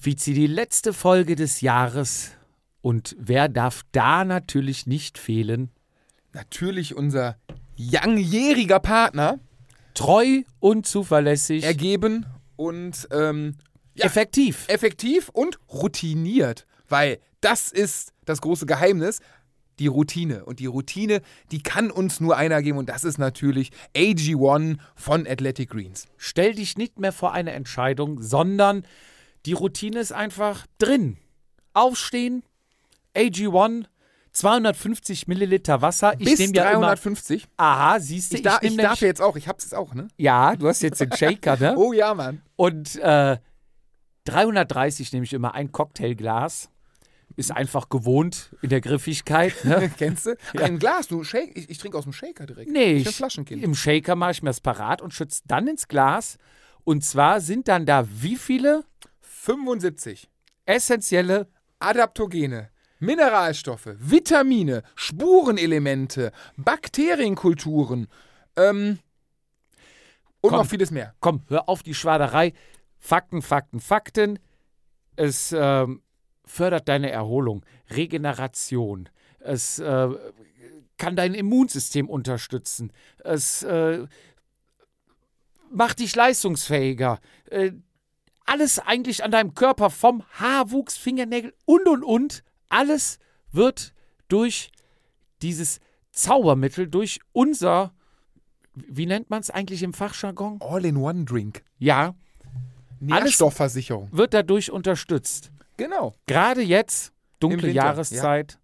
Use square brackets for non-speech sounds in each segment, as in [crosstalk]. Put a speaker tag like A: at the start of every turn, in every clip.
A: Vizi, die letzte Folge des Jahres. Und wer darf da natürlich nicht fehlen?
B: Natürlich unser langjähriger Partner.
A: Treu und zuverlässig,
B: Ergeben und ähm, ja,
A: effektiv.
B: effektiv und routiniert. Weil das ist das große Geheimnis. Die Routine. Und die Routine, die kann uns nur einer geben. Und das ist natürlich AG1 von Athletic Greens.
A: Stell dich nicht mehr vor eine Entscheidung, sondern die Routine ist einfach drin. Aufstehen, AG1, 250 Milliliter Wasser. Ich
B: Bis
A: nehme ja immer.
B: 350.
A: Aha, siehst du,
B: Ich,
A: nehm
B: da, ich
A: nämlich-
B: darf jetzt auch. Ich hab's jetzt auch, ne?
A: Ja, du hast jetzt den Shaker,
B: [laughs]
A: ne?
B: Oh ja, Mann.
A: Und äh, 330 nehme ich immer ein Cocktailglas. Ist einfach gewohnt in der Griffigkeit.
B: [laughs]
A: Ne? [laughs]
B: Kennst du? Ein Glas, du Shake. Ich, ich trinke aus dem Shaker direkt.
A: Nee,
B: bin
A: ich,
B: Flaschenkind.
A: im Shaker mache ich mir das parat und schütze dann ins Glas. Und zwar sind dann da wie viele
B: 75.
A: essentielle
B: Adaptogene, Mineralstoffe, Vitamine, Spurenelemente, Bakterienkulturen ähm, und
A: Komm.
B: noch vieles mehr.
A: komm, hör auf die Schwaderei. Fakten, Fakten, Fakten. Es ähm, fördert deine Erholung, Regeneration. Es äh, kann dein Immunsystem unterstützen. Es äh, macht dich leistungsfähiger. Äh, alles eigentlich an deinem Körper, vom Haarwuchs, Fingernägel und, und, und. Alles wird durch dieses Zaubermittel, durch unser, wie nennt man es eigentlich im Fachjargon?
B: All-in-One-Drink.
A: Ja,
B: Nährstoffversicherung.
A: wird dadurch unterstützt.
B: Genau.
A: Gerade jetzt, dunkle
B: Winter,
A: Jahreszeit.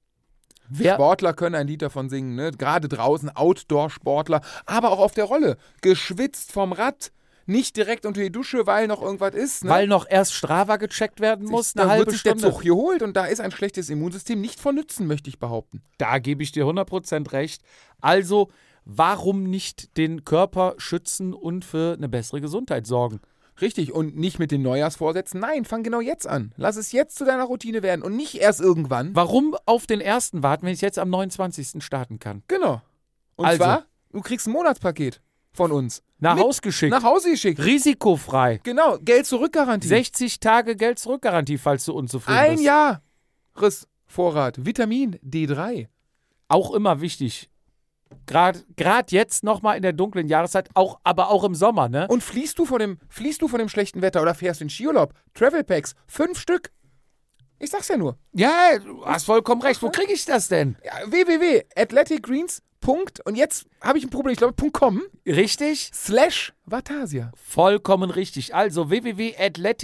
A: Wer,
B: Sportler können ein Lied davon singen, ne? gerade draußen, Outdoor-Sportler, aber auch auf der Rolle. Geschwitzt vom Rad, nicht direkt unter die Dusche, weil noch irgendwas ist. Ne?
A: Weil noch erst Strava gecheckt werden muss,
B: da
A: eine halbe
B: wird sich
A: Stunde.
B: der Zug geholt und da ist ein schlechtes Immunsystem nicht von Nützen, möchte ich behaupten.
A: Da gebe ich dir 100% recht. Also, warum nicht den Körper schützen und für eine bessere Gesundheit sorgen?
B: Richtig, und nicht mit den Neujahrsvorsätzen. Nein, fang genau jetzt an. Lass es jetzt zu deiner Routine werden und nicht erst irgendwann.
A: Warum auf den ersten warten, wenn ich jetzt am 29. starten kann?
B: Genau. Und
A: Also.
B: zwar, du kriegst ein Monatspaket von uns.
A: Nach
B: Mit-
A: Haus geschickt.
B: Nach Hause geschickt.
A: risikofrei.
B: Genau, Geld zurückgarantie.
A: 60 Tage Geld zurückgarantie, falls du unzufrieden
B: Ein
A: bist.
B: Jahr Vorrat. Vitamin D3.
A: auch immer wichtig. Gerade grad jetzt nochmal in der dunklen Jahreszeit, auch, aber auch im Sommer, ne?
B: Und fliehst du, vor dem, fliehst du vor dem schlechten Wetter oder fährst in Skiurlaub? Travel Packs, fünf Stück. Ich sag's ja nur.
A: Ja, du hast vollkommen recht. Wo kriege ich das denn?
B: Ja, www.athleticgreens. Und jetzt habe ich ein Problem, ich glaube, .com
A: Richtig?
B: slash Vatasia.
A: Vollkommen richtig. Also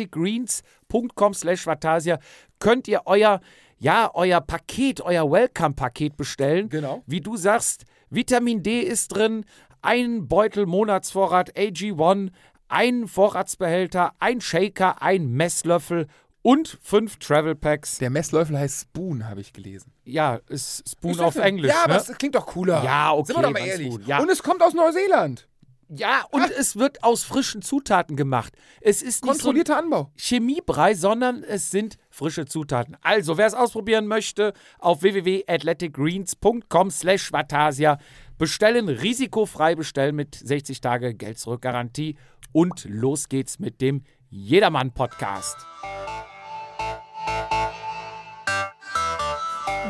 A: www.athleticgreens.com slash Vatasia könnt ihr euer, ja, euer Paket, euer Welcome-Paket bestellen.
B: Genau.
A: Wie du sagst, Vitamin D ist drin, ein Beutel Monatsvorrat AG1, ein Vorratsbehälter, ein Shaker, ein Messlöffel und fünf Travel Packs.
B: Der Messlöffel heißt Spoon, habe ich gelesen.
A: Ja, ist Spoon
B: Ich
A: auf
B: sag's ja.
A: Englisch.
B: Ja,
A: ne?
B: aber es klingt doch cooler.
A: Ja, okay,
B: Sind wir doch mal
A: ganz
B: ehrlich.
A: gut, ja.
B: Und es kommt aus Neuseeland.
A: Ja, und
B: Ah.
A: es wird aus frischen Zutaten gemacht. Es ist nicht so ein
B: Kontrollierter Anbau.
A: Chemiebrei, sondern es sind frische Zutaten. Also, wer es ausprobieren möchte, auf www.athleticgreens.com slash Vatasia bestellen, risikofrei bestellen mit 60 Tage Geld zurück Garantie und los geht's mit dem Jedermann Podcast.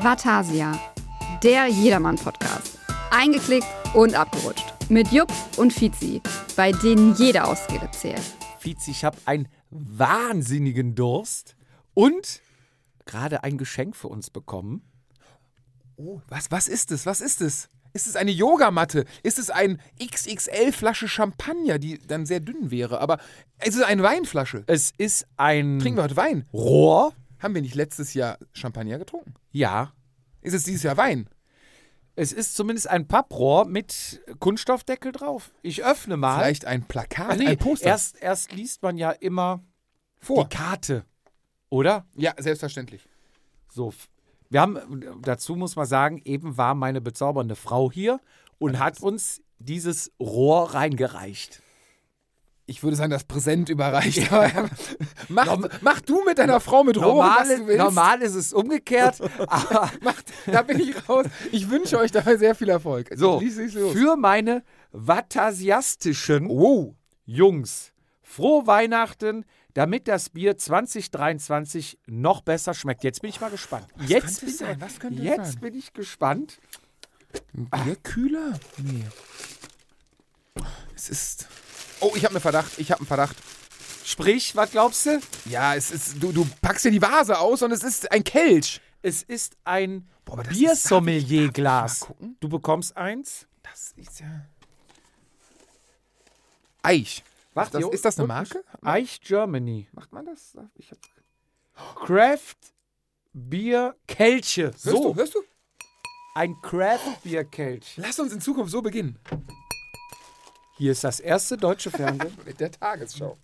C: Vatasia, der Jedermann-Podcast. Eingeklickt und abgerutscht. Mit Jupp und Fizi, bei denen jede Ausrede zählt.
A: Fizi, ich habe einen wahnsinnigen Durst und gerade ein Geschenk für uns bekommen.
B: Oh, was, was ist es? Was ist es? Ist es eine Yogamatte? Ist es eine XXL-Flasche Champagner, die dann sehr dünn wäre? Aber es ist eine Weinflasche.
A: Es ist ein
B: Trinken wir heute Wein?
A: Rohr.
B: Haben wir nicht letztes Jahr Champagner getrunken?
A: Ja.
B: Ist es dieses Jahr Wein?
A: Es ist zumindest ein Papprohr mit Kunststoffdeckel drauf. Ich öffne mal.
B: Vielleicht ein Plakat,
A: Ah, nee,
B: ein Poster
A: Erst, erst liest man ja immer
B: vor.
A: die Karte, oder?
B: Ja, selbstverständlich.
A: So. f- Wir haben, dazu muss man sagen, eben war meine bezaubernde Frau hier und hat uns dieses Rohr reingereicht.
B: Ich würde sagen, das Präsent überreicht. Aber [laughs] mach, mach du mit deiner Frau mit Rohr, was
A: normal,
B: du willst.
A: normal ist es
B: [laughs]
A: umgekehrt, aber
B: Macht, da bin ich raus. Ich wünsche euch dabei sehr viel Erfolg. Also,
A: so,
B: Lies, lies los.
A: für meine vatasiastischen
B: wow.
A: Jungs, frohe Weihnachten, damit das Bier 2023 noch besser schmeckt. Jetzt bin ich mal gespannt. jetzt
B: könnte
A: bin,
B: es sein? Was könnte es
A: jetzt
B: sein?
A: bin ich gespannt.
B: Bierkühler? Nee. Es ist. Oh, ich habe einen Verdacht. Ich habe einen Verdacht.
A: Sprich, was glaubst du?
B: Ja, es ist. Du, du packst dir die Vase aus und es ist ein Kelch.
A: Es ist ein
B: Boah, aber das ist- darf ich- darf
A: Biersommelier-Glas.
B: ich mal gucken?
A: Du bekommst eins.
B: Das ist ja. Eich.
A: Warte,
B: Ist das,
A: hier
B: ist das eine
A: unten-
B: Marke?
A: Eich Germany.
B: Macht man das? Ich hab,
A: Craft Bier Kelche.
B: hörst
A: So,
B: du? Hörst du?
A: ein Craft Bier Kelch.
B: Lass uns in Zukunft so beginnen.
A: Hier ist das erste deutsche Fernsehen.
B: Mit der Tagesschau.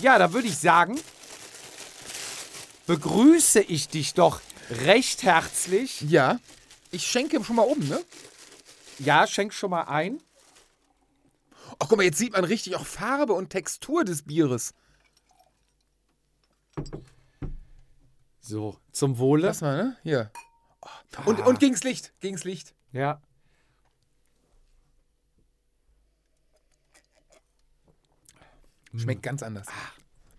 A: ja, da würde ich sagen, begrüße ich dich doch recht herzlich.
B: Ja. Ich schenke schon mal um, ne?
A: Ja, schenk schon mal ein.
B: Ach, guck mal, jetzt sieht man richtig auch Farbe und Textur des Bieres.
A: So, zum Wohle.
B: Lass mal, ne? Hier. Oh. Und, und ging's Licht. Ging's Licht.
A: Ja.
B: Schmeckt ganz anders.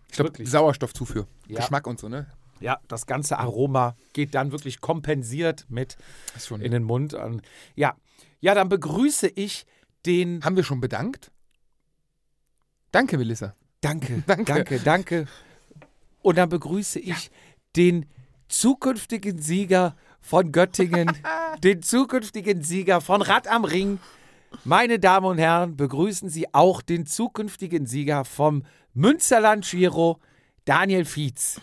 B: Ich glaube,
A: wirklich.
B: Hm. Ah. Sauerstoffzufuhr.
A: Ja.
B: Geschmack und so, ne?
A: Ja, das ganze Aroma geht dann wirklich kompensiert mit
B: Ist schon-
A: in den Mund an. Ja. Ja, dann begrüße ich den
B: Haben wir schon bedankt? Danke, Melissa.
A: Danke,
B: [laughs] Danke.
A: danke, danke, Und dann begrüße ich den zukünftigen Sieger von
B: [laughs]
A: Göttingen, den zukünftigen Sieger von Rad am Ring. Meine Damen und Herren, begrüßen Sie auch den zukünftigen Sieger vom Münsterland Giro, Daniel Fietz.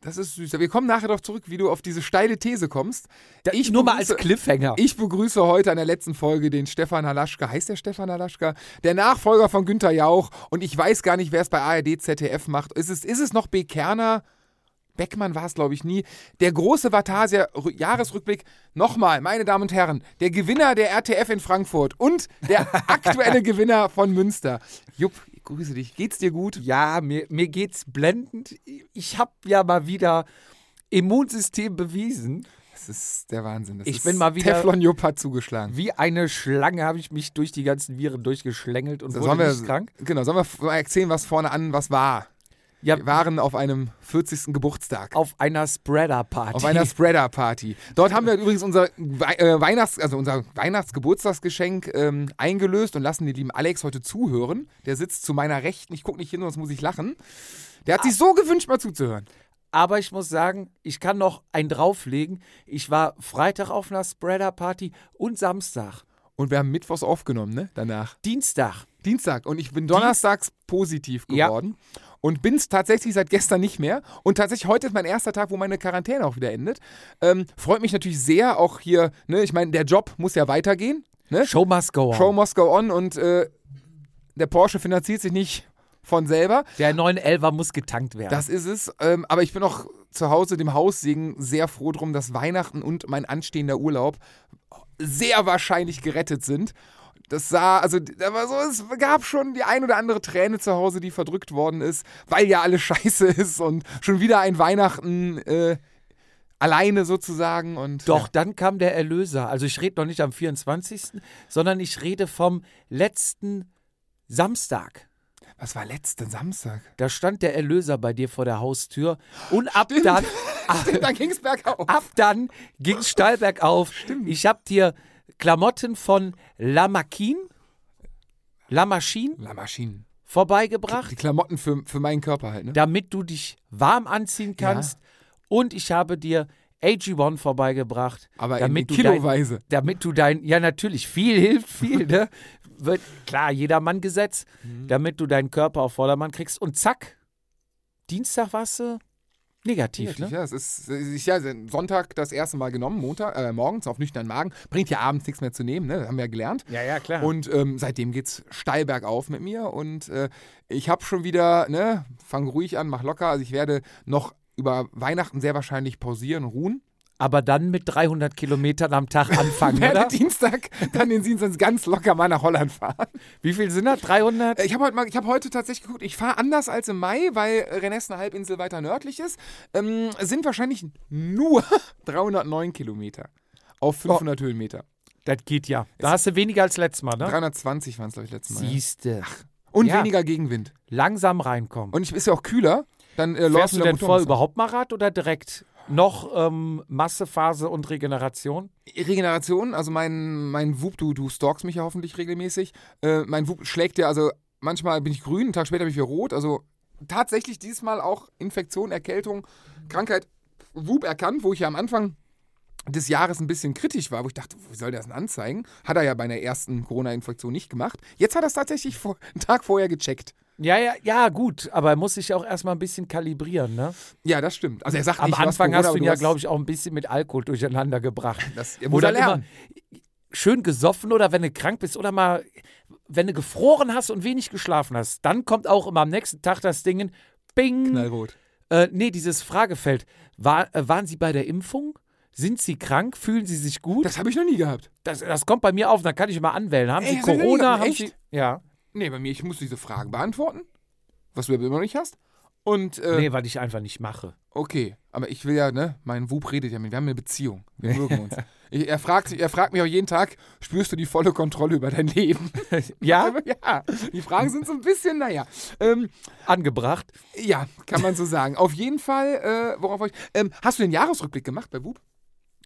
B: Das ist süß. Wir kommen nachher darauf zurück, wie du auf diese steile These kommst.
A: Ich nur mal als
B: begrüße-
A: Cliffhanger.
B: Ich begrüße heute an der letzten Folge den Stefan Halaschka. Heißt der Stefan Halaschka? Der Nachfolger von Günther Jauch. Und ich weiß gar nicht, wer es bei ARD, ZDF macht. Ist es, ist es noch Bekerner? Beckmann war es, glaube ich, nie. Der große Vatasia-Jahresrückblick. Nochmal, meine Damen und Herren, der Gewinner der RTF in Frankfurt und der
A: [laughs]
B: aktuelle Gewinner von Münster. Jupp, ich grüße dich. Geht's dir gut?
A: Ja, mir, mir geht's blendend. Ich habe ja mal wieder Immunsystem bewiesen.
B: Das ist der Wahnsinn. Das
A: Ich
B: ist
A: bin mal wieder-
B: Teflon Jupp hat zugeschlagen.
A: Wie eine Schlange habe ich mich durch die ganzen Viren durchgeschlängelt und
B: Sollen
A: wurde
B: wir,
A: nicht krank.
B: Genau, sollen wir mal erzählen, was vorne an, was war?
A: Ja,
B: Wir waren auf einem 40. Geburtstag.
A: auf einer Spreader-Party.
B: Auf einer Spreader-Party. Dort haben wir übrigens unser, Wei- äh, Weihnachts-, also unser Weihnachtsgeburtstagsgeschenk ähm, eingelöst und lassen den lieben Alex heute zuhören. Der sitzt zu meiner Rechten. Ich gucke nicht hin, sonst muss ich lachen. Der hat sich so gewünscht, mal zuzuhören.
A: Aber ich muss sagen, ich kann noch einen drauflegen. Ich war Freitag auf einer Spreader-Party und Samstag.
B: Und wir haben Mittwochs aufgenommen, ne? Danach.
A: Dienstag.
B: Dienstag. Und ich bin donnerstags positiv
A: Ja.
B: geworden. Und bin es tatsächlich seit gestern nicht mehr. Und tatsächlich heute ist mein erster Tag, wo meine Quarantäne auch wieder endet. Ähm, freut mich natürlich sehr, auch hier, ne? Ich meine, der Job muss ja weitergehen. Ne?
A: Show must go on.
B: Show must go on und äh, der Porsche finanziert sich nicht von selber.
A: Der 911er muss getankt werden.
B: Das ist es. Ähm, aber ich bin auch zu Hause dem Haussegen sehr froh drum, dass Weihnachten und mein anstehender Urlaub sehr wahrscheinlich gerettet sind. Das sah, also, da war so, es gab schon die ein oder andere Träne zu Hause, die verdrückt worden ist, weil ja alles [laughs] scheiße ist und schon wieder ein Weihnachten äh, alleine sozusagen und.
A: Doch, dann kam der Erlöser. Also ich rede noch nicht am 24., sondern ich rede vom letzten Samstag.
B: Ja. Was war letzten Samstag?
A: Da stand der Erlöser bei dir vor der Haustür. Und ab
B: [laughs]
A: dann, ab,
B: Dann ging's bergauf.
A: ab dann ging es steil bergauf. Ich habe dir Klamotten von La Machine, La Machine
B: La Maschinen.
A: vorbeigebracht,
B: Die Klamotten für, für meinen Körper halt, ne?
A: damit du dich warm anziehen kannst. Und ich habe dir AG1 vorbeigebracht,
B: Aber in-
A: damit,
B: in
A: du dein,
B: Kiloweise.
A: damit du dein, ja natürlich, viel hilft viel,
B: [laughs]
A: ne? Wird klar, jedermann Gesetz,
B: Mhm.
A: damit du deinen Körper auf Vordermann kriegst. Und zack, Dienstag warst du negativ,
B: Negativ,
A: ne?
B: ja, es ist, es ist ja Sonntag das erste Mal genommen, Montag, äh, morgens auf nüchternen Magen. Bringt ja abends nichts mehr zu nehmen, ne? Das haben wir ja gelernt.
A: Ja, ja, klar.
B: Und ähm, seitdem geht's steil bergauf mit mir und äh, ich habe schon wieder, ne, fang ruhig an, mach locker. Also ich werde noch über Weihnachten sehr wahrscheinlich pausieren, ruhen.
A: Aber dann mit 300 Kilometern am [laughs] Tag anfangen,
B: Werde
A: oder?
B: Dienstag dann den Dienstag ganz locker mal nach Holland fahren.
A: Wie viel sind das? 300?
B: Äh, Ich habe heute, mal- ich hab heute tatsächlich geguckt, ich fahre anders als im Mai, weil Rennes eine Halbinsel weiter nördlich ist. Ähm, es sind wahrscheinlich nur [laughs] 309 Kilometer auf
A: Oh.
B: 500 Höhenmeter.
A: Das geht ja. Da hast du weniger als letztes Mal, ne?
B: 320 waren es, glaube ich, letztes Mal. ja.
A: Siehste.
B: Und
A: Ja.
B: weniger Gegenwind.
A: Langsam reinkommen.
B: Und ich ist ja auch kühler. Dann äh, läufst
A: Fährst
B: du
A: du
B: wieder
A: denn
B: Motor-
A: vorher überhaupt mal Rad oder direkt noch ähm, Massephase und Regeneration?
B: Regeneration, also mein, mein Wub, du, du stalkst mich ja hoffentlich regelmäßig. Äh, mein Wub schlägt ja, also manchmal bin ich grün, einen Tag später bin ich wieder rot. Also tatsächlich dieses Mal auch Infektion, Erkältung, Krankheit, Wub erkannt, wo ich ja am Anfang des Jahres ein bisschen kritisch war, wo ich dachte, wie soll der das denn anzeigen? Hat er ja bei einer ersten Corona-Infektion nicht gemacht. Jetzt hat er es tatsächlich vor, [laughs] einen Tag vorher gecheckt.
A: Ja, ja, ja, gut, aber er muss sich auch erstmal ein bisschen kalibrieren, ne?
B: Ja, das stimmt. Also er sagt
A: Am
B: nicht,
A: Anfang hast du ihn ja, glaube
B: glaube
A: ich, auch ein bisschen mit Alkohol durcheinander [laughs] gebracht.
B: Das er
A: Wo
B: muss er
A: dann immer
B: lernen.
A: schön gesoffen oder wenn du krank bist oder mal, wenn du gefroren hast und wenig geschlafen hast, dann kommt auch immer am nächsten Tag das Ding, bing,
B: Knallrot.
A: äh, nee, dieses Fragefeld. War, äh, waren Sie bei der Impfung? Sind Sie krank? Fühlen Sie sich gut?
B: Das habe ich noch nie gehabt.
A: Das, das kommt bei mir auf, dann kann ich immer anwählen. Haben
B: Ey,
A: Sie
B: das hab ich noch nie
A: Corona?
B: gehabt.
A: Haben
B: Echt?
A: Sie, ja.
B: Nee, bei mir, ich muss diese Fragen beantworten, was du ja immer noch nicht hast. Und, äh,
A: Nee, weil ich einfach nicht mache.
B: okay, aber ich will ja, ne, mein Wub redet ja mit, wir haben eine Beziehung,
A: [laughs]
B: wir mögen uns. Ich, er, fragt, sich- er fragt mich auch jeden Tag, spürst du die volle Kontrolle über dein Leben?
A: [laughs] Ja,
B: [laughs] ja, die Fragen sind so ein bisschen, naja. Ähm,
A: angebracht.
B: ja, kann man so sagen. Auf jeden Fall, äh, worauf war ich, ähm, hast du den Jahresrückblick gemacht bei Wub?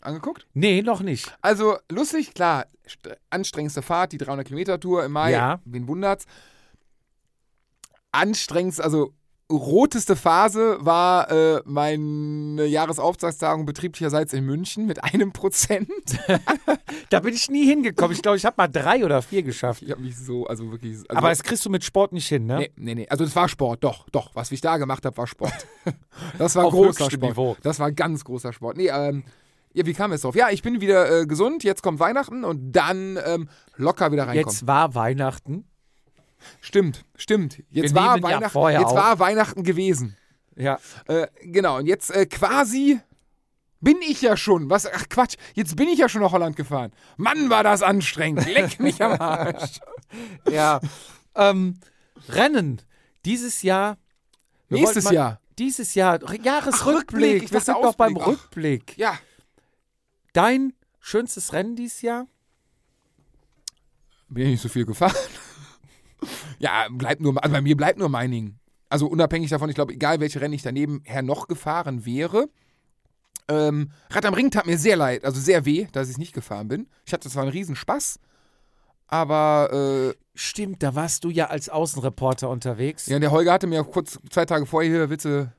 B: Angeguckt?
A: Nee, noch nicht.
B: Also lustig, klar, st- anstrengendste Fahrt, die 300-Kilometer-Tour im Mai,
A: Ja.
B: wen wundert's. Anstrengendste, also roteste Phase war äh, meine Jahresauftragstagung betrieblicherseits in München mit einem Prozent. [laughs]
A: Da bin ich nie hingekommen. Ich glaube, ich habe mal drei oder vier geschafft.
B: Ich habe mich so, also wirklich... Also,
A: Aber das kriegst du mit Sport nicht hin, ne?
B: Nee, nee, nee. Also das war Sport, doch, doch. Was ich da gemacht habe,
A: [laughs]
B: war Sport. Das war
A: Auf
B: großer
A: höchstem
B: Sport.
A: Niveau.
B: Das war ganz großer Sport. Nee, ähm, ja, wie kam es drauf? Ja, ich bin wieder äh, gesund, jetzt kommt Weihnachten und dann ähm, locker wieder reinkommen.
A: Jetzt war Weihnachten.
B: Stimmt, stimmt.
A: Wir
B: Jetzt, war
A: nehmen ja
B: Weihnachten,
A: vorher
B: jetzt
A: auf.
B: war Weihnachten gewesen.
A: Ja.
B: Äh, genau, und jetzt äh, quasi bin ich ja schon. Was? Ach Quatsch, jetzt bin ich ja schon nach Holland gefahren. Mann, war das anstrengend. Leck mich
A: [laughs]
B: am Arsch.
A: Ja. ähm, Rennen. Dieses Jahr. wir
B: Nächstes
A: wollten mal-
B: Jahr.
A: Dieses Jahr. R-
B: Ach, Rückblick.
A: Jahresrückblick.
B: Ich
A: Wir
B: dachte
A: sind doch beim
B: Ausblick. Ach.
A: Rückblick.
B: Ja,
A: Dein schönstes Rennen dieses Jahr?
B: bin ich nicht so viel gefahren. [laughs] ja, bleibt nur, also bei mir bleibt nur Meiningen. Also unabhängig davon, ich glaube, egal welche Rennen ich daneben her noch gefahren wäre. Ähm, Rad am Ring tat mir sehr leid, also sehr weh, dass ich nicht gefahren bin. Ich hatte zwar einen Riesenspaß, aber äh,
A: Stimmt, da warst du ja als Außenreporter unterwegs.
B: Ja, und der Holger hatte mir auch kurz zwei Tage vorher hier, willst du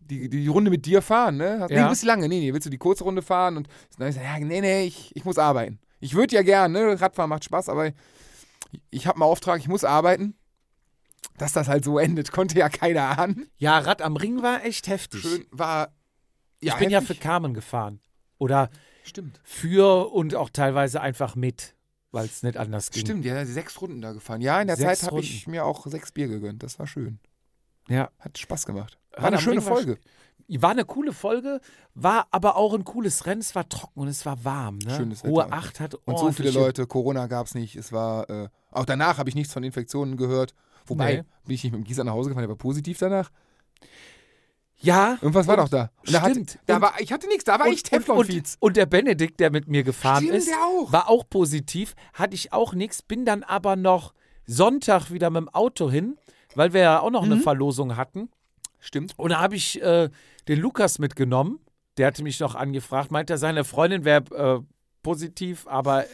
B: die, die Runde mit dir fahren, ne? Hast- Nee,
A: Ja.
B: du bist die lange, nee, nee, willst du die kurze Runde fahren? Und dann hab ich gesagt, ja, nee, nee, ich, ich muss arbeiten. Ich würde ja gern, ne? Radfahren macht Spaß, aber ich, ich habe einen Auftrag, ich muss arbeiten. Dass das halt so [laughs] endet, konnte ja keiner ahnen.
A: Ja, Rad am Ring war echt heftig.
B: Schön war. Ja,
A: ich bin ja für
B: heftig.
A: Carmen gefahren. Oder
B: Stimmt.
A: für und auch teilweise einfach mit, weil es nicht anders ging.
B: Stimmt, ja, sechs Runden da gefahren. Ja, in der
A: Sechs
B: Zeit habe ich mir auch sechs Bier gegönnt. Das war schön.
A: Ja.
B: Hat Spaß gemacht. War
A: Rad
B: eine
A: am
B: schöne
A: Ring war
B: Folge.
A: War eine coole Folge, war aber auch ein cooles Rennen. Es war trocken und es war warm. Ne?
B: Schönes
A: Hohe
B: Wetter.
A: Acht hat
B: Und so viele
A: ordentliche-
B: Leute, Corona gab es nicht. Es war, äh, auch danach habe ich nichts von Infektionen gehört. Wobei,
A: Nee.
B: bin ich nicht mit dem Gießer nach Hause gefahren, der war positiv danach.
A: Ja.
B: Irgendwas war doch da. da hatte-
A: Stimmt.
B: da
A: Und-
B: war, ich hatte nichts, da war ich
A: und,
B: Teflon
A: und, und der Benedikt, der mit mir gefahren
B: Stimmt,
A: ist,
B: der auch.
A: war auch positiv. Hatte ich auch nichts, bin dann aber noch Sonntag wieder mit dem Auto hin, weil wir ja auch noch
B: Mhm.
A: eine Verlosung hatten.
B: Stimmt.
A: Und da habe ich äh, den Lukas mitgenommen. Der hatte mich noch angefragt, meinte, seine Freundin wäre äh, positiv, aber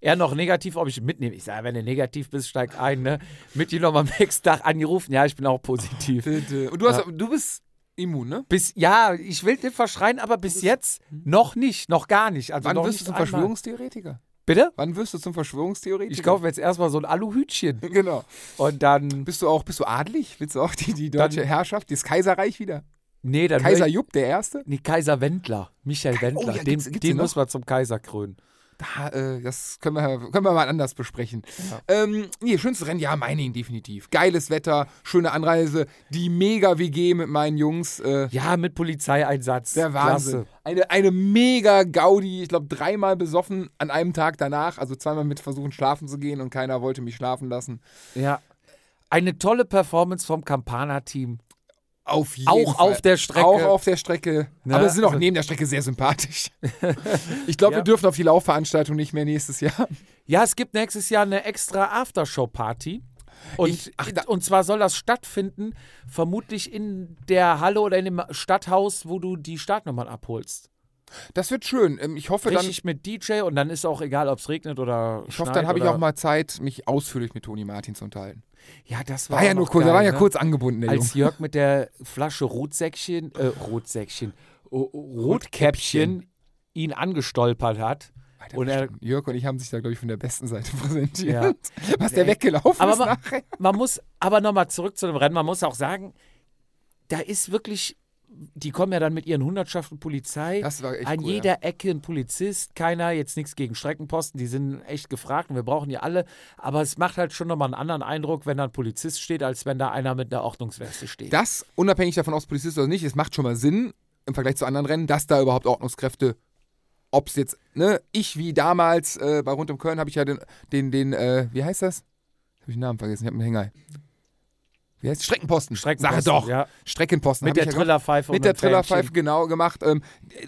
A: er noch negativ, ob ich ihn mitnehme. Ich sage, wenn du negativ bist, steig ein. Ne? Mit ihm noch mal am nächsten Tag angerufen. Ja, ich bin auch positiv.
B: Bitte. Und du, hast, du bist immun, ne?
A: Bis, ja, ich will nicht verschreien, aber bis jetzt noch nicht, noch gar nicht. Also
B: Hm? Wann
A: noch
B: wirst du
A: nicht
B: zum
A: einmal.
B: Verschwörungstheoretiker?
A: Bitte?
B: Wann wirst du zum Verschwörungstheoretiker?
A: Ich kaufe mir jetzt erstmal so ein Aluhütchen
B: [laughs] Genau.
A: und dann.
B: Bist du auch, bist du adelig? Willst du auch die, die deutsche Herrschaft, das Kaiserreich wieder?
A: Nee, dann.
B: Kaiser
A: will ich,
B: Jupp, der Erste?
A: nee, Kaiser Wendler. Michael Wendler.
B: ja,
A: den
B: gibt's- gibt's den
A: den
B: noch?
A: muss man zum Kaiser krönen.
B: Da, äh, das können wir, können wir mal anders besprechen. Ähm, nee, schönstes Rennen, ja, Meiningen definitiv. Geiles Wetter, schöne Anreise, die Mega-WG mit meinen Jungs. Äh,
A: Ja, mit Polizeieinsatz.
B: der Wahnsinn.
A: Klasse.
B: Eine, eine mega Gaudi, ich glaube dreimal besoffen an einem Tag danach, also zweimal mit versuchen schlafen zu gehen und keiner wollte mich schlafen lassen.
A: Ja. Eine tolle Performance vom Campana-Team.
B: Auf jeden
A: Auch
B: Fall.
A: auf der Strecke.
B: Auch auf der Strecke.
A: Ne?
B: Aber sie sind auch
A: Also-
B: neben der Strecke sehr sympathisch. ich glaube, wir
A: Ja.
B: dürfen auf die Laufveranstaltung nicht mehr nächstes Jahr.
A: Ja, es gibt nächstes Jahr eine extra Aftershow-Party. Und,
B: Ich- ach, da-
A: und zwar soll das stattfinden, vermutlich in der Halle oder in dem Stadthaus, wo du die Startnummern abholst.
B: Das wird schön. Ähm, Ich hoffe, dann,
A: Richtig mit DJ und dann ist auch egal, ob es regnet oder
B: ich hoffe, dann
A: schneit
B: habe ich
A: oder-
B: auch mal Zeit, mich ausführlich mit Toni Martin zu unterhalten.
A: Ja, das war,
B: War ja
A: auch
B: nur
A: noch
B: kurz,
A: geil,
B: da war ja
A: ne?
B: kurz angebunden, der
A: Als Jörg mit der Flasche Rotsäckchen, äh, Rotsäckchen, O- O- Rotkäppchen ihn angestolpert hat.
B: Alter,
A: und er-
B: stimmt. Jörg und ich haben sich da, glaube ich, von der besten Seite [laughs] präsentiert.
A: Ja.
B: Was der
A: Ey,
B: weggelaufen
A: aber
B: ist ne?
A: ma-
B: nachher.
A: Man muss aber nochmal zurück zu dem Rennen, man muss auch sagen, da ist wirklich, die kommen ja dann mit ihren Hundertschaften Polizei.
B: Das war echt
A: An
B: cool,
A: jeder Ecke ein Polizist, keiner, jetzt nichts gegen Streckenposten, die sind echt gefragt und wir brauchen die alle. Aber es macht halt schon nochmal einen anderen Eindruck, wenn da ein Polizist steht, als wenn da einer mit einer Ordnungsweste steht.
B: Das, unabhängig davon, ob es Polizist ist oder nicht, es macht schon mal Sinn im Vergleich zu anderen Rennen, dass da überhaupt Ordnungskräfte, ob es jetzt, ne, ich wie damals äh, bei Rund um Köln habe ich ja den, den, den äh, wie heißt das? Habe ich den Namen vergessen, ich habe einen Hänger. Wie heißt Streckenposten.
A: Streckenposten,
B: Sag doch.
A: ja.
B: Streckenposten.
A: mit
B: hab
A: der
B: ich ja gemacht.
A: Trillerpfeife und
B: Mit der
A: einem Fähnchen.
B: Trillerpfeife genau gemacht. Ähm,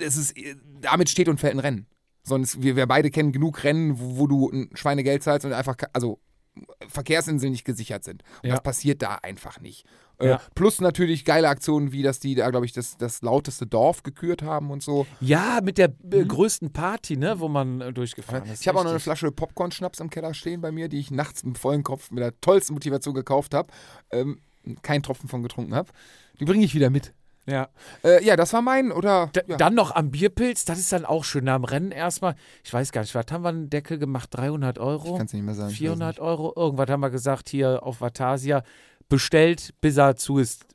B: das ist, äh, damit steht und fällt ein Rennen. Sonst, wir, wir beide kennen genug Rennen, wo, wo du ein Schweinegeld zahlst und einfach, ke- also äh, Verkehrsinseln nicht gesichert sind. Und
A: Ja.
B: das passiert da einfach nicht. Äh,
A: Ja.
B: Plus natürlich geile Aktionen, wie dass die da, glaube ich, das, das lauteste Dorf gekürt haben und so.
A: Ja, mit der äh, größten Party, ne, wo man äh, durchgefahren ist.
B: Mhm. Ich habe auch noch eine
A: Richtig.
B: Flasche Popcorn-Schnaps im Keller stehen bei mir, die ich nachts mit vollem Kopf mit der tollsten Motivation gekauft habe. Ähm, keinen Tropfen von getrunken habe. Die bringe ich wieder mit.
A: Ja.
B: Äh, ja, das war mein, oder?
A: D
B: ja.
A: Dann noch am Bierpilz, das ist dann auch schön. Am Rennen erstmal, ich weiß gar nicht, was haben wir einen Deckel gemacht? 300 Euro?
B: Kannst du nicht mehr sagen. ich weiß nicht.
A: 400 Euro? Irgendwas haben wir gesagt hier auf Vatasia. Bestellt, bis er zu ist.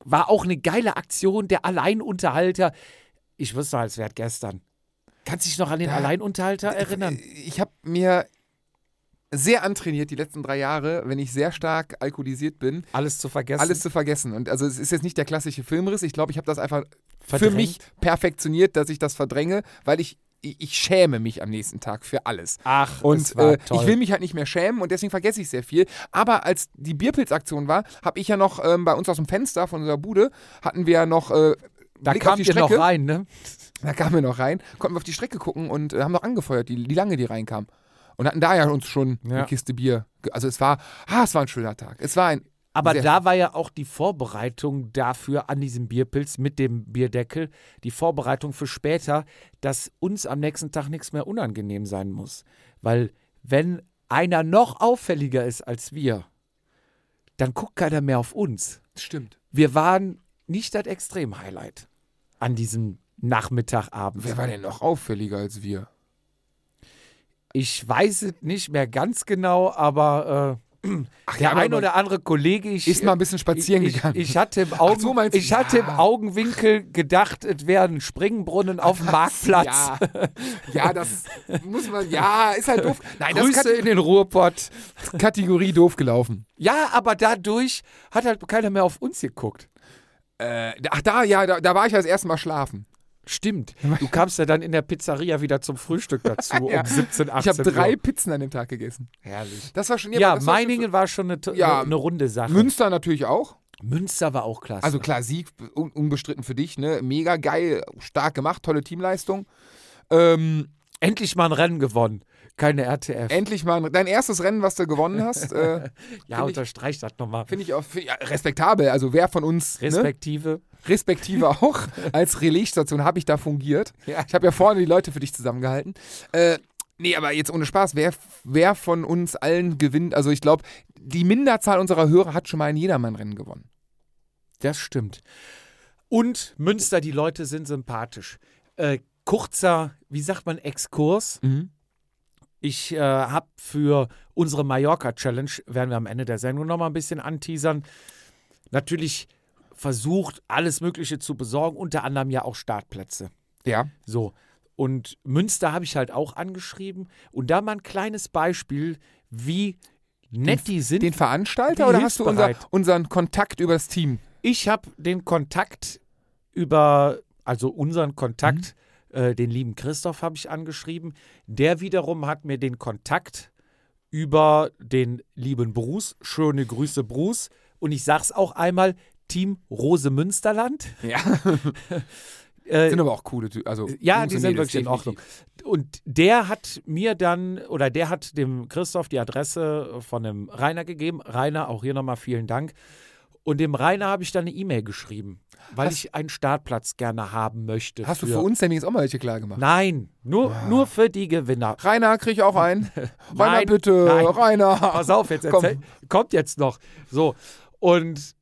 A: War auch eine geile Aktion, der Alleinunterhalter. Ich wüsste, als wäre gestern. Kannst du dich noch an den
B: Da- Äh,
A: Alleinunterhalter erinnern?
B: Ich habe mir sehr antrainiert die letzten drei Jahre, wenn ich sehr stark alkoholisiert bin,
A: Alles zu vergessen.
B: alles zu vergessen. Und also es ist jetzt nicht der klassische Filmriss. Ich glaube, ich habe das einfach
A: Verdrängt?
B: für mich perfektioniert, dass ich das verdränge, weil ich, ich, ich schäme mich am nächsten Tag für alles.
A: Ach,
B: Und
A: es war
B: äh,
A: toll.
B: ich will mich halt nicht mehr schämen und deswegen vergesse ich sehr viel. Aber als die Bierpilzaktion war, habe ich ja noch ähm, bei uns aus dem Fenster von unserer Bude, hatten wir ja noch äh,
A: da
B: Blick auf
A: kamt
B: die
A: ihr noch
B: Strecke.
A: rein, ne?
B: [laughs] Da kamen wir noch rein, konnten wir auf die Strecke gucken und äh, haben noch angefeuert, die, wie lange die reinkam. Und hatten da ja uns schon
A: Ja.
B: eine Kiste Bier. ge- Also es war, ah, es war ein schöner Tag. Es war ein,
A: Aber
B: Sehr.
A: da war ja auch die Vorbereitung dafür an diesem Bierpilz mit dem Bierdeckel, die Vorbereitung für später, dass uns am nächsten Tag nichts mehr unangenehm sein muss. Weil wenn einer noch auffälliger ist als wir, dann guckt keiner mehr auf uns.
B: stimmt.
A: Wir waren nicht das Extrem-Highlight an diesem Nachmittagabend.
B: Wer war denn noch auffälliger als wir?
A: Ich weiß es nicht mehr ganz genau, aber
B: Ach
A: äh, der
B: aber
A: ein oder andere Kollege, ich,
B: ist mal ein bisschen spazieren
A: ich,
B: gegangen.
A: Ich, ich, hatte im Augen,
B: Ach so, meinst du?
A: ich hatte im
B: Ja.
A: Augenwinkel gedacht, es wäre ein Springbrunnen auf dem Marktplatz.
B: ja. [laughs] ja, das muss man, ja, ist halt doof. Nein, das
A: Grüße
B: ist
A: in den Ruhrpott.
B: Kate- Kategorie doof gelaufen.
A: Ja, aber dadurch hat halt keiner mehr auf uns geguckt.
B: Äh, ach da, ja, da, da war ich ja das erste Mal schlafen.
A: Stimmt. Du kamst ja dann in der Pizzeria wieder zum Frühstück
B: [laughs]
A: dazu
B: Ja.
A: um 17, 18
B: Ich habe drei
A: Uhr.
B: Pizzen an dem Tag gegessen.
A: Herrlich.
B: Das war schon,
A: Ja,
B: aber das war schon
A: Meiningen war schon eine, to-
B: Ja.
A: eine runde Sache.
B: so- Münster natürlich auch.
A: Münster war auch klasse.
B: Also klar, Sieg un unbestritten für dich, ne? Mega geil, stark gemacht, tolle Teamleistung. Ähm,
A: Endlich mal ein Rennen gewonnen. Keine RTF.
B: endlich mal ein- dein erstes Rennen, was du gewonnen
A: [laughs]
B: hast, äh,
A: ja,
B: find ich-
A: unterstreicht das nochmal.
B: finde ich auch find, ja, respektabel. Also wer von uns, ne?
A: Respektive. [laughs]
B: respektive auch, als Relaisstation habe ich da fungiert.
A: Ja.
B: Ich habe ja vorne die Leute für dich zusammengehalten. Äh, nee, aber jetzt ohne Spaß, wer, wer von uns allen gewinnt? Also ich glaube, die Minderzahl unserer Hörer hat schon mal ein Jedermann-Rennen gewonnen.
A: Das stimmt. Und Münster, die Leute sind sympathisch. Äh, kurzer, wie sagt man, Exkurs.
B: Mhm.
A: Ich äh, habe für unsere Mallorca-Challenge, werden wir am Ende der Sendung nochmal ein bisschen anteasern, natürlich versucht, alles Mögliche zu besorgen, unter anderem ja auch Startplätze.
B: Ja.
A: So. Und Münster habe ich halt auch angeschrieben. Und da mal ein kleines Beispiel, wie nett die sind.
B: Den Veranstalter
A: Wie
B: oder hast du unser,
A: hilfsbereit.
B: unseren Kontakt über das Team?
A: Ich habe den Kontakt über, also unseren Kontakt, äh, den lieben Christoph habe ich angeschrieben. Der wiederum hat mir den Kontakt über den lieben Bruce, schöne Grüße Bruce.
B: [laughs]
A: Und ich sag's auch einmal, Team Rose Münsterland.
B: Ja.
A: Äh,
B: Sind aber auch coole Typen. Also,
A: ja,
B: Jungs
A: die
B: und
A: sind
B: Mädels,
A: wirklich in Ordnung.
B: definitiv.
A: Und der hat mir dann, oder der hat dem Christoph die Adresse von dem Rainer gegeben. Rainer, auch hier nochmal vielen Dank. Und dem Rainer habe ich dann eine E-Mail geschrieben, weil
B: Hast-
A: ich einen Startplatz gerne haben möchte.
B: Hast du für uns denn jetzt auch mal welche klar gemacht?
A: Nein, nur, nur für die Gewinner.
B: Rainer, krieg ich auch einen.
A: [laughs]
B: Rainer,
A: Nein,
B: bitte.
A: nein.
B: Rainer.
A: [laughs] Pass auf, jetzt
B: Komm.
A: erzähl, kommt jetzt noch. So. Und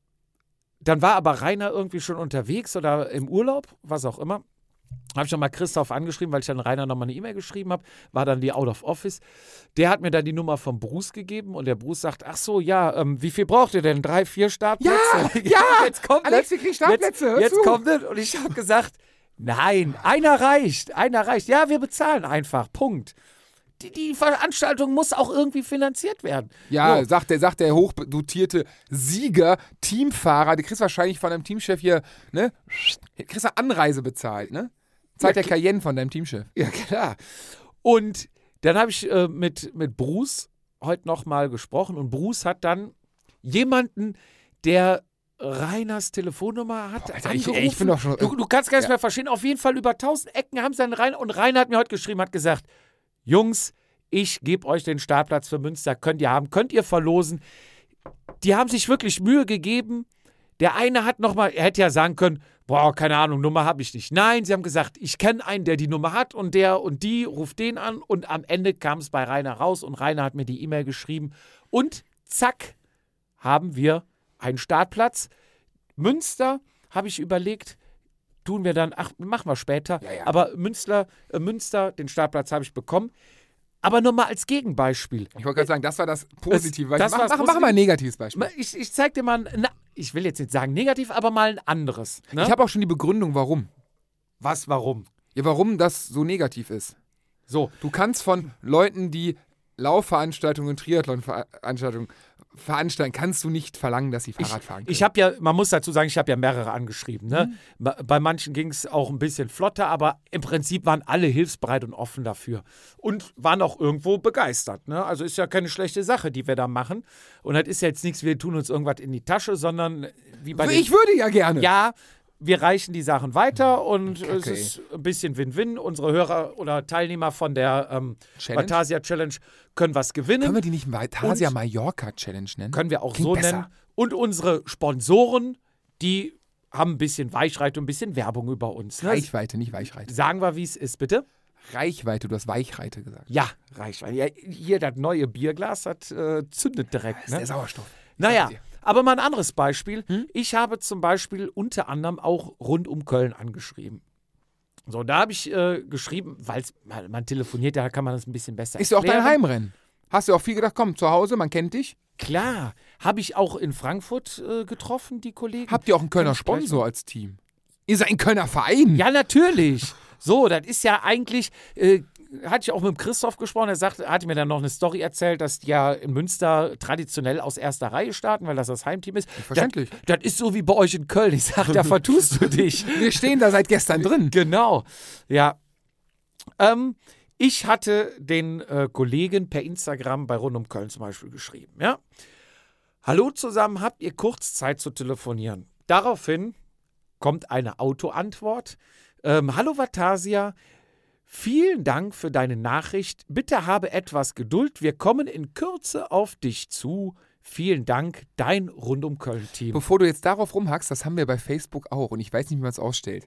A: dann war aber Rainer irgendwie schon unterwegs oder im Urlaub, was auch immer. Habe ich nochmal Christoph angeschrieben, weil ich dann Rainer nochmal eine E-Mail geschrieben habe. War dann die Out of Office. Der hat mir dann die Nummer vom Bruce gegeben und der Bruce sagt: Ach so, ja, ähm, wie viel braucht ihr denn? Drei, vier Startplätze?
B: ja!
A: [laughs] jetzt kommt
B: Alex,
A: das.
B: wir kriegen Startplätze, hör
A: Jetzt, jetzt
B: zu.
A: kommt das. Und ich habe gesagt: Nein, einer reicht, einer reicht. Ja, wir bezahlen einfach. Punkt. Die, die Veranstaltung muss auch irgendwie finanziert werden.
B: Ja,
A: So.
B: sagt der, sagt der hochdotierte Sieger, Teamfahrer, der kriegst wahrscheinlich von deinem Teamchef hier, ne? Kriegst du Anreise bezahlt, ne? Zahlt der Cayenne von deinem Teamchef.
A: Ja, klar. Und dann habe ich äh, mit, mit Bruce heute nochmal gesprochen und Bruce hat dann jemanden, der Rainers Telefonnummer hat.
B: Alter, ich-
A: angerufen.
B: ey, ich bin doch schon-
A: Du, du kannst gar nicht
B: Ja.
A: mehr verstehen. Auf jeden Fall über tausend Ecken haben sie dann Rainer. Und Rainer hat mir heute geschrieben, hat gesagt: Jungs, ich gebe euch den Startplatz für Münster. Könnt ihr haben, könnt ihr verlosen. Die haben sich wirklich Mühe gegeben. Der eine hat nochmal, er hätte ja sagen können, boah, keine Ahnung, Nummer habe ich nicht. Nein, sie haben gesagt, ich kenne einen, der die Nummer hat und der und die ruft den an und am Ende kam es bei Rainer raus und Rainer hat mir die E-Mail geschrieben und zack, haben wir einen Startplatz. Münster habe ich überlegt, tun wir dann, ach, machen wir später,
B: Ja, ja.
A: aber Münster, äh, Münster, den Startplatz habe ich bekommen. Aber nur mal als Gegenbeispiel.
B: Ich wollte gerade sagen, das war das Positive.
A: Das
B: mach,
A: war's
B: mach, mach mal ein negatives
A: Ma-
B: Beispiel.
A: Ich, ich zeig dir mal, ein- na, ich will jetzt nicht sagen negativ, aber mal ein anderes. Ne?
B: Ich habe auch schon die Begründung, warum.
A: was, warum.
B: Ja, warum das so negativ ist.
A: So,
B: Du kannst von Leuten, die Laufveranstaltungen, Triathlonveranstaltungen veranstalten, kannst du nicht verlangen, dass sie Fahrrad fahren können.
A: ich habe ja, man muss dazu sagen, ich habe ja mehrere angeschrieben. Ne?
B: Mhm.
A: Ba- Bei manchen ging es auch ein bisschen flotter, aber im Prinzip waren alle hilfsbereit und offen dafür und waren auch irgendwo begeistert. Ne? Also ist ja keine schlechte Sache, die wir da machen. Und das ist ja jetzt nichts, wir tun uns irgendwas in die Tasche, sondern wie bei den
B: Also ich würde ja gerne.
A: ja, wir reichen die Sachen weiter und es
B: ey.
A: ist ein bisschen Win-Win. Unsere Hörer oder Teilnehmer von der ähm,
B: Challenge?
A: Batasia Challenge können was gewinnen.
B: Können wir die nicht mal Tasia
A: Und-
B: Mallorca Challenge nennen?
A: Können wir auch
B: Klingt
A: so
B: besser.
A: nennen. Und unsere Sponsoren, die haben ein bisschen Weichreite und ein bisschen Werbung über uns. Ne?
B: Reichweite, nicht Weichreite.
A: Sagen wir, wie es ist, bitte.
B: Reichweite, du hast Weichreite gesagt.
A: Ja, Reichweite. Ja, hier das neue Bierglas, das äh, zündet direkt. Ne? Hm?
B: Der Sauerstoff.
A: Naja,
B: Sag ich
A: aber mal ein anderes Beispiel. Ich habe zum Beispiel unter anderem auch rund um Köln angeschrieben. So, da habe ich äh, geschrieben, weil man, man telefoniert, da kann man das ein bisschen besser
B: Ist ja auch dein
A: erklären.
B: Heimrennen. Hast du auch viel gedacht, komm, zu Hause, man kennt dich.
A: Klar, habe ich auch in Frankfurt äh, getroffen, die Kollegen.
B: Habt ihr auch einen Kölner Sponsor als Team? Ihr seid ein Kölner Verein.
A: Ja, natürlich. So, das ist ja eigentlich, äh, hatte ich auch mit dem Christoph gesprochen, er sagt, hat mir dann noch eine Story erzählt, dass die ja in Münster traditionell aus erster Reihe starten, weil das das Heimteam ist.
B: Verständlich.
A: Das, das ist so wie bei euch in Köln. Ich sag, da vertust du dich.
B: Wir stehen da seit gestern drin.
A: [laughs] Genau, ja. Ähm, ich hatte den äh, Kollegen per Instagram bei Rund um Köln zum Beispiel geschrieben, ja. Hallo zusammen, habt ihr kurz Zeit zu telefonieren? Daraufhin kommt eine Autoantwort. Ähm, Hallo Vatasia, vielen Dank für deine Nachricht. Bitte habe etwas Geduld. Wir kommen in Kürze auf dich zu. Vielen Dank, dein Rund um Köln-Team.
B: Bevor du jetzt darauf rumhackst, das haben wir bei Facebook auch und ich weiß nicht, wie man es ausstellt.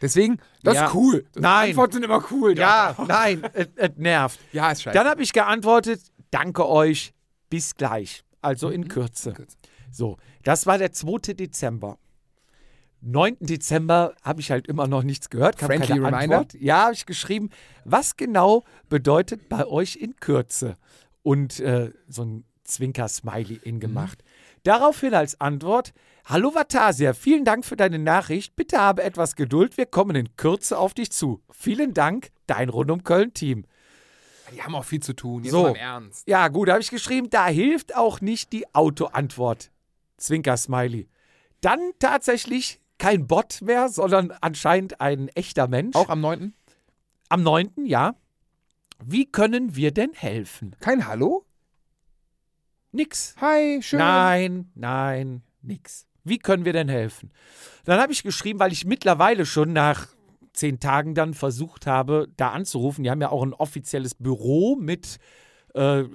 B: Deswegen, das
A: Ja.
B: ist cool.
A: Nein.
B: Antworten sind immer cool.
A: Ja, nein, es es nervt.
B: Ja, ist scheiße.
A: Dann habe ich geantwortet, danke euch, bis gleich. Also in Kürze.
B: Mhm. Kürze.
A: So, das war der 2. Dezember. 9. Dezember habe ich halt immer noch nichts gehört. kam
B: Friendly
A: keine
B: reminder?
A: Antwort. Ja, habe ich geschrieben, was genau bedeutet bei euch in Kürze? Und äh, so ein Zwinker-Smiley in
B: Mhm.
A: gemacht. Daraufhin als Antwort, Hallo Vatasia, vielen Dank für deine Nachricht. Bitte habe etwas Geduld, wir kommen in Kürze auf dich zu. Vielen Dank, dein Rund um Köln-Team.
B: Die haben auch viel zu tun. Jetzt
A: So.
B: mal im Ernst.
A: Ja, gut, habe ich geschrieben, da hilft auch nicht die Autoantwort. Zwinker-Smiley. Dann tatsächlich kein Bot mehr, sondern anscheinend ein echter Mensch.
B: Auch am 9.
A: am 9. Ja. Wie können wir denn helfen?
B: Kein Hallo?
A: Nix.
B: Hi, schön.
A: Nein, nein, nix. Wie können wir denn helfen? Dann habe ich geschrieben, weil ich mittlerweile schon nach zehn Tagen dann versucht habe, da anzurufen. Die haben ja auch ein offizielles Büro mit äh,
B: das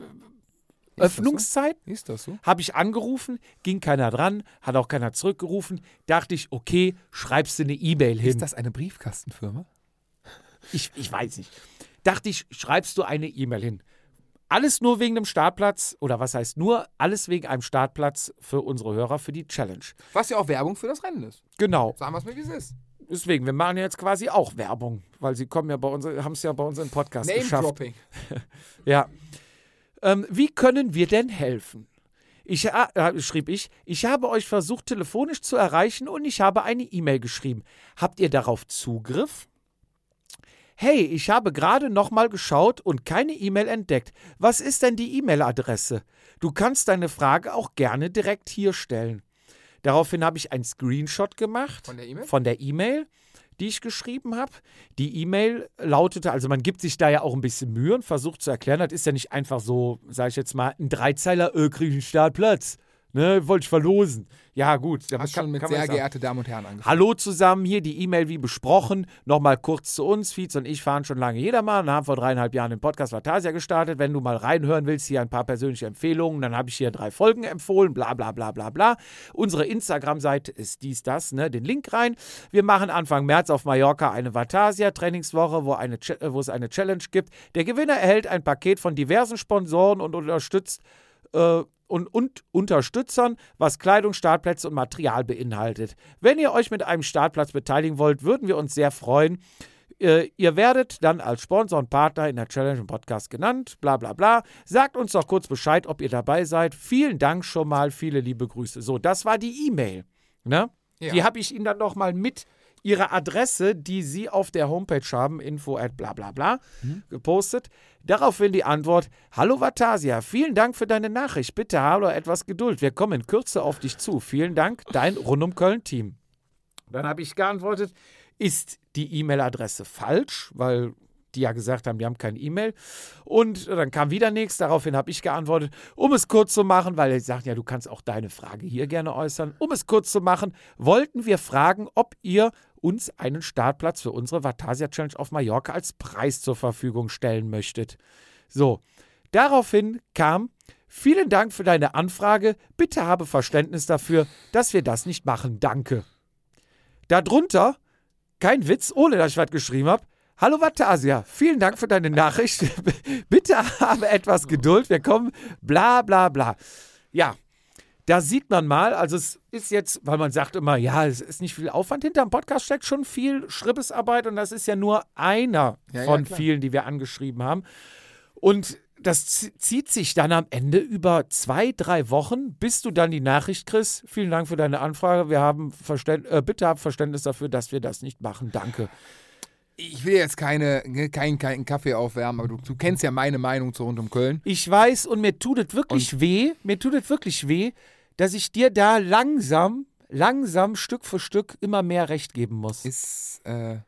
B: so?
A: Öffnungszeit.
B: Ist das so?
A: Habe ich angerufen, ging keiner dran, hat auch keiner zurückgerufen. Dachte ich, okay, schreibst du eine E-Mail hin.
B: Ist das eine Briefkastenfirma?
A: Ich, ich weiß nicht. Dachte ich, schreibst du eine E-Mail hin. Alles nur wegen dem Startplatz, oder was heißt nur, alles wegen einem Startplatz für unsere Hörer für die Challenge.
B: Was ja auch Werbung für das Rennen ist.
A: Genau.
B: Sagen wir es mir, wie es ist.
A: Deswegen, wir machen ja jetzt quasi auch Werbung, weil sie kommen ja bei uns, haben es ja bei uns im Podcast geschafft.
B: Name-Dropping.
A: Ja. Ähm, wie können wir denn helfen? Ich, ha- äh, schrieb ich, ich habe euch versucht, telefonisch zu erreichen und ich habe eine E-Mail geschrieben. Habt ihr darauf Zugriff? Hey, ich habe gerade nochmal geschaut und keine E-Mail entdeckt. Was ist denn die E-Mail-Adresse? Du kannst deine Frage auch gerne direkt hier stellen. Daraufhin habe ich einen Screenshot gemacht
B: Von der E-Mail?
A: von der E-Mail, die ich geschrieben habe. Die E-Mail lautete, also man gibt sich da ja auch ein bisschen Mühe und versucht zu erklären, das ist ja nicht einfach so, sage ich jetzt mal, ein Dreizeiler, äh, krieg ich einen Startplatz. Ne, wollte ich verlosen. Ja, gut. damit
B: Hast
A: kann-
B: schon mit
A: kann man
B: sehr
A: jetzt auch-
B: geehrte Damen und Herren angefangen.
A: Hallo zusammen, hier die E-Mail wie besprochen. Nochmal kurz zu uns. Fietz und ich fahren schon lange jedermann und haben vor dreieinhalb Jahren den Podcast Vatasia gestartet. Wenn du mal reinhören willst, hier ein paar persönliche Empfehlungen. Dann habe ich hier drei Folgen empfohlen, bla bla bla bla bla. Unsere Instagram-Seite ist dies, das, ne? Den Link rein. Wir machen Anfang März auf Mallorca eine Vatasia-Trainingswoche, wo, eine Cha- äh, wo es eine Challenge gibt. Der Gewinner erhält ein Paket von diversen Sponsoren und unterstützt äh, und, und Unterstützern, was Kleidung, Startplätze und Material beinhaltet. Wenn ihr euch mit einem Startplatz beteiligen wollt, würden wir uns sehr freuen. Äh, ihr werdet dann als Sponsor und Partner in der Challenge im Podcast genannt, bla bla bla. Sagt uns doch kurz Bescheid, ob ihr dabei seid. Vielen Dank schon mal, viele liebe Grüße. So, das war die E-Mail. Ne?
B: Ja.
A: Die habe ich Ihnen dann nochmal mit Ihrer Adresse, die Sie auf der Homepage haben, info at bla bla bla, gepostet. Daraufhin die Antwort: Hallo Vatasia, vielen Dank für deine Nachricht. Bitte habe etwas Geduld. Wir kommen in Kürze auf dich zu. Vielen Dank, dein Rundum Köln-Team. Dann habe ich geantwortet: Ist die E-Mail-Adresse falsch? Weil die ja gesagt haben, die haben keine E-Mail. Und dann kam wieder nichts. Daraufhin habe ich geantwortet, um es kurz zu machen, weil sie sagten, ja, du kannst auch deine Frage hier gerne äußern. Um es kurz zu machen, wollten wir fragen, ob ihr uns einen Startplatz für unsere Vatasia Challenge auf Mallorca als Preis zur Verfügung stellen möchtet. So, daraufhin kam, vielen Dank für deine Anfrage. Bitte habe Verständnis dafür, dass wir das nicht machen. Danke. Darunter, kein Witz, ohne dass ich was geschrieben habe. Hallo Vatasia, vielen Dank für deine Nachricht. [laughs] Bitte habe etwas Geduld, wir kommen, bla bla bla. Ja, da sieht man mal, also es ist jetzt, weil man sagt immer, ja, es ist nicht viel Aufwand. Hinterm Podcast steckt schon viel Schribbesarbeit und das ist ja nur einer
B: Ja, ja,
A: von
B: klar.
A: vielen, die wir angeschrieben haben. Und das zi- zieht sich dann am Ende über zwei, drei Wochen, bis du dann die Nachricht kriegst. Vielen Dank für deine Anfrage. Wir haben Verständ äh, bitte hab Verständnis dafür, dass wir das nicht machen. Danke.
B: Ich will jetzt keine, ne, keinen kalten Kaffee aufwärmen, aber du, du kennst ja meine Meinung zu rund um Köln.
A: Ich weiß und mir tut es wirklich weh, mir tut es wirklich weh, dass ich dir da langsam, langsam Stück für Stück immer mehr Recht geben muss.
B: Ist, äh,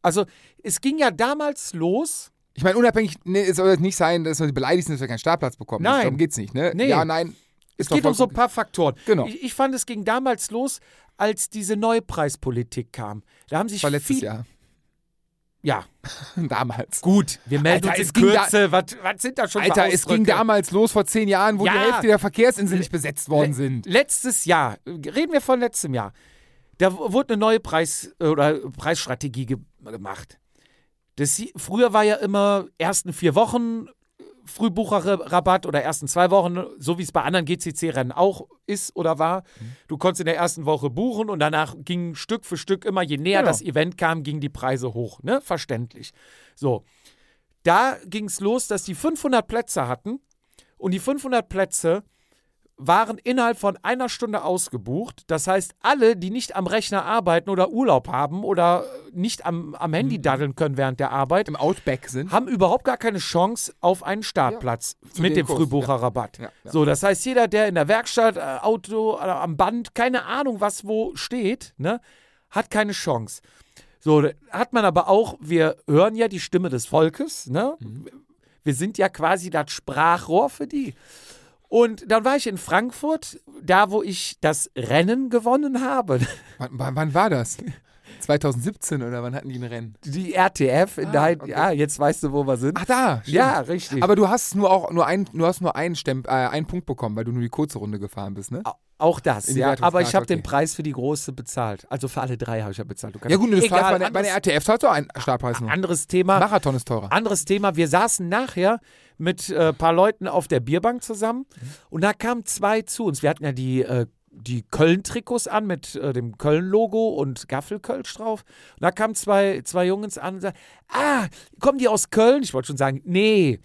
A: Also es ging ja damals los.
B: ich meine, unabhängig, ne, es soll jetzt nicht sein, dass wir die beleidigt sind, dass wir keinen Startplatz bekommen.
A: Nein.
B: Darum geht's nicht, ne?
A: Nee.
B: Ja, nein.
A: Es
B: Ist
A: geht
B: doch
A: um so ein
B: vollkommen-
A: paar Faktoren.
B: Genau.
A: Ich, ich fand, es ging damals los, als diese Neupreispolitik kam. Da haben sich
B: Das war letztes
A: viel,
B: Jahr. [laughs]
A: Ja,
B: Damals.
A: Gut, wir melden
B: Alter,
A: uns
B: es
A: in
B: ging
A: Kürze. was, was sind da schon für
B: Alter, es
A: Ausdrücke?
B: ging damals los vor zehn Jahren, wo
A: Ja.
B: die Hälfte der Verkehrsinseln nicht besetzt worden sind.
A: Letztes Jahr, reden wir von letztem Jahr, da w- wurde eine neue Preis- äh, oder Preisstrategie ge gemacht. Das, hie- früher war ja immer ersten vier Wochen äh, Frühbucherrabatt oder ersten zwei Wochen, so wie es bei anderen GCC-Rennen auch ist oder war.
B: Mhm.
A: Du konntest in der ersten Woche buchen und danach ging Stück für Stück immer, je näher
B: Genau.
A: das Event kam, gingen die Preise hoch. Ne? Verständlich. So, da ging es los, dass die 500 Plätze hatten und die 500 Plätze waren innerhalb von einer Stunde ausgebucht. Das heißt, alle, die nicht am Rechner arbeiten oder Urlaub haben oder nicht am, am Handy daddeln können während der Arbeit,
B: Im Outback sind.
A: haben überhaupt gar keine Chance auf einen Startplatz mit
B: dem
A: dem
B: Kurs,
A: Frühbucherrabatt.
B: ja, ja.
A: So, das heißt, jeder, der in der Werkstatt, äh, Auto, äh, am Band, keine Ahnung, was wo steht, ne, hat keine Chance. So, da hat man aber auch, wir hören ja die Stimme des Volkes, ne?
B: Mhm.
A: Wir sind ja quasi das Sprachrohr für die. Und dann war ich in Frankfurt, da wo ich das Rennen gewonnen habe. [laughs]
B: Wann, wann, wann war das? [laughs] 2017 oder wann hatten die ein Rennen?
A: Die RTF, in der,
B: Ah, okay.
A: ja, jetzt weißt du, wo wir sind.
B: Ach da, stimmt.
A: ja, richtig.
B: Aber du hast nur auch nur ein, du hast nur einen, Stemp, äh, einen Punkt bekommen, weil du nur die kurze Runde gefahren bist, ne?
A: Au- auch das,
B: In die
A: ja. Aber ich habe
B: Wertungskarte,
A: den
B: okay.
A: Preis für die große bezahlt. Also für alle drei habe ich ja bezahlt. Du kannst-
B: Ja gut, du zahlst
A: Egal, Ah,
B: bei, der, bei der RTF zahlst du auch einen Startpreis nur.
A: anderes Thema.
B: Marathon ist teurer.
A: Anderes Thema, wir saßen nachher mit ein äh, paar Leuten auf der Bierbank zusammen und da kamen zwei zu uns. Wir hatten ja die, äh, die Köln-Trikots an mit äh, dem Köln-Logo und Gaffelkölsch drauf. Und da kamen zwei, zwei Jungs an und sagten, ah, kommen die aus Köln? Ich wollte schon sagen, nee.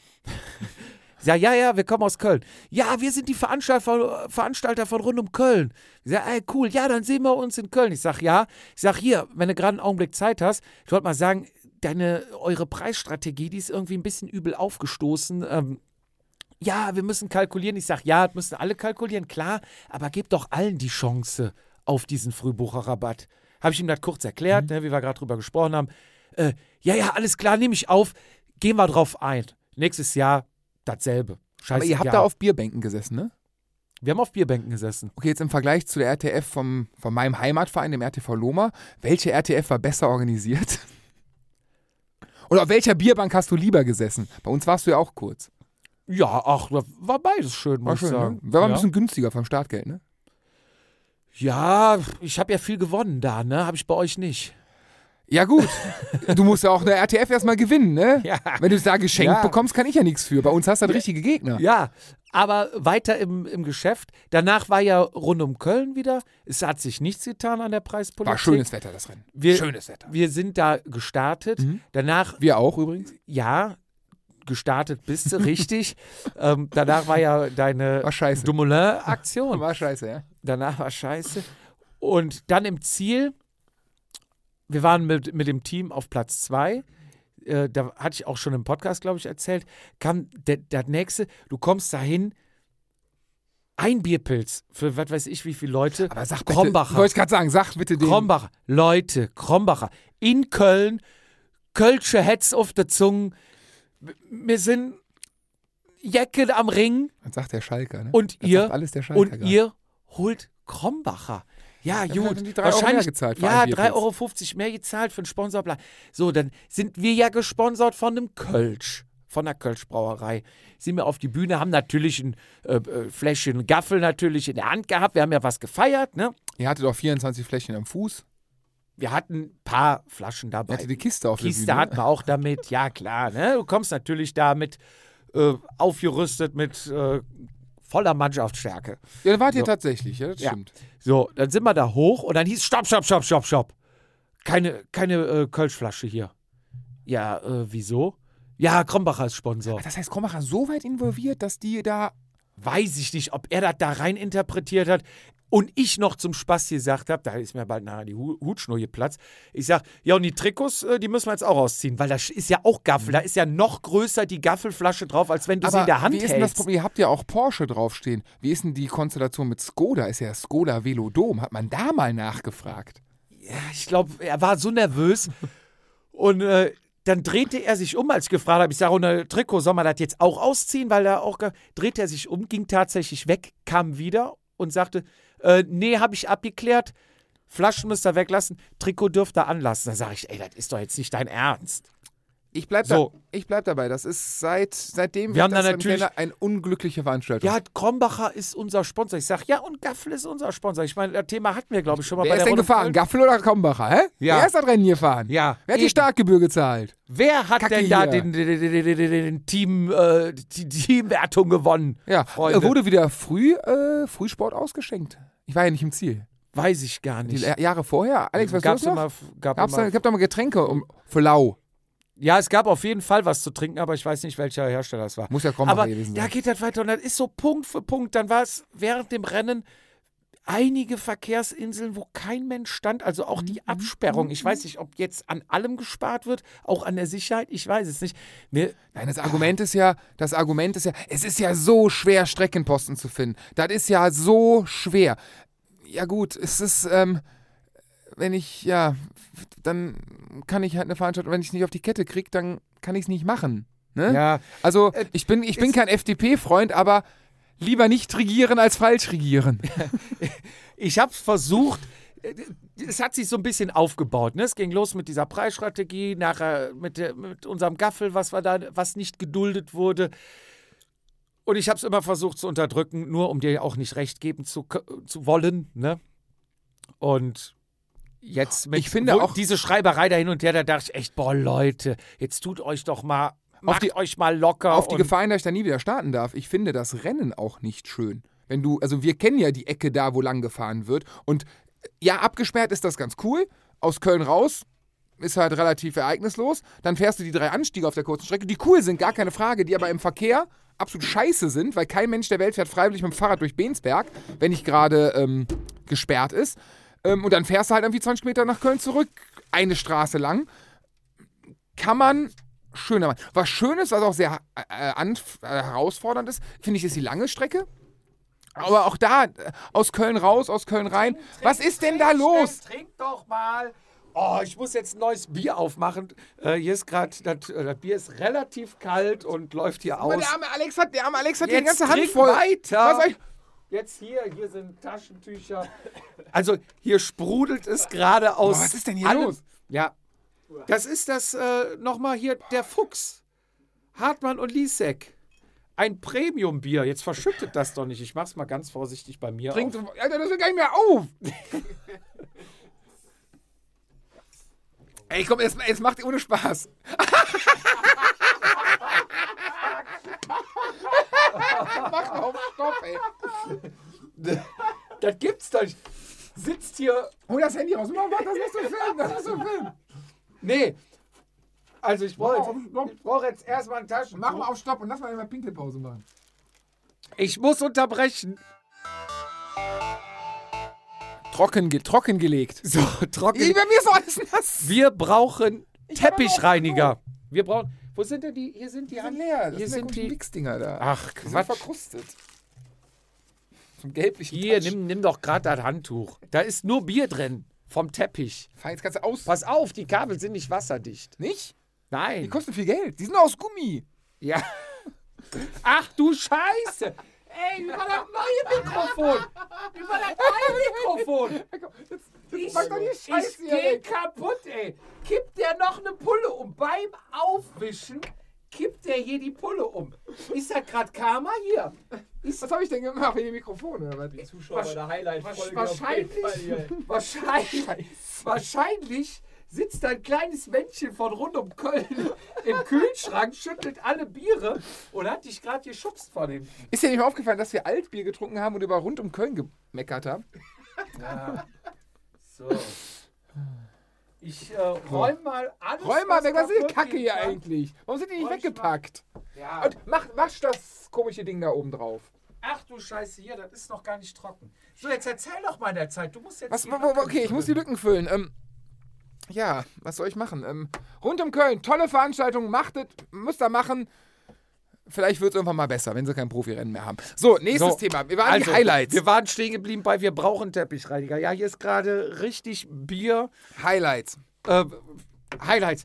A: Ich sag, ja, ja, wir kommen aus Köln. Ja, wir sind die Veranstalter, Veranstalter von Rund um Köln. Ich sag, ey, cool, ja, dann sehen wir uns in Köln. Ich sag, ja. Ich sag, hier, wenn du gerade einen Augenblick Zeit hast, ich wollte mal sagen, deine, eure Preisstrategie, die ist irgendwie ein bisschen übel aufgestoßen. Ähm, ja, wir müssen kalkulieren. Ich sag, ja, das müssen alle kalkulieren, klar, aber gebt doch allen die Chance auf diesen Frühbucherrabatt. Habe ich ihm das kurz erklärt,
B: Mhm.
A: ne, wie wir gerade drüber gesprochen haben. Äh, ja, ja, alles klar, nehme ich auf, gehen wir drauf ein. Nächstes Jahr dasselbe. Scheiße.
B: Aber ihr habt da auf Bierbänken gesessen, ne?
A: wir haben auf Bierbänken gesessen.
B: Okay, jetzt im Vergleich zu der RTF vom, von meinem Heimatverein, dem RTV Loma, welche RTF war besser organisiert? [laughs] Oder auf welcher Bierbank hast du lieber gesessen? Bei uns warst du ja auch kurz.
A: Ja, ach, da war beides schön, muss ich sagen.
B: Ne? War mal
A: ja.
B: ein bisschen günstiger vom Startgeld, ne?
A: ja, ich habe ja viel gewonnen da, ne? Habe ich bei euch nicht.
B: Ja,
A: [laughs]
B: gut. du musst ja auch eine RTF erstmal gewinnen, ne?
A: Ja.
B: Wenn du es da geschenkt
A: Ja.
B: bekommst, kann ich ja nichts für. Bei uns hast du dann richtige Gegner.
A: Ja, aber weiter im, im Geschäft. Danach war ja rund um Köln wieder. Es hat sich nichts getan an der Preispolitik.
B: War schönes Wetter, das Rennen.
A: Wir-
B: schönes Mhm. Wetter.
A: Wir sind da gestartet. Danach,
B: Wir auch übrigens.
A: ja, gestartet bist du richtig.
B: [laughs]
A: ähm, danach war ja deine
B: War scheiße.
A: Dumoulin-Aktion.
B: [laughs] War scheiße, ja.
A: Danach war scheiße. Und dann im Ziel, wir waren mit, mit dem Team auf Platz zwei. Äh, da hatte ich auch schon im Podcast, glaube ich, erzählt. Kam der, der nächste, du kommst dahin, ein Bierpilz für was weiß ich wie viele Leute.
B: Aber sag bitte.
A: Krombacher.
B: Wollte ich gerade sagen, sag bitte den.
A: Krombacher. Leute, Krombacher. In Köln, Kölsche Hetz auf der Zunge. Wir sind Jacke am Ring
B: Dann sagt der Schalker, ne?
A: und
B: Das
A: ihr
B: sagt alles der Schalker
A: und
B: gerade.
A: ihr holt Krombacher. Ja,
B: Dann
A: gut.
B: hätten die drei Euro
A: wahrscheinlich,
B: mehr gezahlt für
A: ja,
B: ein Bier
A: 3,50 Euro mehr gezahlt für einen Sponsor. Bla. So, dann sind wir ja gesponsert von einem Kölsch, von der Kölschbrauerei. Sind wir auf die Bühne, haben natürlich ein äh, äh, Fläschchen Gaffel natürlich in der Hand gehabt. Wir haben ja was gefeiert, ne?
B: Ihr hattet auch 24 Flächen am Fuß.
A: Wir hatten ein paar Flaschen
B: Ihr
A: dabei.
B: hattet die Kiste auf
A: Äh, Kiste
B: der Bühne.
A: hat man auch damit, ja klar. Ne? Du kommst natürlich damit äh, aufgerüstet mit äh, voller Mannschaftsstärke.
B: Ja, da wart ihr tatsächlich, ja, das
A: Ja.
B: stimmt.
A: So, dann sind wir da hoch und dann hieß Stopp, Stopp, Stopp, Stopp, Stopp. Keine, keine äh, Kölschflasche hier. Ja, äh, wieso? Ja, Krombacher ist Sponsor.
B: Das heißt, Krombacher so weit involviert, dass die da.
A: Weiß ich nicht, ob er das da rein interpretiert hat und ich noch zum Spaß gesagt habe, da ist mir bald nachher die Hu- Hutschnur geplatzt. Ich sag, ja und die Trikots, äh, die müssen wir jetzt auch ausziehen, weil da sch- ist ja auch Gaffel, da ist ja noch größer die Gaffelflasche drauf, als wenn du sie in der Hand
B: wie ist denn das
A: hältst.
B: Problem? Ihr habt ja auch Porsche draufstehen. Wie ist denn die Konstellation mit Skoda? Ist ja Skoda Velodom. Hat man da mal nachgefragt?
A: ich glaube, er war so nervös. Und äh, dann drehte er sich um, als ich gefragt habe, ich sage, ohne Trikot, soll man das jetzt auch ausziehen? Weil er auch, ge- drehte er sich um, ging tatsächlich weg, kam wieder und sagte, äh, nee, habe ich abgeklärt, Flaschen müsst ihr weglassen, Trikot dürft ihr anlassen. Da sage ich, ey, das ist doch jetzt nicht dein Ernst.
B: Ich bleib,
A: So.
B: da, ich bleib dabei. Das ist seit, seitdem
A: Wir
B: wird
A: haben da
B: das im
A: natürlich-
B: Keller eine unglückliche Veranstaltung.
A: Ja, Krombacher ist unser Sponsor. Ich sage, ja, und Gaffel ist unser Sponsor. Ich meine, das Thema hatten wir, glaube ich, schon mal
B: Wer
A: bei der
B: ist denn
A: Runde
B: gefahren?
A: Köln.
B: Gaffel oder Krombacher? Hä?
A: Ja.
B: Wer ist das Rennen gefahren?
A: Ja,
B: Wer hat die
A: eben.
B: Startgebühr gezahlt?
A: Wer hat
B: Kacke
A: denn da
B: hier.
A: den, den, den, den, den, den Team, äh, die die Teamwertung gewonnen?
B: Ja,
A: Freunde.
B: äh, wurde wieder früh, äh, Frühsport ausgeschenkt. Ich war ja nicht im Ziel.
A: Weiß ich gar
B: Die
A: nicht.
B: L- Jahre vorher. Alex, was
A: gab's
B: los noch?
A: immer, gab
B: Gab's da,
A: immer,
B: gab da mal Getränke um, für lau.
A: ja, es gab auf jeden Fall was zu trinken, aber ich weiß nicht, welcher Hersteller es war.
B: Muss ja Krombacher
A: aber
B: gewesen
A: da
B: sein.
A: geht das weiter und das ist so Punkt für Punkt. Dann war es während dem Rennen einige Verkehrsinseln, wo kein Mensch stand, also auch die
B: Mhm.
A: Absperrung. Ich weiß nicht, ob jetzt an allem gespart wird, auch an der Sicherheit, ich weiß es nicht. Mir,
B: Nein, das Argument ist ja, das Argument ist ja, es ist ja so schwer, Streckenposten zu finden. Das ist ja so schwer. Ja gut, es ist, ähm, wenn ich, ja, dann kann ich halt eine Veranstaltung, wenn ich es nicht auf die Kette kriege, dann kann ich es nicht machen. Ne?
A: ja, Äh,
B: Also ich bin, ich bin kein FDP-Freund, aber lieber nicht regieren als falsch regieren.
A: ich habe es versucht, äh, es hat sich so ein bisschen aufgebaut. Ne? Es ging los mit dieser Preisstrategie, nachher mit, der, mit unserem Gaffel, was, war da, was nicht geduldet wurde. Und ich habe es immer versucht zu unterdrücken, nur um dir auch nicht recht geben zu, k- zu wollen. Ne? Und jetzt mit
B: Ich finde
A: wo-
B: auch-
A: diese Schreiberei da hin und her, da dachte ich echt, boah Leute, jetzt tut euch doch mal, macht
B: die-
A: euch mal locker.
B: Auf die
A: und-
B: Gefahr hin, dass ich da nie wieder starten darf. Ich finde das Rennen auch nicht schön. Wenn du, also wir kennen ja die Ecke da, wo lang gefahren wird. Und äh, ja, abgesperrt ist das ganz cool. Aus Köln raus ist halt relativ ereignislos. Dann fährst du die drei Anstiege auf der kurzen Strecke, die cool sind, gar keine Frage, die aber im Verkehr absolut scheiße sind, weil kein Mensch der Welt fährt freiwillig mit dem Fahrrad durch Bensberg, wenn nicht gerade ähm, gesperrt ist. Ähm, und dann fährst du halt irgendwie 20 Meter nach Köln zurück, eine Straße lang. Kann man schöner machen. Was schön ist, was auch sehr äh, anf- äh, herausfordernd ist, finde ich, ist die lange Strecke. Aber auch da, äh, aus Köln raus, aus Köln rein. Was ist denn da los?
A: Trink doch mal. Oh, ich muss jetzt ein neues Bier aufmachen. Äh, hier ist gerade, das, äh, das Bier ist relativ kalt und läuft hier aus.
B: Der arme Alex hat, der arme Alex hat die
A: Jetzt
B: ganze Hand
A: trink
B: voll.
A: weiter.
B: Was soll ich-
A: Jetzt hier, hier sind
B: [laughs]
A: Taschentücher. Also hier sprudelt es gerade aus.
B: Boah, was ist denn hier
A: allem.
B: los?
A: Ja, das ist das äh, nochmal hier der Fuchs. Hartmann und Lisek. Ein Premium-Bier. Jetzt verschüttet das doch nicht. Ich mach's mal ganz vorsichtig bei mir.
B: Trink
A: auf.
B: so- Alter, das hört gar nicht mehr auf. Ey, komm, es, es macht ohne Spaß. Mach auf, stopp, ey.
A: Das gibt's doch nicht. Sitzt hier
B: Hol das Handy raus. Mach, mach, das musst du filmen, das musst du filmen.
A: Nee. Also ich brauche
B: auf den Knopf.
A: jetzt, ich brauch jetzt erstmal ein Taschen.
B: Mach mal auf Stopp und lass mal immer Pinkelpause machen.
A: Ich muss unterbrechen.
B: Trocken, ge trocken gelegt.
A: So, trocken.
B: Bei mir ist doch alles nass.
A: Wir brauchen
B: war noch
A: Teppichreiniger. Wir brauchen. Wo sind denn die? Hier sind die,
B: Die sind
A: Hand-
B: leer. Das
A: Hier
B: sind
A: sind
B: die
A: die.
B: Wichsdinger da.
A: Ach
B: die sind
A: Quatsch.
B: verkrustet. Zum gelblichen
A: Hier,
B: Touch.
A: nimm, nimm doch gerade das Handtuch. Da ist nur Bier drin. Vom Teppich.
B: Fahr, Jetzt kannst du aus.
A: Pass auf, die Kabel sind nicht wasserdicht.
B: Nicht? Die
A: Nein.
B: kosten viel Geld. Die sind aus Gummi.
A: Ja. Ach du Scheiße. Ey, über das neue Mikrofon. Über das neue Mikrofon. Ich,
B: Mach doch die Scheiße
A: ich
B: hier
A: geh
B: weg.
A: kaputt, ey. Kippt der noch eine Pulle um. Beim Aufwischen kippt der hier die Pulle um. Ist das gerade Karma hier?
B: Was habe ich denn gemacht? Hier Mikrofon oder was?
D: Zuschauer bei der Highlight-Folge.
A: wahrscheinlich, [laughs] wahrscheinlich, wahrscheinlich sitzt da ein kleines Männchen von rund um [laughs] Köln im Kühlschrank, schüttelt alle Biere und hat dich gerade geschubst von hinten.
B: Ist dir nicht mal aufgefallen, dass wir Altbier getrunken haben und über rund um Köln gemeckert haben?
A: So. Ich äh, räum mal alles.
B: Räum mal weg, was ist die
A: kaputt
B: Kacke
A: geht,
B: hier
A: ab.
B: eigentlich? Warum sind die nicht
A: Räum ich mal-
B: weggepackt?
A: Ja.
B: Und mach, wasch das komische Ding da oben drauf.
A: Ach du Scheiße, hier, das ist noch gar nicht trocken. So, jetzt erzähl doch mal in der Zeit. Du musst jetzt.
B: Was,
A: die
B: wo, wo,
A: Lücke
B: okay, ich muss die
A: füllen.
B: Lücken füllen. Ähm, ja, was soll ich machen? Ähm, rund um Köln, tolle Veranstaltung, machtet, müsst ihr machen. Vielleicht wird es irgendwann mal besser, wenn sie kein Profirennen mehr haben. So, nächstes
A: So,
B: Thema. Wir waren
A: also,
B: die Highlights.
A: Wir waren stehen geblieben bei, wir brauchen Teppichreiniger. Ja, hier ist gerade richtig Bier.
B: Highlights.
A: Äh, Highlights.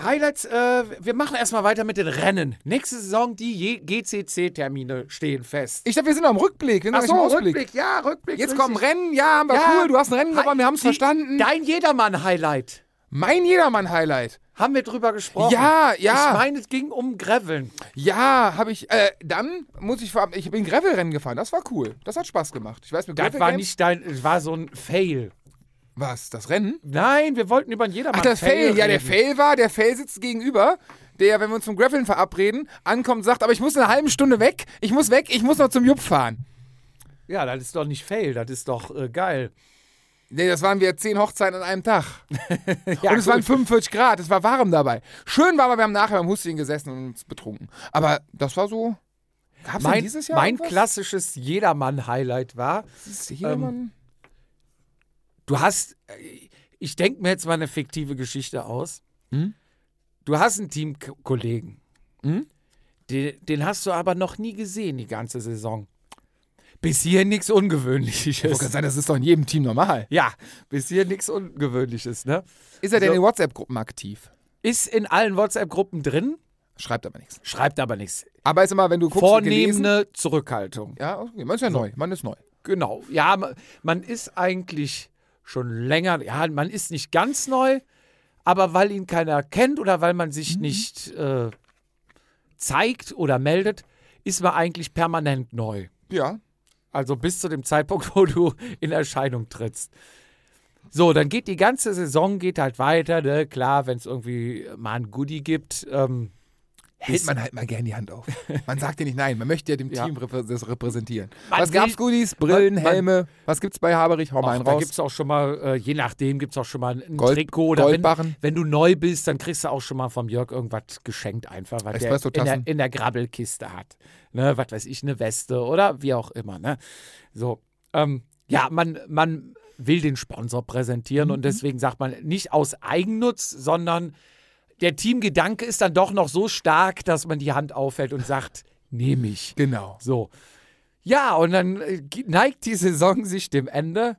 A: Highlights, äh, wir machen erstmal weiter mit den Rennen. Nächste Saison, die je- GCC-Termine stehen fest.
B: Ich dachte, wir sind noch im Rückblick. Wir sind noch nicht im Ausblick.
A: ja, Rückblick.
B: Jetzt
A: richtig.
B: kommen Rennen. Ja, haben wir
A: Ja.
B: cool. Du hast ein Rennen gewonnen. Wir haben es
A: Die-
B: verstanden.
A: Dein Jedermann-Highlight.
B: Mein Jedermann-Highlight.
A: Haben wir drüber gesprochen?
B: Ja, ja.
A: Ich meine, es ging um Graveln.
B: Ja, habe ich. Äh, dann muss ich vorab. Ich bin Gravel-Rennen gefahren. Das war cool. Das hat Spaß gemacht. Ich weiß mit
A: Das
B: Gravel
A: war
B: Games-
A: nicht dein, das war so ein Fail.
B: Was? Das Rennen?
A: Nein, wir wollten über jedermann
B: Ach, der Fail, ja, der
A: reden.
B: Fail war, der Fail sitzt gegenüber, der, wenn wir uns zum Graveln verabreden, ankommt und sagt, aber ich muss in einer halben Stunde weg, ich muss weg, ich muss noch zum Jupp fahren.
A: Ja, das ist doch nicht Fail, das ist doch äh, geil.
B: Nee, das waren wir zehn Hochzeiten an einem Tag. [laughs]
A: Ja,
B: und es waren 45 Grad, es war warm dabei. Schön war aber, wir haben nachher beim Hustchen gesessen und uns betrunken. Aber das war so. Gab's denn
A: mein,
B: dieses Jahr
A: mein
B: irgendwas?
A: klassisches Jedermann-Highlight war,
B: Ist hier jemand?
A: du hast, äh, ich denke mir jetzt mal eine fiktive Geschichte aus.
B: Hm?
A: Du hast einen Teamkollegen, den, den hast du aber noch nie gesehen die ganze Saison. Bis hier nichts
B: Ich kann
A: Ungewöhnliches.
B: sein, das ist doch in jedem Team normal.
A: Ja, bis hier nichts Ungewöhnliches, ne?
B: Ist er denn
A: So.
B: in WhatsApp-Gruppen aktiv?
A: Ist in allen WhatsApp-Gruppen drin,
B: Schreibt aber nichts.
A: schreibt aber nichts.
B: Aber ist immer, wenn du guckst, gelesen-
A: Vornehmende Zurückhaltung.
B: Ja, okay. man ist ja neu, man ist neu.
A: Genau. Ja, ma- man ist eigentlich schon länger, ja, man ist nicht ganz neu, aber weil ihn keiner kennt oder weil man sich nicht äh, zeigt oder meldet, ist man eigentlich permanent neu.
B: Ja.
A: Also bis zu dem Zeitpunkt, [laughs] wo du in Erscheinung trittst. So, dann geht die ganze Saison geht halt weiter, ne? Klar, wenn es irgendwie mal ein Goodie gibt, ähm,
B: Hält man halt mal gern die [laughs] Hand auf. Man sagt ja nicht nein, man möchte ja dem
A: Ja.
B: Team reprä das repräsentieren.
A: Man
B: was gab's
A: will-
B: Goodies, Brillen,
A: man-
B: Helme? Was gibt's bei Haberich? Hau mal einen
A: Ach, da
B: raus.
A: gibt es auch schon mal, äh, je nachdem, gibt es auch schon mal ein
B: Gold-
A: Trikot. Oder
B: Goldbarren.
A: wenn, wenn du neu bist, dann kriegst du auch schon mal vom Jörg irgendwas geschenkt, einfach, was der in
B: Espresso-Tassen.
A: der, in der Grabbelkiste hat. Ne, was weiß ich, eine Weste oder wie auch immer. Ne? So, ähm, ja, man, man will den Sponsor präsentieren
B: Mhm.
A: und deswegen sagt man nicht aus Eigennutz, sondern der Teamgedanke ist dann doch noch so stark, dass man die Hand aufhält und sagt, nehme ich.
B: Genau.
A: So. Ja, und dann äh, ge- neigt die Saison sich dem Ende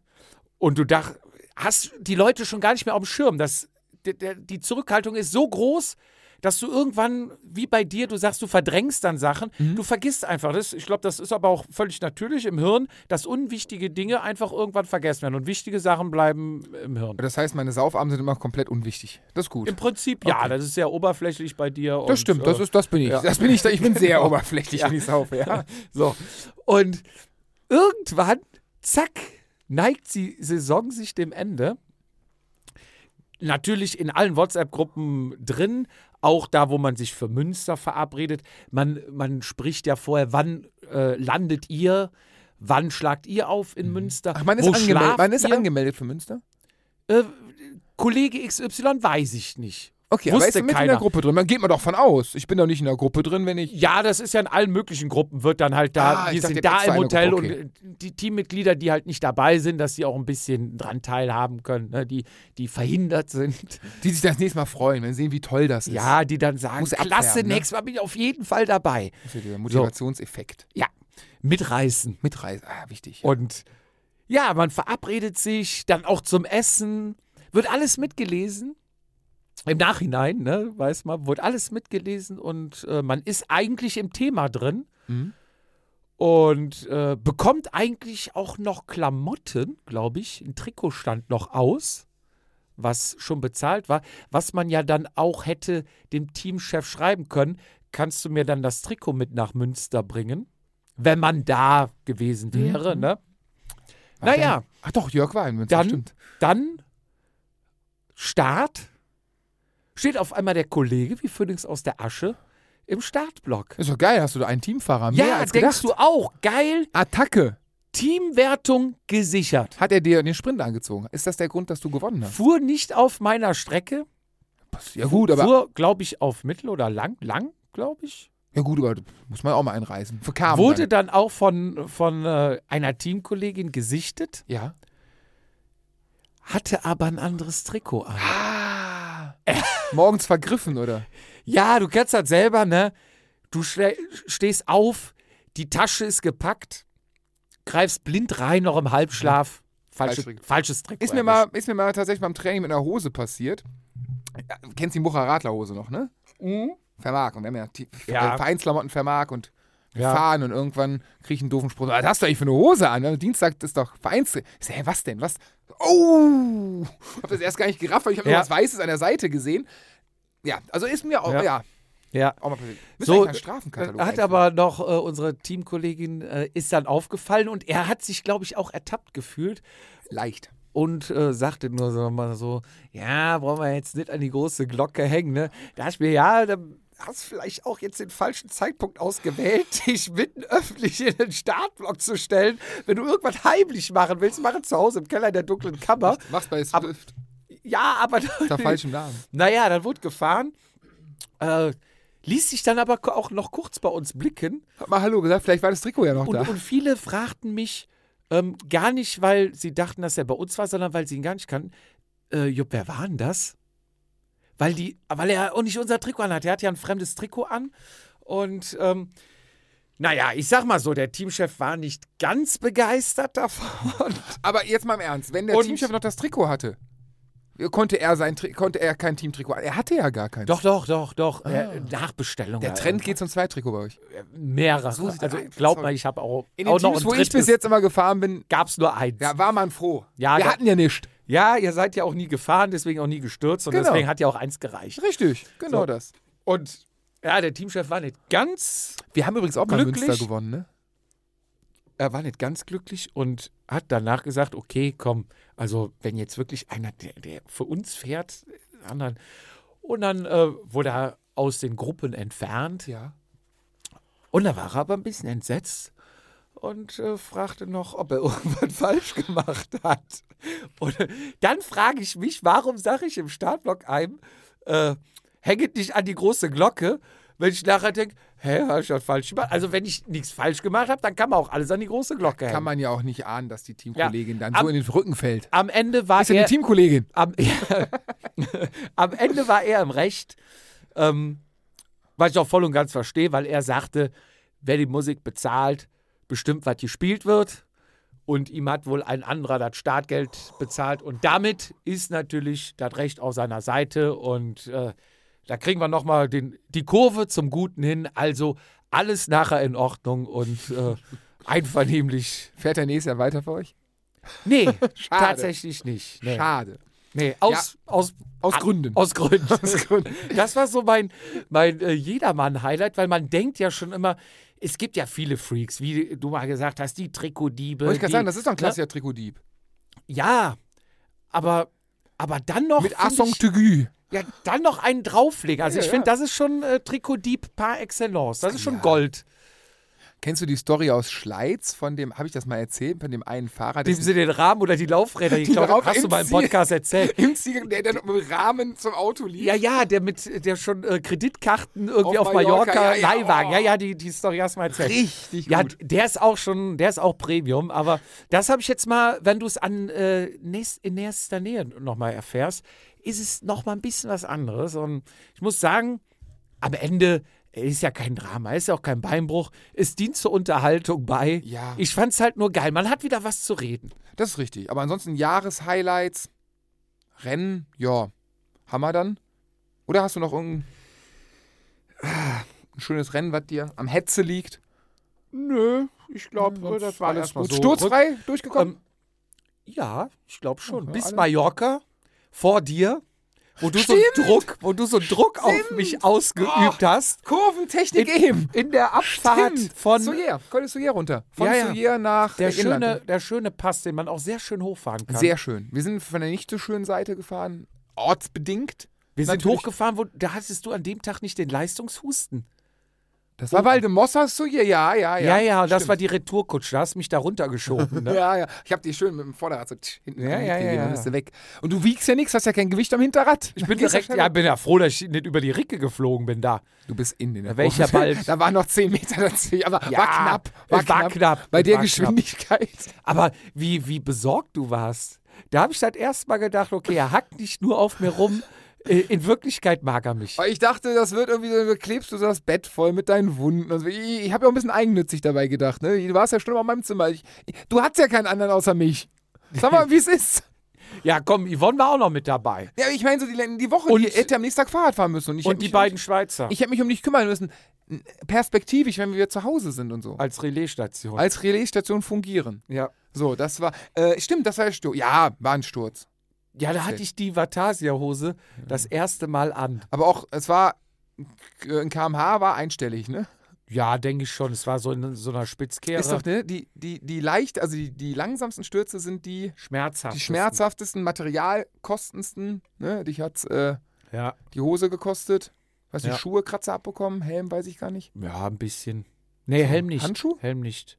A: und du dach, hast die Leute schon gar nicht mehr auf dem Schirm. Das, der, der, die Zurückhaltung ist so groß, dass du irgendwann, wie bei dir, du sagst, du verdrängst dann Sachen,
B: Mhm.
A: du vergisst einfach. Das, ich glaube, das ist aber auch völlig natürlich im Hirn, dass unwichtige Dinge einfach irgendwann vergessen werden und wichtige Sachen bleiben im Hirn.
B: Das heißt, meine Saufabende sind immer komplett unwichtig. Das ist gut.
A: Im Prinzip, ja, das ist sehr oberflächlich bei dir. und,
B: das stimmt, das,
A: äh,
B: ist, das bin ich.
A: ja.
B: Das bin ich, ich bin
A: [laughs]
B: sehr
A: Genau.
B: oberflächlich, wenn ich
A: [laughs]
B: saufe. Ja.
A: So. Und irgendwann, zack, neigt die Saison sich dem Ende. Natürlich in allen WhatsApp-Gruppen drin, auch da, wo man sich für Münster verabredet. Man, man spricht ja vorher, wann äh, landet ihr, wann schlagt ihr auf in Münster?
B: Mhm. Ach, man ist,
A: wo
B: angemeldet.
A: schlaft
B: man ist
A: ihr?
B: angemeldet für Münster?
A: Äh, Kollege XY weiß ich nicht.
B: Okay, aber
A: Wusste
B: ist er mit in
A: keiner.
B: der Gruppe drin? Man geht mal doch von aus. Ich bin doch nicht in der Gruppe drin, wenn ich.
A: Ja, das ist ja in allen möglichen Gruppen, wird dann halt
B: Ah,
A: da, wir
B: ich dachte,
A: sind
B: ihr habt
A: da im
B: extra eine
A: Hotel
B: Gruppe, okay.
A: und äh, die Teammitglieder, die halt nicht dabei sind, dass sie auch ein bisschen dran teilhaben können, ne? die, die verhindert sind.
B: Die sich das nächste Mal freuen, wenn sie sehen, wie toll das ist.
A: Ja, die dann sagen,
B: Muss abfärben,
A: klasse,
B: ne?
A: nächstes Mal bin ich auf jeden Fall dabei.
B: Das ist ja dieser Motivationseffekt.
A: Ja, mitreißen.
B: Mitreisen, ah, wichtig.
A: Und ja, man verabredet sich, dann auch zum Essen, wird alles mitgelesen. Im Nachhinein, ne, weiß man, wird alles mitgelesen und äh, man ist eigentlich im Thema drin
B: Mhm.
A: und äh, bekommt eigentlich auch noch Klamotten, glaube ich, ein Trikotstand noch aus, was schon bezahlt war, was man ja dann auch hätte dem Teamchef schreiben können, kannst du mir dann das Trikot mit nach Münster bringen, wenn man da gewesen wäre, ne?
B: Ach,
A: naja.
B: dann- Ach doch, Jörg war in Münster,
A: Dann-
B: stimmt.
A: Dann Start. Steht auf einmal der Kollege wie Phoenix aus der Asche im Startblock.
B: Ist doch geil, hast du da einen Teamfahrer mehr
A: Ja,
B: als
A: denkst
B: gedacht.
A: du auch. Geil.
B: Attacke.
A: Teamwertung gesichert.
B: Hat er dir den Sprint angezogen? Ist das der Grund, dass du gewonnen hast?
A: Fuhr nicht auf meiner Strecke.
B: Ja gut, aber,
A: fuhr, glaube ich, auf mittel oder lang. Lang, glaube ich.
B: ja gut, aber muss man auch mal einreisen. Verkam
A: Wurde
B: dann.
A: dann auch von, von äh, einer Teamkollegin gesichtet,
B: Ja.
A: hatte aber ein anderes Trikot an. [laughs]
B: Ah. Morgens vergriffen, oder?
A: Ja, du kennst das selber, ne? Du schle- stehst auf, die Tasche ist gepackt, greifst blind rein, noch im Halbschlaf. Falsche,
B: Falsch-
A: falsches Trikot.
B: Mhm. Ist mir, mal, ist mir mal tatsächlich beim Training mit einer Hose passiert. Ja, kennst die Mucher Radlerhose noch, ne? Vermark. Und wir haben ja, die-
A: Mhm. Ja.
B: äh, Vereinsklamotten Vermark und wir
A: Ja.
B: fahren und irgendwann kriege ich einen doofen Spruch. Was hast du eigentlich für eine Hose an? Am Dienstag ist doch Vereins... Ich sag, hä, was denn? Was? Oh! Ich habe das erst gar nicht gerafft, weil ich habe
A: Ja.
B: nur was Weißes an der Seite gesehen. Ja, also ist mir auch, ja.
A: Ja. Ja.
B: auch mal passiert. Müssen
A: So,
B: wir eigentlich mal einen Strafenkatalog
A: Hat aber noch äh, unsere Teamkollegin äh, ist dann aufgefallen und er hat sich, glaube ich, auch ertappt gefühlt
B: einführen? Leicht.
A: und äh, sagte nur so mal so, ja, brauchen wir jetzt nicht an die große Glocke hängen, ne? Da dachte ich mir, ja, da hast vielleicht auch jetzt den falschen Zeitpunkt ausgewählt, [laughs] dich mitten öffentlich in den Startblock zu stellen. Wenn du irgendwas heimlich machen willst, mach es zu Hause im Keller in der dunklen Kammer.
B: Mach's bei
A: Aber-
B: Swift.
A: Ja, aber [laughs]
B: Da falschem Namen.
A: naja, dann wurde gefahren. Äh, ließ sich dann aber ko- auch noch kurz bei uns blicken.
B: Hab mal Hallo gesagt, vielleicht war das Trikot ja noch da.
A: Und, und viele fragten mich ähm, gar nicht, weil sie dachten, dass er bei uns war, sondern weil sie ihn gar nicht kannten. Äh, Jupp, wer war denn das? Weil, die, weil er auch nicht unser Trikot anhat. Er hat ja ein fremdes Trikot an. Und ähm, naja, ich sag mal so, der Teamchef war nicht ganz begeistert davon.
B: Aber jetzt mal im Ernst, wenn der
A: Und-
B: Teamchef noch das Trikot hatte, konnte er sein Tri konnte er kein Teamtrikot an. Er hatte ja gar
A: [laughs]
B: keins.
A: Doch, doch, doch, doch. Äh, Nachbestellung.
B: Der Trend geht zum Zweitrikot bei euch.
A: mehrere.
B: So sieht
A: also
B: das aus.
A: glaub mal, ich habe auch,
B: In den
A: auch noch
B: Teams,
A: ein
B: wo ich bis
A: drittes.
B: jetzt immer gefahren bin,
A: Gab es nur eins.
B: ja, war man froh.
A: Ja,
B: Wir
A: ja.
B: hatten ja nichts.
A: Ja, ihr seid ja auch nie gefahren, deswegen auch nie gestürzt und
B: Genau.
A: deswegen hat ja auch eins gereicht.
B: Richtig, genau
A: So.
B: das. Und
A: Ja, der Teamchef war nicht ganz,
B: wir haben übrigens auch mal
A: Glücklich.
B: Münster gewonnen, ne?
A: er war nicht ganz glücklich und hat danach gesagt, okay, komm, also wenn jetzt wirklich einer, der, der für uns fährt, den anderen. Und dann äh, wurde er aus den Gruppen entfernt.
B: Ja.
A: Und da war er aber ein bisschen entsetzt und äh, fragte noch, ob er [laughs] irgendwas falsch gemacht hat. Und äh, dann frage ich mich, warum sage ich im Startblock einem, äh, hänget nicht an die große Glocke, wenn ich nachher denke, hä, habe ich was falsch gemacht? Also wenn ich nichts falsch gemacht habe, dann kann man auch alles an die große Glocke hängen.
B: Kann man ja auch nicht ahnen, dass die Teamkollegin dann
A: Am-
B: so in den Rücken fällt.
A: am Ende war
B: Ist ja
A: er
B: eine Teamkollegin.
A: am, [laughs] ja, am Ende war er im Recht, ähm, was ich auch voll und ganz verstehe, weil er sagte, wer die Musik bezahlt, bestimmt, was gespielt wird. Und ihm hat wohl ein anderer das Startgeld bezahlt. Und damit ist natürlich das Recht auf seiner Seite. Und äh, da kriegen wir nochmal die Kurve zum Guten hin. Also alles nachher in Ordnung und äh, einvernehmlich.
B: Fährt er nächstes Jahr weiter für euch?
A: Nee,
B: Schade.
A: tatsächlich nicht. Nee.
B: Schade.
A: Nee, aus, aus,
B: Aus Gründen.
A: Aus
B: [laughs]
A: Gründen. Das war so mein, mein äh, Jedermann-Highlight, weil man denkt ja schon immer, es gibt ja viele Freaks, wie du mal gesagt hast, die Trikotdiebe.
B: Wollte ich gerade
A: die-
B: sagen, das ist doch ein
A: ne?
B: klassischer Trikotdieb.
A: Ja, aber, aber dann noch.
B: Mit
A: find
B: Assong
A: ich-
B: Tegu.
A: Ja, dann noch einen drauflegen. Also
B: Ja,
A: ich finde,
B: ja.
A: das ist schon äh, Trikotdieb par excellence. Das ist schon Gold.
B: Kennst du die Story aus Schleiz von dem, habe ich das mal erzählt, von dem einen Fahrer,
A: Dem sie den Rahmen oder die Laufräder geklaut
B: darauf
A: haben. Hast du mal im
B: entziehen.
A: Podcast erzählt.
B: [laughs] im Ziel, der dann im Rahmen zum Auto liegt?
A: Ja, ja, der mit der schon äh, Kreditkarten irgendwie auf,
B: Auf
A: Mallorca,
B: Mallorca, ja, ja,
A: Leihwagen.
B: oh.
A: Ja, ja, die, die Story hast du mal erzählt.
B: Richtig
A: Ja,
B: gut.
A: der ist auch schon, der ist auch Premium, aber das habe ich jetzt mal, wenn du es an äh, nächst, in nächster Nähe nochmal erfährst, ist es nochmal ein bisschen was anderes. Und ich muss sagen, am Ende ist ja kein Drama, ist ja auch kein Beinbruch. Es dient zur Unterhaltung bei.
B: Ja.
A: Ich fand es halt nur geil. Man hat wieder was zu reden.
B: Das ist richtig. Aber ansonsten Jahreshighlights, Rennen, ja, haben wir dann. Oder hast du noch irgendein Ah, ein schönes Rennen, was dir am Hetze liegt? Hm,
A: Nö, ich glaube,
B: Sonst alles gut.
A: Sturzfrei.
B: Sturzfrei durchgekommen?
A: Ähm, ja, ich glaube schon.
B: Okay,
A: Bis
B: alle-
A: Mallorca vor dir, wo du so einen Druck, wo du so einen Druck auf mich
B: Oh.
A: ausgeübt hast.
B: Kurventechnik
A: In, in der Abfahrt von
B: Soyer, Col de Soyer runter. Von
A: Ja,
B: ja,
A: ja.
B: Soyer nach
A: der
B: äh, Inland.
A: schöne, der schöne Pass, den man auch sehr schön hochfahren kann.
B: Sehr schön. Wir sind von der nicht so schönen Seite gefahren, ortsbedingt.
A: Wir sind
B: Natürlich.
A: hochgefahren, wo, da hattest du an dem Tag nicht den Leistungshusten.
B: Das war Waldemosser Soyer, ja, ja, ja.
A: Ja, ja, und das
B: stimmt.
A: war die Retourkutsche, da hast du mich da runtergeschoben.
B: [laughs]
A: Ne?
B: Ja, ja. Ich hab die schön mit dem Vorderrad so tsch, hinten
A: Ja, ja,
B: reingegeben,
A: ja,
B: dann
A: ja.
B: bist du weg. Und du wiegst ja nichts, hast ja kein Gewicht am Hinterrad.
A: Ich bin direkt, ja, bin ja froh, dass ich nicht über die Ricke geflogen bin da.
B: Du bist in den.
A: Da wär ich ja bald-
B: Da waren noch 10 Meter dazwischen, aber
A: Ja,
B: war knapp.
A: es war knapp,
B: Bei
A: es
B: der
A: war knapp.
B: Geschwindigkeit.
A: Aber wie, wie besorgt du warst. Da habe ich das erstmal gedacht, okay, er hackt nicht nur auf mir
B: [laughs]
A: rum. äh, In Wirklichkeit mag er mich.
B: Aber ich dachte, das wird irgendwie so, klebst du so das Bett voll mit deinen Wunden. Und so. ich ich habe ja auch ein bisschen eigennützig dabei gedacht. Ne? Du warst ja schon immer in meinem Zimmer. Ich, ich- du hattest ja keinen anderen außer mich.
A: [laughs]
B: Sag mal, wie es ist.
A: Ja, komm, Yvonne war auch noch mit dabei.
B: Ja, ich meine, so die, die Woche,
A: Und-
B: die hätte am nächsten Tag Fahrrad fahren müssen. Und, ich hätte
A: Und die
B: mich-
A: beiden Schweizer
B: Ich hätte mich um dich kümmern müssen. Perspektivisch, wenn wir wieder zu Hause sind und so.
A: als Relaisstation.
B: Als Relaisstation fungieren.
A: Also. Ja.
B: So, das war. Äh, stimmt, das war der Sturz. Ja, war ein Sturz.
A: ja, da hatte ich die Vatasia-Hose das erste Mal an.
B: Aber auch, es war. äh, Ein kmh war einstellig, ne?
A: Ja, denke ich schon. Es war so in so einer Spitzkehre.
B: Ist doch, ne? Die, die, die leicht, also die, die langsamsten Stürze sind die,
A: schmerzhaft.
B: die schmerzhaftesten, materialkostensten. Ne? Dich hat äh,
A: Ja.
B: die Hose gekostet. Hast du
A: Ja.
B: Schuhe Kratzer abbekommen? Helm, weiß ich gar nicht.
A: ja, ein bisschen. Nee, Helm nicht.
B: Handschuh?
A: Helm nicht.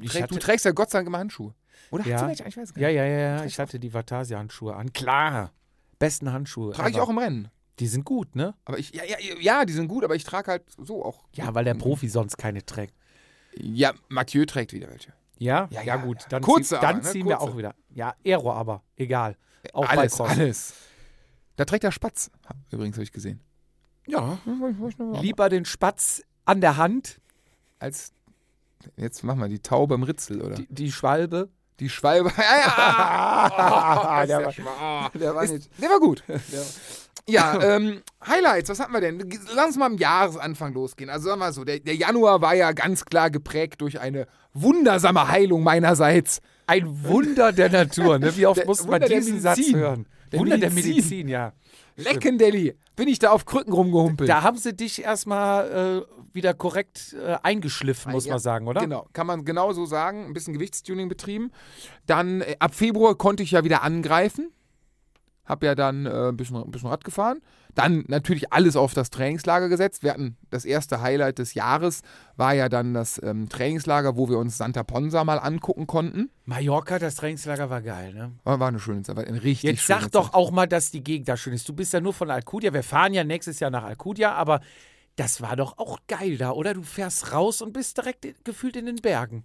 A: Ich
B: Träg, du
A: hatte,
B: trägst ja Gott sei Dank immer Handschuhe. Oder
A: Ja.
B: hast du welche? Ich weiß gar
A: ja,
B: nicht.
A: ja, ja, ja. Ich hatte die Vatasia-Handschuhe an. Klar. Besten Handschuhe.
B: Trage ich
A: ever.
B: auch im Rennen.
A: Die sind gut, ne?
B: Aber ich, ja, ja, ja, die sind gut, aber ich trage halt so auch.
A: Ja, weil der Profi sonst keine trägt.
B: Ja, Mathieu trägt wieder welche.
A: Ja,
B: Ja,
A: ja,
B: ja,
A: gut.
B: ja.
A: Dann,
B: Kurze
A: zieh, dann
B: aber, ne?
A: ziehen wir
B: Kurze.
A: auch wieder. Ja, Aero aber, egal. Auch
B: alles,
A: bei Cross.
B: alles. Da trägt der Spatz. Ha, Übrigens habe ich gesehen.
A: Ja.
B: Lieb
A: Lieber den Spatz an der Hand,
B: als. Jetzt mach mal die Taube im Ritzel, oder?
A: die, die Schwalbe
B: Die Schwalbe. [laughs]
A: [laughs]
B: Ah, der, war, [laughs] der, war nicht, der war gut. Ja, ähm, Highlights, was hatten wir denn? Lass uns mal am Jahresanfang losgehen. Also sagen wir mal so, der, der Januar war ja ganz klar geprägt durch eine wundersame Heilung meinerseits.
A: Ein Wunder der Natur, ne? Wie oft
B: Der-
A: muss man
B: Wunder der
A: diesen Satz
B: Medizin.
A: hören?
B: Der
A: Wunder der
B: Medizin.
A: Medizin, ja.
B: Leckendelli, bin ich da auf Krücken rumgehumpelt.
A: Da haben sie dich erstmal äh, wieder korrekt äh, eingeschliffen, muss
B: Ja,
A: man sagen, oder?
B: Genau, kann man genau so sagen. Ein bisschen Gewichtstuning betrieben. Dann äh, ab Februar konnte ich ja wieder angreifen. Hab ja dann äh, ein, bisschen, ein bisschen Rad gefahren. Dann natürlich alles auf das Trainingslager gesetzt. Wir hatten das erste Highlight des Jahres, war ja dann das ähm, Trainingslager, wo wir uns Santa Ponsa mal angucken konnten.
A: Mallorca, das Trainingslager war geil, ne?
B: War war eine schöne Zeit, war eine richtig
A: Jetzt
B: schöne
A: sag
B: Zeit.
A: doch auch mal, dass die Gegend da schön ist. Du bist ja nur von Alcudia. Wir fahren ja nächstes Jahr nach Alcudia, aber das war doch auch geil da, oder? Du fährst raus und bist direkt i- gefühlt in den Bergen.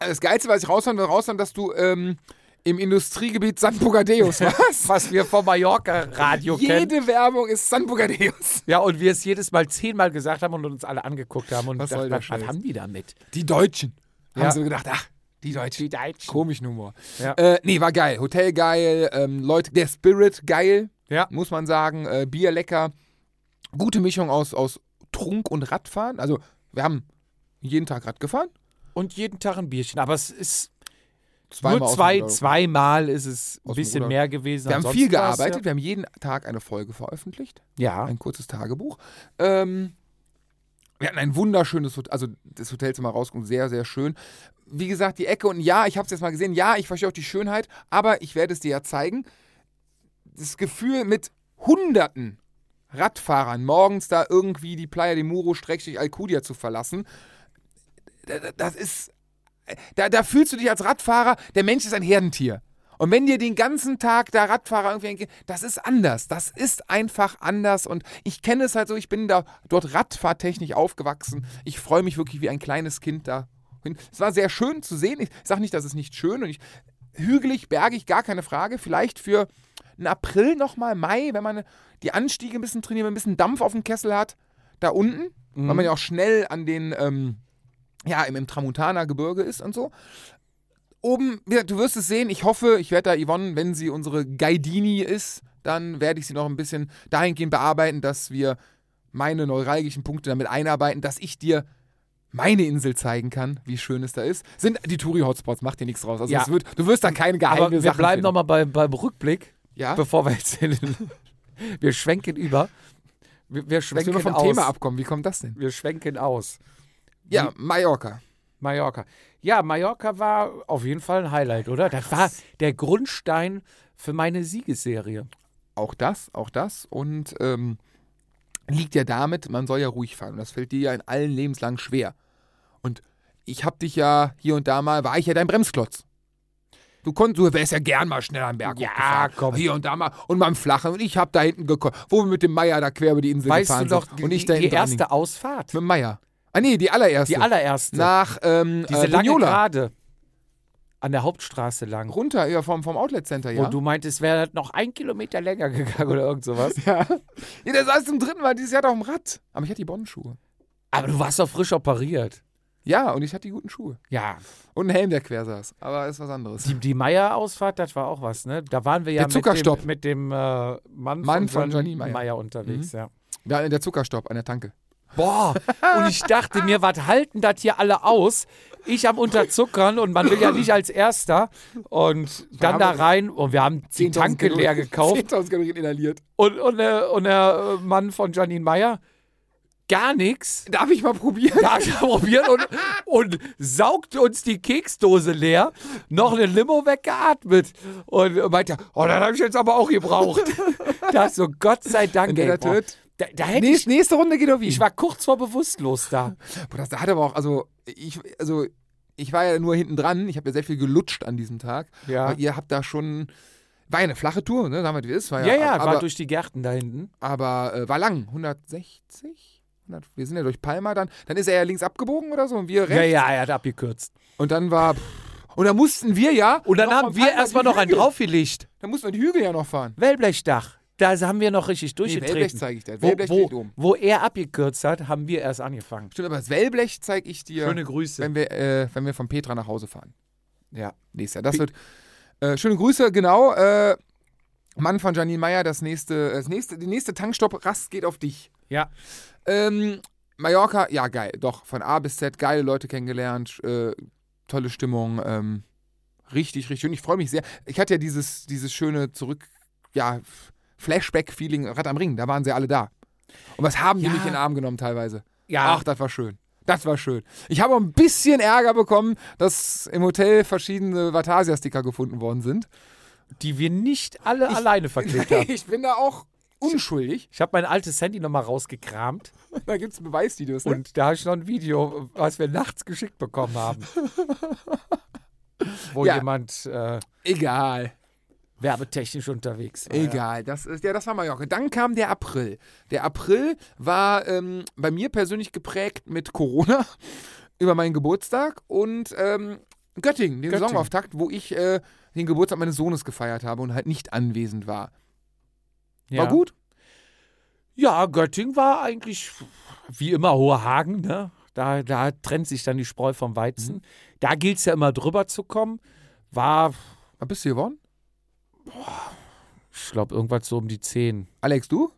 B: Das Geilste, was ich rausfand, war rausfand, dass du ähm, im Industriegebiet San Bogadeus warst.
A: [laughs] Was wir vom Mallorca-Radio kennen.
B: Jede Werbung ist San Bogadeus.
A: Ja, und wir es jedes Mal zehnmal gesagt haben und uns alle angeguckt haben und
B: Was
A: dachten,
B: soll der
A: was,
B: Scheiß?
A: was haben die damit?
B: Die Deutschen.
A: Ja.
B: Haben sie gedacht, ach, die Deutschen.
A: Deutschen.
B: Komischen Humor.
A: Ja.
B: Äh, nee, war geil. Hotel geil, ähm, Leute, der Spirit geil,
A: Ja.
B: muss man sagen. Äh, Bier lecker. Gute Mischung aus, aus Trunk und Radfahren. Also, wir haben jeden Tag Rad gefahren.
A: Und jeden Tag ein Bierchen. Aber es ist nur
B: aus dem
A: zwei,
B: Ruder.
A: zweimal ist es ein
B: Aus dem
A: bisschen
B: Ruder.
A: mehr gewesen.
B: Wir haben
A: Ansonsten
B: viel
A: war's ja-
B: gearbeitet. Wir haben jeden Tag eine Folge veröffentlicht.
A: Ja.
B: Ein kurzes Tagebuch. Ähm, wir hatten ein wunderschönes Hotel, also das Hotelzimmer rausgekommen, sehr, sehr schön. Wie gesagt, die Ecke und ja, ich habe es jetzt mal gesehen, ja, ich verstehe auch die Schönheit, aber ich werde es dir ja zeigen. Das Gefühl mit Hunderten Radfahrern morgens da irgendwie die Playa de Muro streckig Alcudia zu verlassen, da- da- das ist. Da, da fühlst du dich als Radfahrer, der Mensch ist ein Herdentier. Und wenn dir den ganzen Tag da Radfahrer irgendwie entgehen, das ist anders. Das ist einfach anders. Und ich kenne es halt so, ich bin da dort radfahrtechnisch aufgewachsen. Ich freue mich wirklich wie ein kleines Kind da. hin. Es war sehr schön zu sehen. Ich sage nicht, dass es nicht schön und ich, hügelig, bergig, gar keine Frage. Vielleicht für einen April nochmal, Mai, wenn man die Anstiege ein bisschen trainiert, wenn man ein bisschen Dampf auf dem Kessel hat, da unten,
A: Mhm.
B: weil man ja auch schnell an den, ähm, ja, im, im Tramuntaner Gebirge ist und so. Oben, wie gesagt, du wirst es sehen, ich hoffe, ich werde da Yvonne, wenn sie unsere Guidini ist, dann werde ich sie noch ein bisschen dahingehend bearbeiten, dass wir meine neuralgischen Punkte damit einarbeiten, dass ich dir meine Insel zeigen kann, wie schön es da ist. Sind die Touri-Hotspots, macht dir nichts raus. Also
A: Ja.
B: es wird, du wirst da keine geheime
A: Aber wir
B: Sachen
A: bleiben
B: finden.
A: nochmal beim, beim Rückblick,
B: Ja?
A: bevor wir jetzt in den, [laughs] Wir schwenken über. Wir, wir
B: Dass wir
A: schwenken
B: nur vom
A: aus.
B: Thema abkommen, wie kommt das denn?
A: Wir schwenken aus.
B: Ja, Mallorca.
A: Mallorca. Ja, Mallorca war auf jeden Fall ein Highlight, oder? Das war der Grundstein für meine Siegesserie.
B: Auch das, auch das. Und ähm, liegt ja damit, man soll ja ruhig fahren. Und das fällt dir ja in allen Lebenslang schwer. Und ich hab dich ja hier und da mal, war ich ja dein Bremsklotz. Du konntest, du wärst ja gern mal schnell am Berg
A: Ja,
B: hochgefahren.
A: komm.
B: Hier und da mal und mal im Flachen. Und ich hab da hinten gekommen, wo wir mit dem Meier da quer über die Insel
A: Weißt du
B: gefahren
A: doch,
B: sind. Und ich da
A: die, die
B: hinten dran hing.
A: erste Ausfahrt.
B: Mit dem Meier. Ah nee, die allererste.
A: Die allererste.
B: Nach ähm,
A: Diese
B: äh,
A: lange
B: Bunyola.
A: Gerade an der Hauptstraße lang.
B: Runter, ja, vom, vom Outlet Center, ja.
A: Wo du meintest, wäre das noch ein Kilometer länger [laughs] gegangen oder irgend sowas.
B: Ja. ja, der saß zum dritten Mal dieses Jahr doch im Rad. Aber ich hatte die Bonn-Schuhe.
A: Aber du warst doch frisch operiert.
B: Ja, und ich hatte die guten Schuhe.
A: Ja.
B: Und einen Helm, der quer saß. Aber ist was anderes.
A: Die, die Meier-Ausfahrt, das war auch was, ne? Da waren wir ja
B: Der Zuckerstopp.
A: mit dem, mit dem äh, Mann,
B: Mann von
A: Jan-
B: Janine Meyer. Mhm.
A: unterwegs, ja.
B: Da der Zuckerstopp an der Tanke.
A: Boah, und ich dachte mir, was halten das hier alle aus? Ich am Unterzuckern und man will ja nicht als Erster. Und dann da rein und wir haben die Tanke leer gekauft.
B: 10.000 Kalorien inhaliert.
A: Und, und, der, und der äh, Mann von Janine Meyer, gar nichts.
B: Darf ich mal probieren?
A: Da hat er probiert und, und saugt uns die Keksdose leer, noch eine Limo weggeatmet. Und meinte, oh, das habe ich jetzt aber auch gebraucht. Das so, Gott sei Dank,
B: Wenn der
A: ey,
B: da
A: boah.
B: tötet.
A: Da, da hätte ich,
B: Nächste, nächste Runde geht auf ihn.
A: ich war kurz vor bewusstlos da.
B: Boah, das hat aber auch, also ich, also ich war ja nur hinten dran. Ich habe ja sehr viel gelutscht an diesem Tag.
A: Ja.
B: Aber ihr habt da schon, war ja eine flache Tour, ne? Sagen wir, wie es ist. War
A: Ja, ja,
B: aber,
A: war durch die Gärten da hinten.
B: aber äh, war lang. 160? 100, wir sind ja durch Palma dann. Dann ist er ja links abgebogen oder so und wir rechts.
A: ja, er hat abgekürzt.
B: Und dann war. Und dann mussten wir ja.
A: Und dann
B: noch
A: haben
B: vom
A: wir
B: Palma
A: erstmal
B: die
A: noch einen
B: Hügel-
A: draufgelegt.
B: Dann mussten wir den Hügel ja noch fahren.
A: Wellblechdach. Da haben wir noch richtig
B: Wellblech
A: durchgetreten.
B: zeige ich dir.
A: wo,
B: Wellblech geht
A: wo,
B: um.
A: wo er abgekürzt hat, haben wir erst angefangen.
B: Stimmt, aber das Wellblech zeige ich dir,
A: Grüße.
B: wenn wir, äh, wenn wir von Petra nach Hause fahren. Ja, nächstes Jahr. Das wird. Äh, schöne Grüße, genau. Äh, Mann von Janine Meyer, das nächste, das nächste, die nächste Tankstopp-Rast geht auf dich.
A: Ja.
B: Ähm, Mallorca, ja, geil, doch. Von A bis Z, geile Leute kennengelernt, äh, tolle Stimmung, ähm, richtig, richtig schön. Ich freue mich sehr. Ich hatte ja dieses, dieses schöne Zurück, ja, F- Flashback-Feeling Rad am Ring, da waren sie alle da. Und was haben
A: Ja.
B: die mich in den Arm genommen teilweise?
A: Ja.
B: Ach, das war schön. Das war schön. Ich habe auch ein bisschen Ärger bekommen, dass im Hotel verschiedene Vatasia-Sticker gefunden worden sind.
A: Die wir nicht alle alleine verklebt haben.
B: [laughs] Ich bin da auch unschuldig.
A: Ich habe mein altes Handy nochmal rausgekramt
B: Da gibt es Beweisvideos. Ne?
A: und da habe ich noch ein Video, was wir nachts geschickt bekommen
B: [laughs]
A: haben. Wo
B: Ja.
A: jemand äh,
B: Egal.
A: werbetechnisch unterwegs war.
B: Egal, das ist, ja, das war Mallorca. Dann kam der April. Der April war ähm, bei mir persönlich geprägt mit Corona [laughs] über meinen Geburtstag und ähm, Göttingen,
A: Göttingen.
B: den Saisonauftakt, wo ich äh, den Geburtstag meines Sohnes gefeiert habe und halt nicht anwesend war.
A: Ja.
B: War gut?
A: Ja, Göttingen war eigentlich wie immer Hohehagen, ne? Da, da trennt sich dann die Spreu vom Weizen.
B: Mhm.
A: Da gilt es ja immer drüber zu kommen. War,
B: Was bist du geworden?
A: ich glaube, irgendwas so um die 10.
B: Alex, du?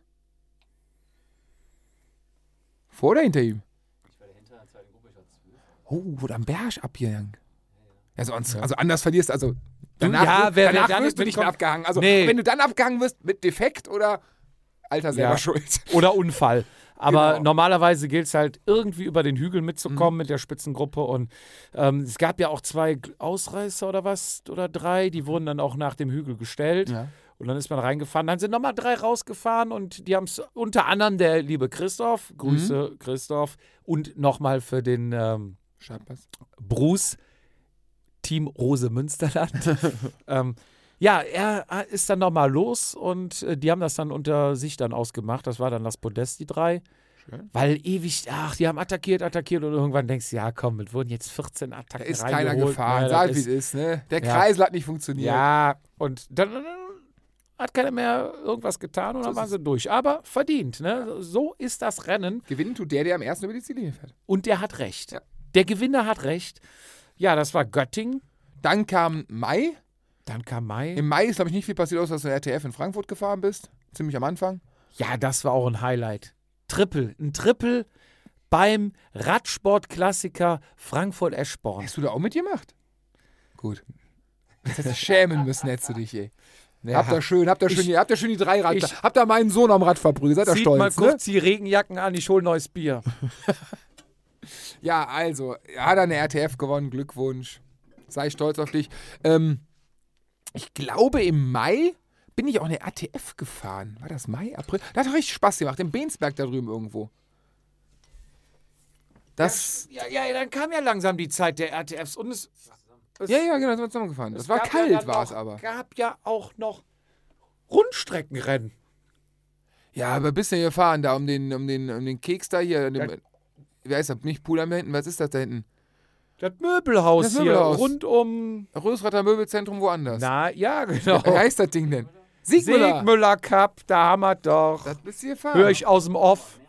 B: Vor oder hinter ihm? Oh, wurde am Berg abgehangen. Ja, sonst, also anders verlierst, also danach,
A: ja, wer-
B: wird-
A: wer
B: danach
A: dann
B: wirst du nicht mehr
A: mitkommt-
B: abgehangen. Also
A: Nee.
B: wenn du dann abgehangen wirst mit Defekt oder Alter selber
A: Ja.
B: schuld.
A: Oder Unfall. Aber
B: Genau. Mhm.
A: normalerweise gilt es halt, irgendwie über den Hügel mitzukommen mit der Spitzengruppe. Und ähm, es gab ja auch zwei G- Ausreißer oder was, oder drei, die wurden dann auch nach dem Hügel gestellt.
B: Ja.
A: Und dann ist man reingefahren. Dann sind nochmal drei rausgefahren und die haben es unter anderem der liebe Christoph, Grüße
B: Mhm.
A: Christoph, und nochmal für den ähm,
B: Scheinpass.
A: Bruce, Team Rose
B: [laughs]
A: Münsterland. ähm, ja, er äh, ist dann nochmal los und äh, die haben das dann unter sich dann ausgemacht. Das war dann das Podest, die drei.
B: Schön.
A: Weil ewig, ach, die haben attackiert, attackiert und irgendwann denkst du, ja komm, es wurden jetzt 14
B: Da
A: Attacken
B: ist keiner
A: reingeholt.
B: gefahren,
A: Ja,
B: sag
A: das
B: wie es
A: ist-
B: ist, ne? Der
A: Ja.
B: Kreisel hat nicht funktioniert.
A: Ja, und dann äh, hat keiner mehr irgendwas getan und dann waren sie durch. Aber verdient, ne? So ist das Rennen.
B: Gewinnen tut der, der am ersten über die Ziellinie fährt.
A: Und der hat recht.
B: Ja.
A: Der Gewinner hat recht. Ja, das war Göttingen.
B: Dann kam Mai.
A: Dann kam Mai.
B: Im Mai ist, glaube ich, nicht viel passiert, außer dass du in RTF in Frankfurt gefahren bist. Ziemlich am Anfang.
A: Ja, das war auch ein Highlight. Triple. Ein Triple beim Radsportklassiker Frankfurt-Eschborn.
B: Hast du da auch mitgemacht? Gut. Jetzt hättest du schämen müssen, hättest du dich, ey. Habt ihr schön, habt ihr schön, die- habt ihr schön die drei Rad.
A: ich-
B: habt ihr meinen Sohn am Rad verprügelt? Seid ihr
A: Zieht mal
B: stolz, ne?
A: kurz die Regenjacken an, ich hol neues Bier.
B: Ja, also, er hat eine RTF gewonnen, Glückwunsch. Sei stolz auf dich. Ähm, ich glaube, im Mai bin ich auch eine RTF gefahren. War das Mai, April? Das hat richtig Spaß gemacht, im Bensberg da drüben irgendwo. Das,
A: Ja, ja, dann kam ja langsam die Zeit der RTFs und es, es
B: ja, ja, genau, sind wir zusammengefahren. Das war
A: gab ja
B: kalt,
A: dann
B: war es
A: noch-
B: aber.
A: gab ja auch noch Rundstreckenrennen.
B: Ja, aber bist du denn gefahren da um den, um den, um den Keks da hier? Um den, wer ist das? Nicht Pool am hinten, was ist das da hinten?
A: Das Möbelhaus,
B: Das Möbelhaus.
A: hier rund um.
B: Rösratter Möbelzentrum woanders.
A: Na ja,
B: Wie
A: genau.
B: heißt das Ding denn? Siegmüller.
A: Siegmüller Cup, da haben wir doch.
B: Das bist du gefahren.
A: Höre ich aus dem Off.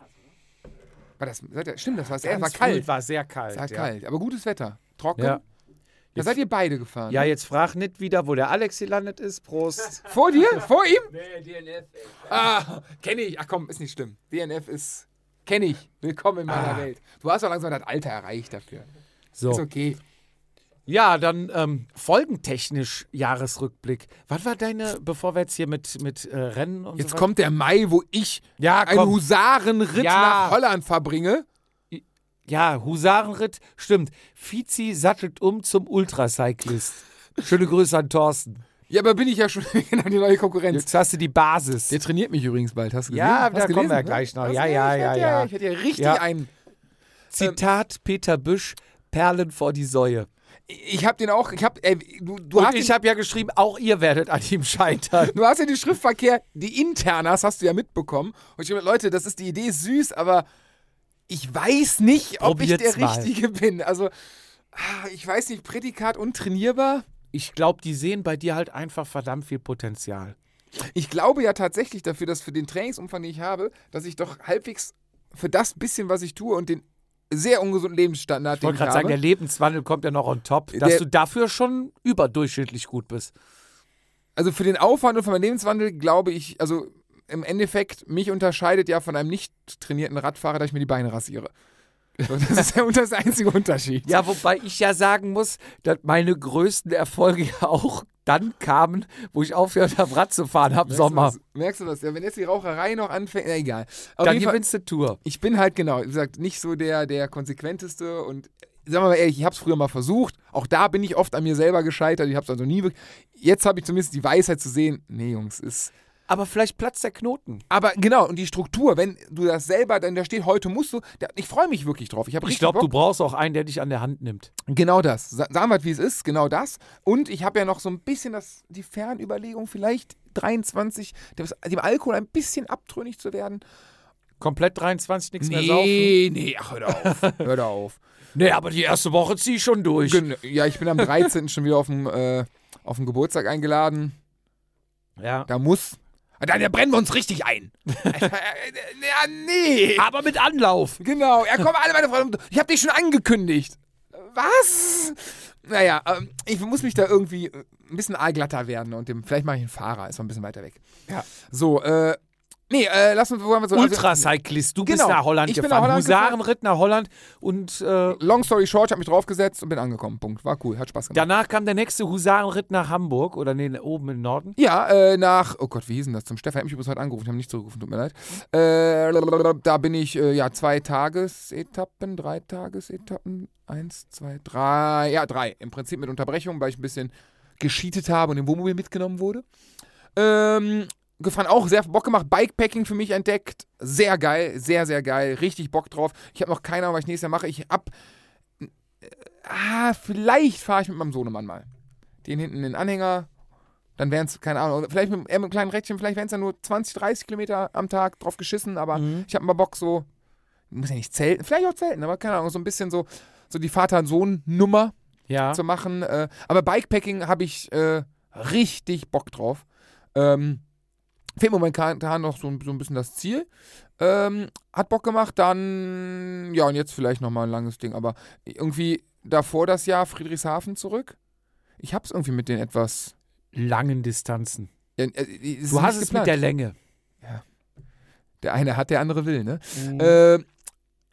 B: War das, seid ihr, stimmt, das war's. Er
A: Ganz
B: war
A: früh,
B: kalt.
A: War sehr kalt.
B: Es war
A: ja.
B: kalt, aber gutes Wetter. Trocken.
A: Ja.
B: Da seid ihr beide gefahren.
A: ja, jetzt frag nicht wieder, wo der Alex gelandet ist.
B: [laughs]
A: Prost. [laughs]
B: Vor dir? Vor ihm?
D: Nee, DNF, ey.
B: Ah, kenne ich. Ach komm, ist nicht schlimm. DNF ist. Kenne ich. Willkommen in meiner Welt. Du hast doch langsam das Alter erreicht dafür.
A: Ah. So.
B: Ist okay.
A: Ja, dann ähm, folgentechnisch Jahresrückblick. Was war deine, bevor wir jetzt hier mit, mit äh, Rennen und
B: Jetzt
A: so
B: kommt der Mai, wo ich
A: Ja,
B: einen
A: komm.
B: Husarenritt
A: Ja.
B: nach Holland verbringe.
A: Ja, Husarenritt, stimmt. Fizi sattelt um zum Ultracyclist. Schöne Grüße an Thorsten.
B: Ja, aber bin ich ja schon [laughs] genau die neue Konkurrenz.
A: Jetzt hast du die Basis.
B: Der trainiert mich übrigens bald, hast du gesehen?
A: Ja,
B: Hast
A: da kommen
B: gelesen,
A: wir
B: ne?
A: gleich noch.
B: Hast
A: Ja,
B: du-
A: ja,
B: ich
A: ja,
B: hätte
A: ja.
B: Ich hätte ja richtig
A: Ja.
B: einen. ähm,
A: Zitat Peter Büsch, Perlen vor die Säue.
B: Ich hab den auch. Ich hab, ey, du, du
A: Und
B: hast
A: ich
B: den,
A: habe ja geschrieben, auch ihr werdet an ihm scheitern.
B: Du hast ja den Schriftverkehr, die Internas hast du ja mitbekommen. Und ich habe Leute, das ist die Idee ist süß, aber ich weiß nicht, ob ich
A: Probiert's
B: der
A: mal.
B: Richtige bin. Also, ah, ich weiß nicht, Prädikat untrainierbar.
A: Ich glaube, die sehen bei dir halt einfach verdammt viel Potenzial.
B: Ich glaube ja tatsächlich dafür, dass für den Trainingsumfang, den ich habe, dass ich doch halbwegs für das bisschen, was ich tue und den sehr ungesunden Lebensstandard,
A: Ich
B: den
A: wollte
B: ich
A: gerade
B: habe.
A: sagen, der Lebenswandel kommt ja noch on top, dass
B: Der-
A: du dafür schon überdurchschnittlich gut bist.
B: also für den Aufwand und für meinen Lebenswandel glaube ich, also im Endeffekt, mich unterscheidet ja von einem nicht trainierten Radfahrer, dass ich mir die Beine rasiere. So, Das ist der, [laughs] das einzige Unterschied.
A: Ja, wobei ich ja sagen muss, dass meine größten Erfolge [laughs] ja auch dann kamen, wo ich aufgehört habe, Rad zu fahren am
B: Merkst
A: Sommer.
B: Du das? Merkst du das? Ja, wenn jetzt die Raucherei noch anfängt, na egal. Auf
A: Dann
B: jeden Fall-
A: gewinnst du Tour.
B: ich bin halt genau, wie gesagt, nicht so der, der konsequenteste und sagen wir mal ehrlich, ich habe es früher mal versucht. Auch da bin ich oft an mir selber gescheitert. Ich habe es also nie wirklich. Jetzt habe ich zumindest die Weisheit zu sehen, nee, Jungs, ist.
A: Aber vielleicht platzt der Knoten.
B: Aber genau, und die Struktur, wenn du das selber, dann da steht, heute musst du, da, ich freue mich wirklich drauf. Ich, hab
A: Ich
B: richtig
A: glaube,
B: Bock.
A: du brauchst auch einen, der dich an der Hand nimmt.
B: Genau das. Sa sagen wir, wie es ist, genau das. Und ich habe ja noch so ein bisschen das, die Fernüberlegung, vielleicht 23, dem, dem Alkohol ein bisschen abtrünnig zu werden.
A: Komplett 23, nichts mehr saufen.
B: Nee, nee, ach, hör doch auf. [laughs] hör doch auf.
A: Nee, aber die erste Woche zieh ich schon durch.
B: Gen- ja, ich bin am 13. schon wieder auf dem, äh, auf dem Geburtstag eingeladen.
A: Ja.
B: Da muss. Ah, Da, da brennen wir uns
A: [laughs]
B: richtig ein. ja, nee.
A: Aber mit Anlauf.
B: Genau. Ja, komm, alle meine Freunde. Ich habe dich schon angekündigt. Was? Naja, ähm, ich muss mich da irgendwie äh, ein bisschen aalglatter werden und dem, vielleicht mache ich einen Fahrer, ist noch ein bisschen weiter weg.
A: Ja.
B: So, äh, nee, äh, lass uns, wo waren wir
A: Also-
B: so?
A: Ultracyclist, du
B: Genau.
A: bist nach Holland
B: Ich bin nach
A: gefahren.
B: Holland
A: Husarenritt nach Holland und äh,
B: Also, long story short, ich habe mich draufgesetzt und bin angekommen. Punkt. War cool, hat Spaß gemacht.
A: danach kam der nächste Husarenritt nach Hamburg oder nee, oben im Norden.
B: Ja, äh, nach, oh Gott, wie hieß denn das? Zum Stefan, hat mich übrigens heute angerufen, ich habe nicht zurückgerufen, tut mir leid. Äh, blablabla, da bin ich, äh, ja, zwei Tagesetappen, drei Tagesetappen, eins, zwei, drei, ja, drei. Im Prinzip mit Unterbrechung, weil ich ein bisschen gescheatet habe und im Wohnmobil mitgenommen wurde. Ähm, gefahren auch, sehr Bock gemacht, Bikepacking für mich entdeckt, sehr geil, sehr, sehr geil, richtig Bock drauf. Ich habe noch keine Ahnung, was ich nächstes Jahr mache. Ich hab, äh, ah, vielleicht fahre ich mit meinem Sohnemann mal. Den hinten in den Anhänger, dann wären es, keine Ahnung, oder vielleicht mit, eher mit einem kleinen Rädchen, vielleicht wären es dann nur 20, 30 Kilometer am Tag drauf geschissen, aber ich habe mal Bock so, muss ja nicht zelten, vielleicht auch zelten, aber keine Ahnung, so ein bisschen so, so die Vater-Sohn-Nummer
A: Ja.
B: zu machen. Äh, aber Bikepacking habe ich äh, richtig Bock drauf. Ähm, fehlt mir momentan noch so, ein- so ein bisschen das Ziel. Ähm, hat Bock gemacht, dann, ja, und jetzt vielleicht nochmal ein langes Ding, aber irgendwie davor das Jahr Friedrichshafen zurück. Ich hab's irgendwie mit den etwas
A: Langen Distanzen.
B: ja, äh, äh, ist
A: Du hast
B: nicht
A: es mit der
B: geplant.
A: Länge.
B: Der eine hat, der andere will, ne?
A: Äh,
B: Äh,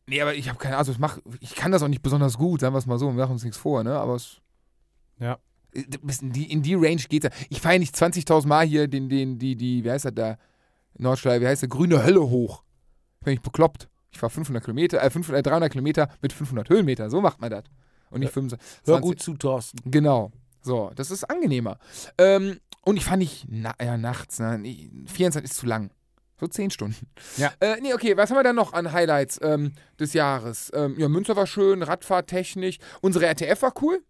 B: nee, aber ich habe keine Ahnung. Ich, mach, ich kann das auch nicht besonders gut, sagen wir es mal so. Wir machen uns nichts vor, ne? Aber es.
A: Ja.
B: Äh, bis In die, in die Range geht Ich fahre ja nicht 20.000 Mal hier den, den, die, die, wie heißt das da? Nordschleife, wie heißt der? Grüne Hölle hoch. Bin ich bekloppt. Ich fahre 500 Kilometer, äh, 500, 300 Kilometer mit 500 Höhenmeter. So macht man das. Und nicht 25.
A: Hör gut zu, Thorsten.
B: Genau. So, das ist angenehmer. Ähm, und ich fand nicht, na, ja, nachts, ne, nee, 24 ist zu lang. So 10 Stunden.
A: Ja.
B: Äh, nee, okay, was haben wir dann noch an Highlights ähm, des Jahres? Ähm, ja, Münster war schön, Radfahrtechnisch. Unsere RTF war cool.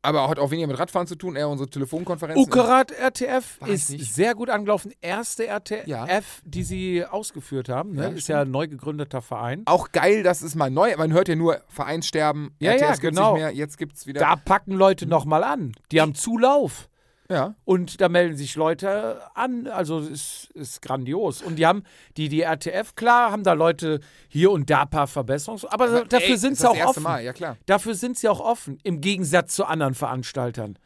B: Aber hat auch weniger mit Radfahren zu tun, eher unsere Telefonkonferenzen.
A: Ukerat RTF
B: Weiß
A: ist
B: nicht.
A: sehr gut angelaufen. Erste RTF,
B: Ja.
A: die sie ausgeführt haben. Ne?
B: Ja,
A: ist ja ein neu gegründeter Verein.
B: Auch geil, das ist mal neu. Man hört ja nur Vereinssterben.
A: Ja,
B: RTFs
A: ja,
B: gibt's
A: genau.
B: Nicht mehr. Jetzt gibt es wieder.
A: Da packen Leute
B: Mhm.
A: nochmal an. Die haben Zulauf.
B: ja.
A: Und da melden sich Leute an. Also es ist, ist grandios. Und die haben, die, die RTF, klar, haben da Leute hier und da ein paar Verbesserungs... Aber,
B: Ey,
A: Also dafür sind
B: ist
A: sie
B: das
A: auch
B: erste
A: offen.
B: Mal, ja klar.
A: Dafür sind sie auch offen, im Gegensatz zu anderen Veranstaltern.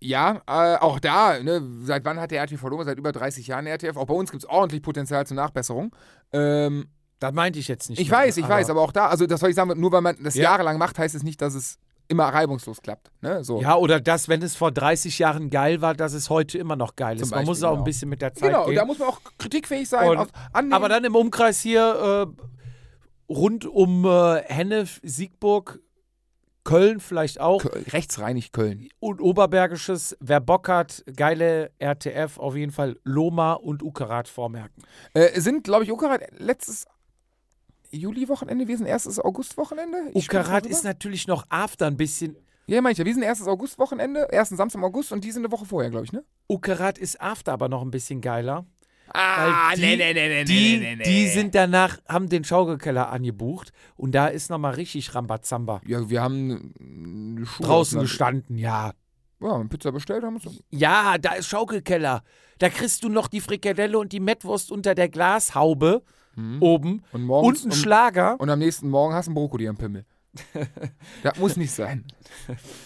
B: Ja, äh, auch da, ne, seit wann hat der RTF verloren? Seit über 30 Jahren RTF. Auch bei uns gibt es ordentlich Potenzial zur Nachbesserung. Ähm,
A: Das meinte ich jetzt nicht.
B: ich
A: mehr,
B: weiß, ich weiß, aber auch da, also das soll ich sagen, nur weil man das
A: Ja.
B: jahrelang macht, heißt es nicht, dass es immer reibungslos klappt. Ne? So.
A: Ja, oder dass, wenn es vor 30 Jahren geil war, dass es heute immer noch geil ist. Man
B: Beispiel,
A: muss es auch
B: genau.
A: ein bisschen mit der Zeit
B: genau, und
A: gehen.
B: da muss man auch kritikfähig sein,
A: Und-
B: auf, annehmen.
A: aber dann im Umkreis hier äh, rund um äh, Hennef, Siegburg, Köln vielleicht auch.
B: Köln, rechtsreinig Köln.
A: und Oberbergisches. Wer Bock hat, geile RTF, auf jeden Fall Loma und Ukerat vormerken.
B: Äh, sind, glaube ich, Ukarat letztes Juli-Wochenende, wir sind erstes August-Wochenende. Ich spring
A: Ukerat
B: drüber.
A: ist natürlich noch after ein bisschen.
B: Ja, meine ich ja, wir sind erstes August-Wochenende, ersten Samstag im August und die sind eine Woche vorher, glaube ich, ne?
A: Ukerat ist after aber noch ein bisschen geiler.
B: Ah,
A: die- die, die sind danach, haben den Schaukelkeller angebucht und da ist nochmal richtig Rambazamba.
B: Ja, wir haben mm, die Schuhe
A: Draußen
B: auseinandergeschnitten.
A: gestanden, ja.
B: Ja, haben Pizza bestellt haben. uns-
A: Ja, da ist Schaukelkeller. Da kriegst du noch die Frikadelle und die Mettwurst unter der Glashaube. oben
B: Mhm. Und
A: und
B: morgens
A: ein
B: um-
A: Schlager
B: und am nächsten Morgen hast du einen Brokkoli
A: [laughs]
B: am Pimmel. das muss nicht sein.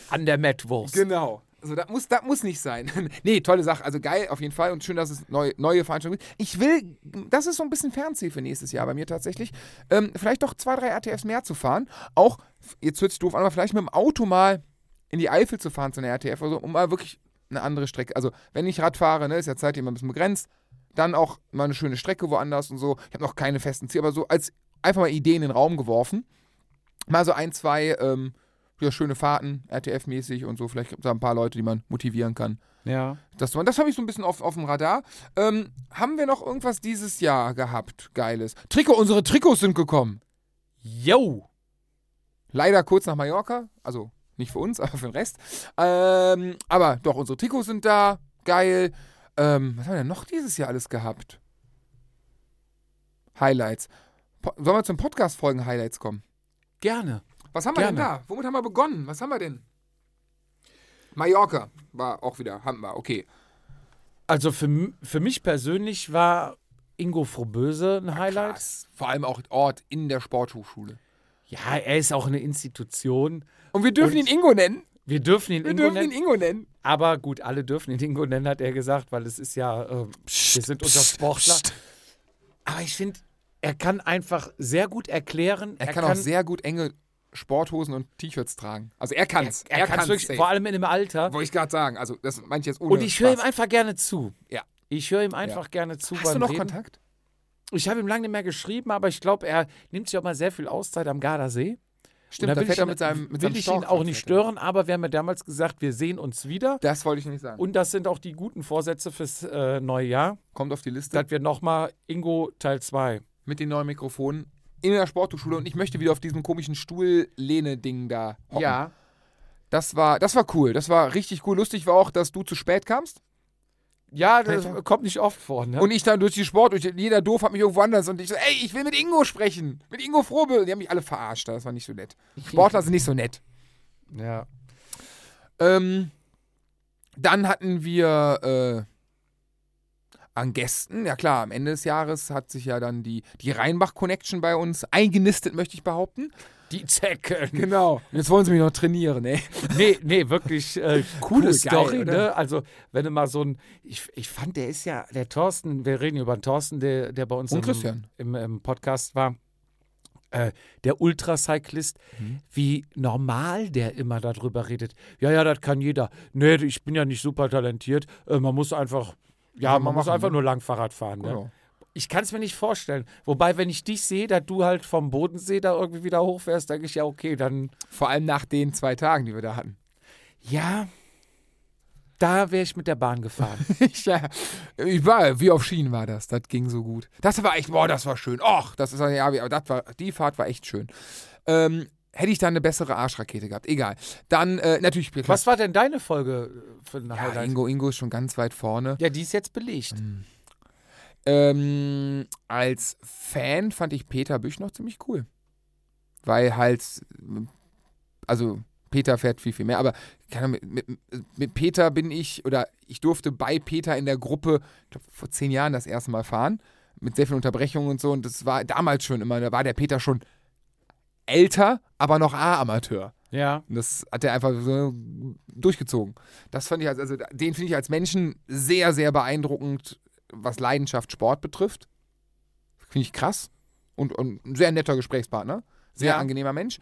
A: an der Metwurst.
B: Genau. Also das muss, das muss nicht sein. [laughs] nee, tolle Sache. Also geil auf jeden Fall und schön, dass es neu, neue Veranstaltungen gibt. Ich will, das ist so ein bisschen Fernziel für nächstes Jahr bei mir tatsächlich, ähm, vielleicht doch zwei, drei RTFs mehr zu fahren. Auch, jetzt hört sich doof an, aber vielleicht mit dem Auto mal in die Eifel zu fahren zu einer RTF oder so, um mal wirklich eine andere Strecke. Also wenn ich Rad fahre, ne, ist ja Zeit immer ein bisschen begrenzt. Dann auch mal eine schöne Strecke woanders und so. Ich habe noch keine festen Ziele, aber so als einfach mal Ideen in den Raum geworfen. Mal so ein, zwei ähm, ja, schöne Fahrten, RTF-mäßig und so. Vielleicht gibt es da ein paar Leute, die man motivieren kann.
A: Ja.
B: Das, das habe ich so ein bisschen auf, auf dem Radar. Ähm, haben wir noch irgendwas dieses Jahr gehabt? Geiles. Trikot, unsere Trikots sind gekommen.
A: Yo!
B: Leider kurz nach Mallorca. Also nicht für uns, [laughs] aber für den Rest. Ähm, aber doch, unsere Trikots sind da. Geil. Ähm, was haben wir denn noch dieses Jahr alles gehabt? Highlights. Po Sollen wir zum Podcast-Folgen-Highlights kommen?
A: Gerne.
B: Was haben wir denn
A: Gerne.
B: da? Womit haben wir begonnen? Was haben wir denn? Mallorca war auch wieder, haben wir, okay.
A: Also für, m- für mich persönlich war Ingo Froböse ein Highlight.
B: Krass. Vor allem auch Ort in der Sporthochschule.
A: Ja, er ist auch eine Institution.
B: Und wir dürfen
A: Und-
B: ihn Ingo nennen.
A: Wir dürfen ihn
B: Wir
A: Ingo
B: dürfen
A: nennen.
B: ihn Ingo nennen.
A: aber gut, alle dürfen ihn Ingo nennen, hat er gesagt, weil es ist ja, äh, wir sind unter Sportler. Aber ich finde, er kann einfach sehr gut erklären.
B: Er, kann, auch sehr gut enge Sporthosen und T-Shirts tragen. Also er kann's.
A: Er, er kann's wirklich,
B: safe.
A: vor allem in dem Alter.
B: Wollte ich gerade sagen. Also das meine ich jetzt ohne
A: Und ich höre ihm
B: Spaß.
A: einfach gerne zu.
B: Ja.
A: Ich höre ihm einfach gerne zu
B: Hast
A: beim
B: du noch
A: Reden.
B: Kontakt?
A: Ich habe ihm lange nicht mehr geschrieben, aber ich glaube, er nimmt sich auch mal sehr viel Auszeit am Gardasee.
B: Stimmt,
A: Und
B: da
A: will
B: fährt
A: ich
B: er
A: ihn-
B: mit seinem mit
A: will
B: seinem
A: ich
B: Stork
A: ihn auch nicht
B: fährt er.
A: stören, aber wir haben ja damals gesagt, wir sehen uns wieder.
B: Das wollte ich nicht sagen.
A: Und das sind auch die guten Vorsätze fürs äh, neue Jahr,
B: Kommt auf die Liste.
A: dass wir nochmal Ingo Teil 2.
B: mit den neuen Mikrofonen in der Sporthochschule und ich möchte wieder auf diesem komischen Stuhl-Lehne-Ding da hocken. Das war, das war cool. Das war richtig cool. Lustig war auch, dass du zu spät kamst
A: Ja, das
B: Alter.
A: kommt nicht oft vor, ne?
B: und ich dann durch die Sport, durch jeder doof hat mich irgendwo anders und ich so, ey, ich will mit Ingo sprechen. Mit Ingo Frobe. Und die haben mich alle verarscht. Das war nicht so nett. Sportler sind nicht so nett.
A: ja.
B: Ähm, dann hatten wir äh, an Gästen, ja klar, am Ende des Jahres hat sich ja dann die, die Rheinbach-Connection bei uns eingenistet, möchte ich behaupten.
A: Die Zecken.
B: Genau. Und jetzt wollen sie mich noch trainieren, ey.
A: nee, nee, wirklich äh, coole
B: Cool, geil,
A: Story,
B: oder?
A: ne? Also, wenn du mal so ein. Ich, ich fand, der ist ja, der Thorsten, wir reden über den Thorsten, der, der bei uns
B: Und
A: im,
B: Christian.
A: im, im Podcast war. Äh, der Ultracyclist,
B: Mhm.
A: wie normal der immer darüber redet. Ja, ja, das kann jeder. Nee, ich bin ja nicht super talentiert. Äh, man muss einfach, ja,
B: Kann
A: man,
B: man
A: muss
B: machen,
A: einfach
B: ne?
A: nur lang Fahrrad fahren. Ne?
B: Genau.
A: Ich kann es mir nicht vorstellen. Wobei, wenn ich dich sehe, dass du halt vom Bodensee da irgendwie wieder hochfährst, denke ich ja, okay, dann.
B: Vor allem nach den zwei Tagen, die wir da hatten.
A: Ja, da wäre ich mit der Bahn
B: [laughs]
A: gefahren.
B: Ich, ja, ich war, wie auf Schienen war das. Das ging so gut. Das war echt, boah, das war schön. Och, das ist ein Jahr, wie- aber das war, die Fahrt war echt schön. Ähm, hätte ich da eine bessere Arschrakete gehabt. Egal. Dann, äh, natürlich,
A: Was war denn deine Folge äh, für ein
B: ja,
A: Highlight?
B: Ingo, Mhm. Ingo ist schon ganz weit vorne.
A: Ja, die ist jetzt belegt.
B: Ähm, als Fan fand ich Peter Büch noch ziemlich cool. Weil halt, also Peter fährt viel, viel mehr, aber keine Ahnung, mit, mit, mit Peter bin ich, oder ich durfte bei Peter in der Gruppe, ich glaube vor zehn Jahren das erste Mal fahren, mit sehr vielen Unterbrechungen und so, und das war damals schon immer, da war der Peter schon älter, aber noch A-Amateur.
A: Ja.
B: Und das hat er einfach so durchgezogen. Das fand ich als, also den finde ich als Menschen sehr, sehr beeindruckend, was Leidenschaft Sport betrifft. Finde ich krass. Und, und ein sehr netter Gesprächspartner. Sehr
A: Ja.
B: angenehmer Mensch.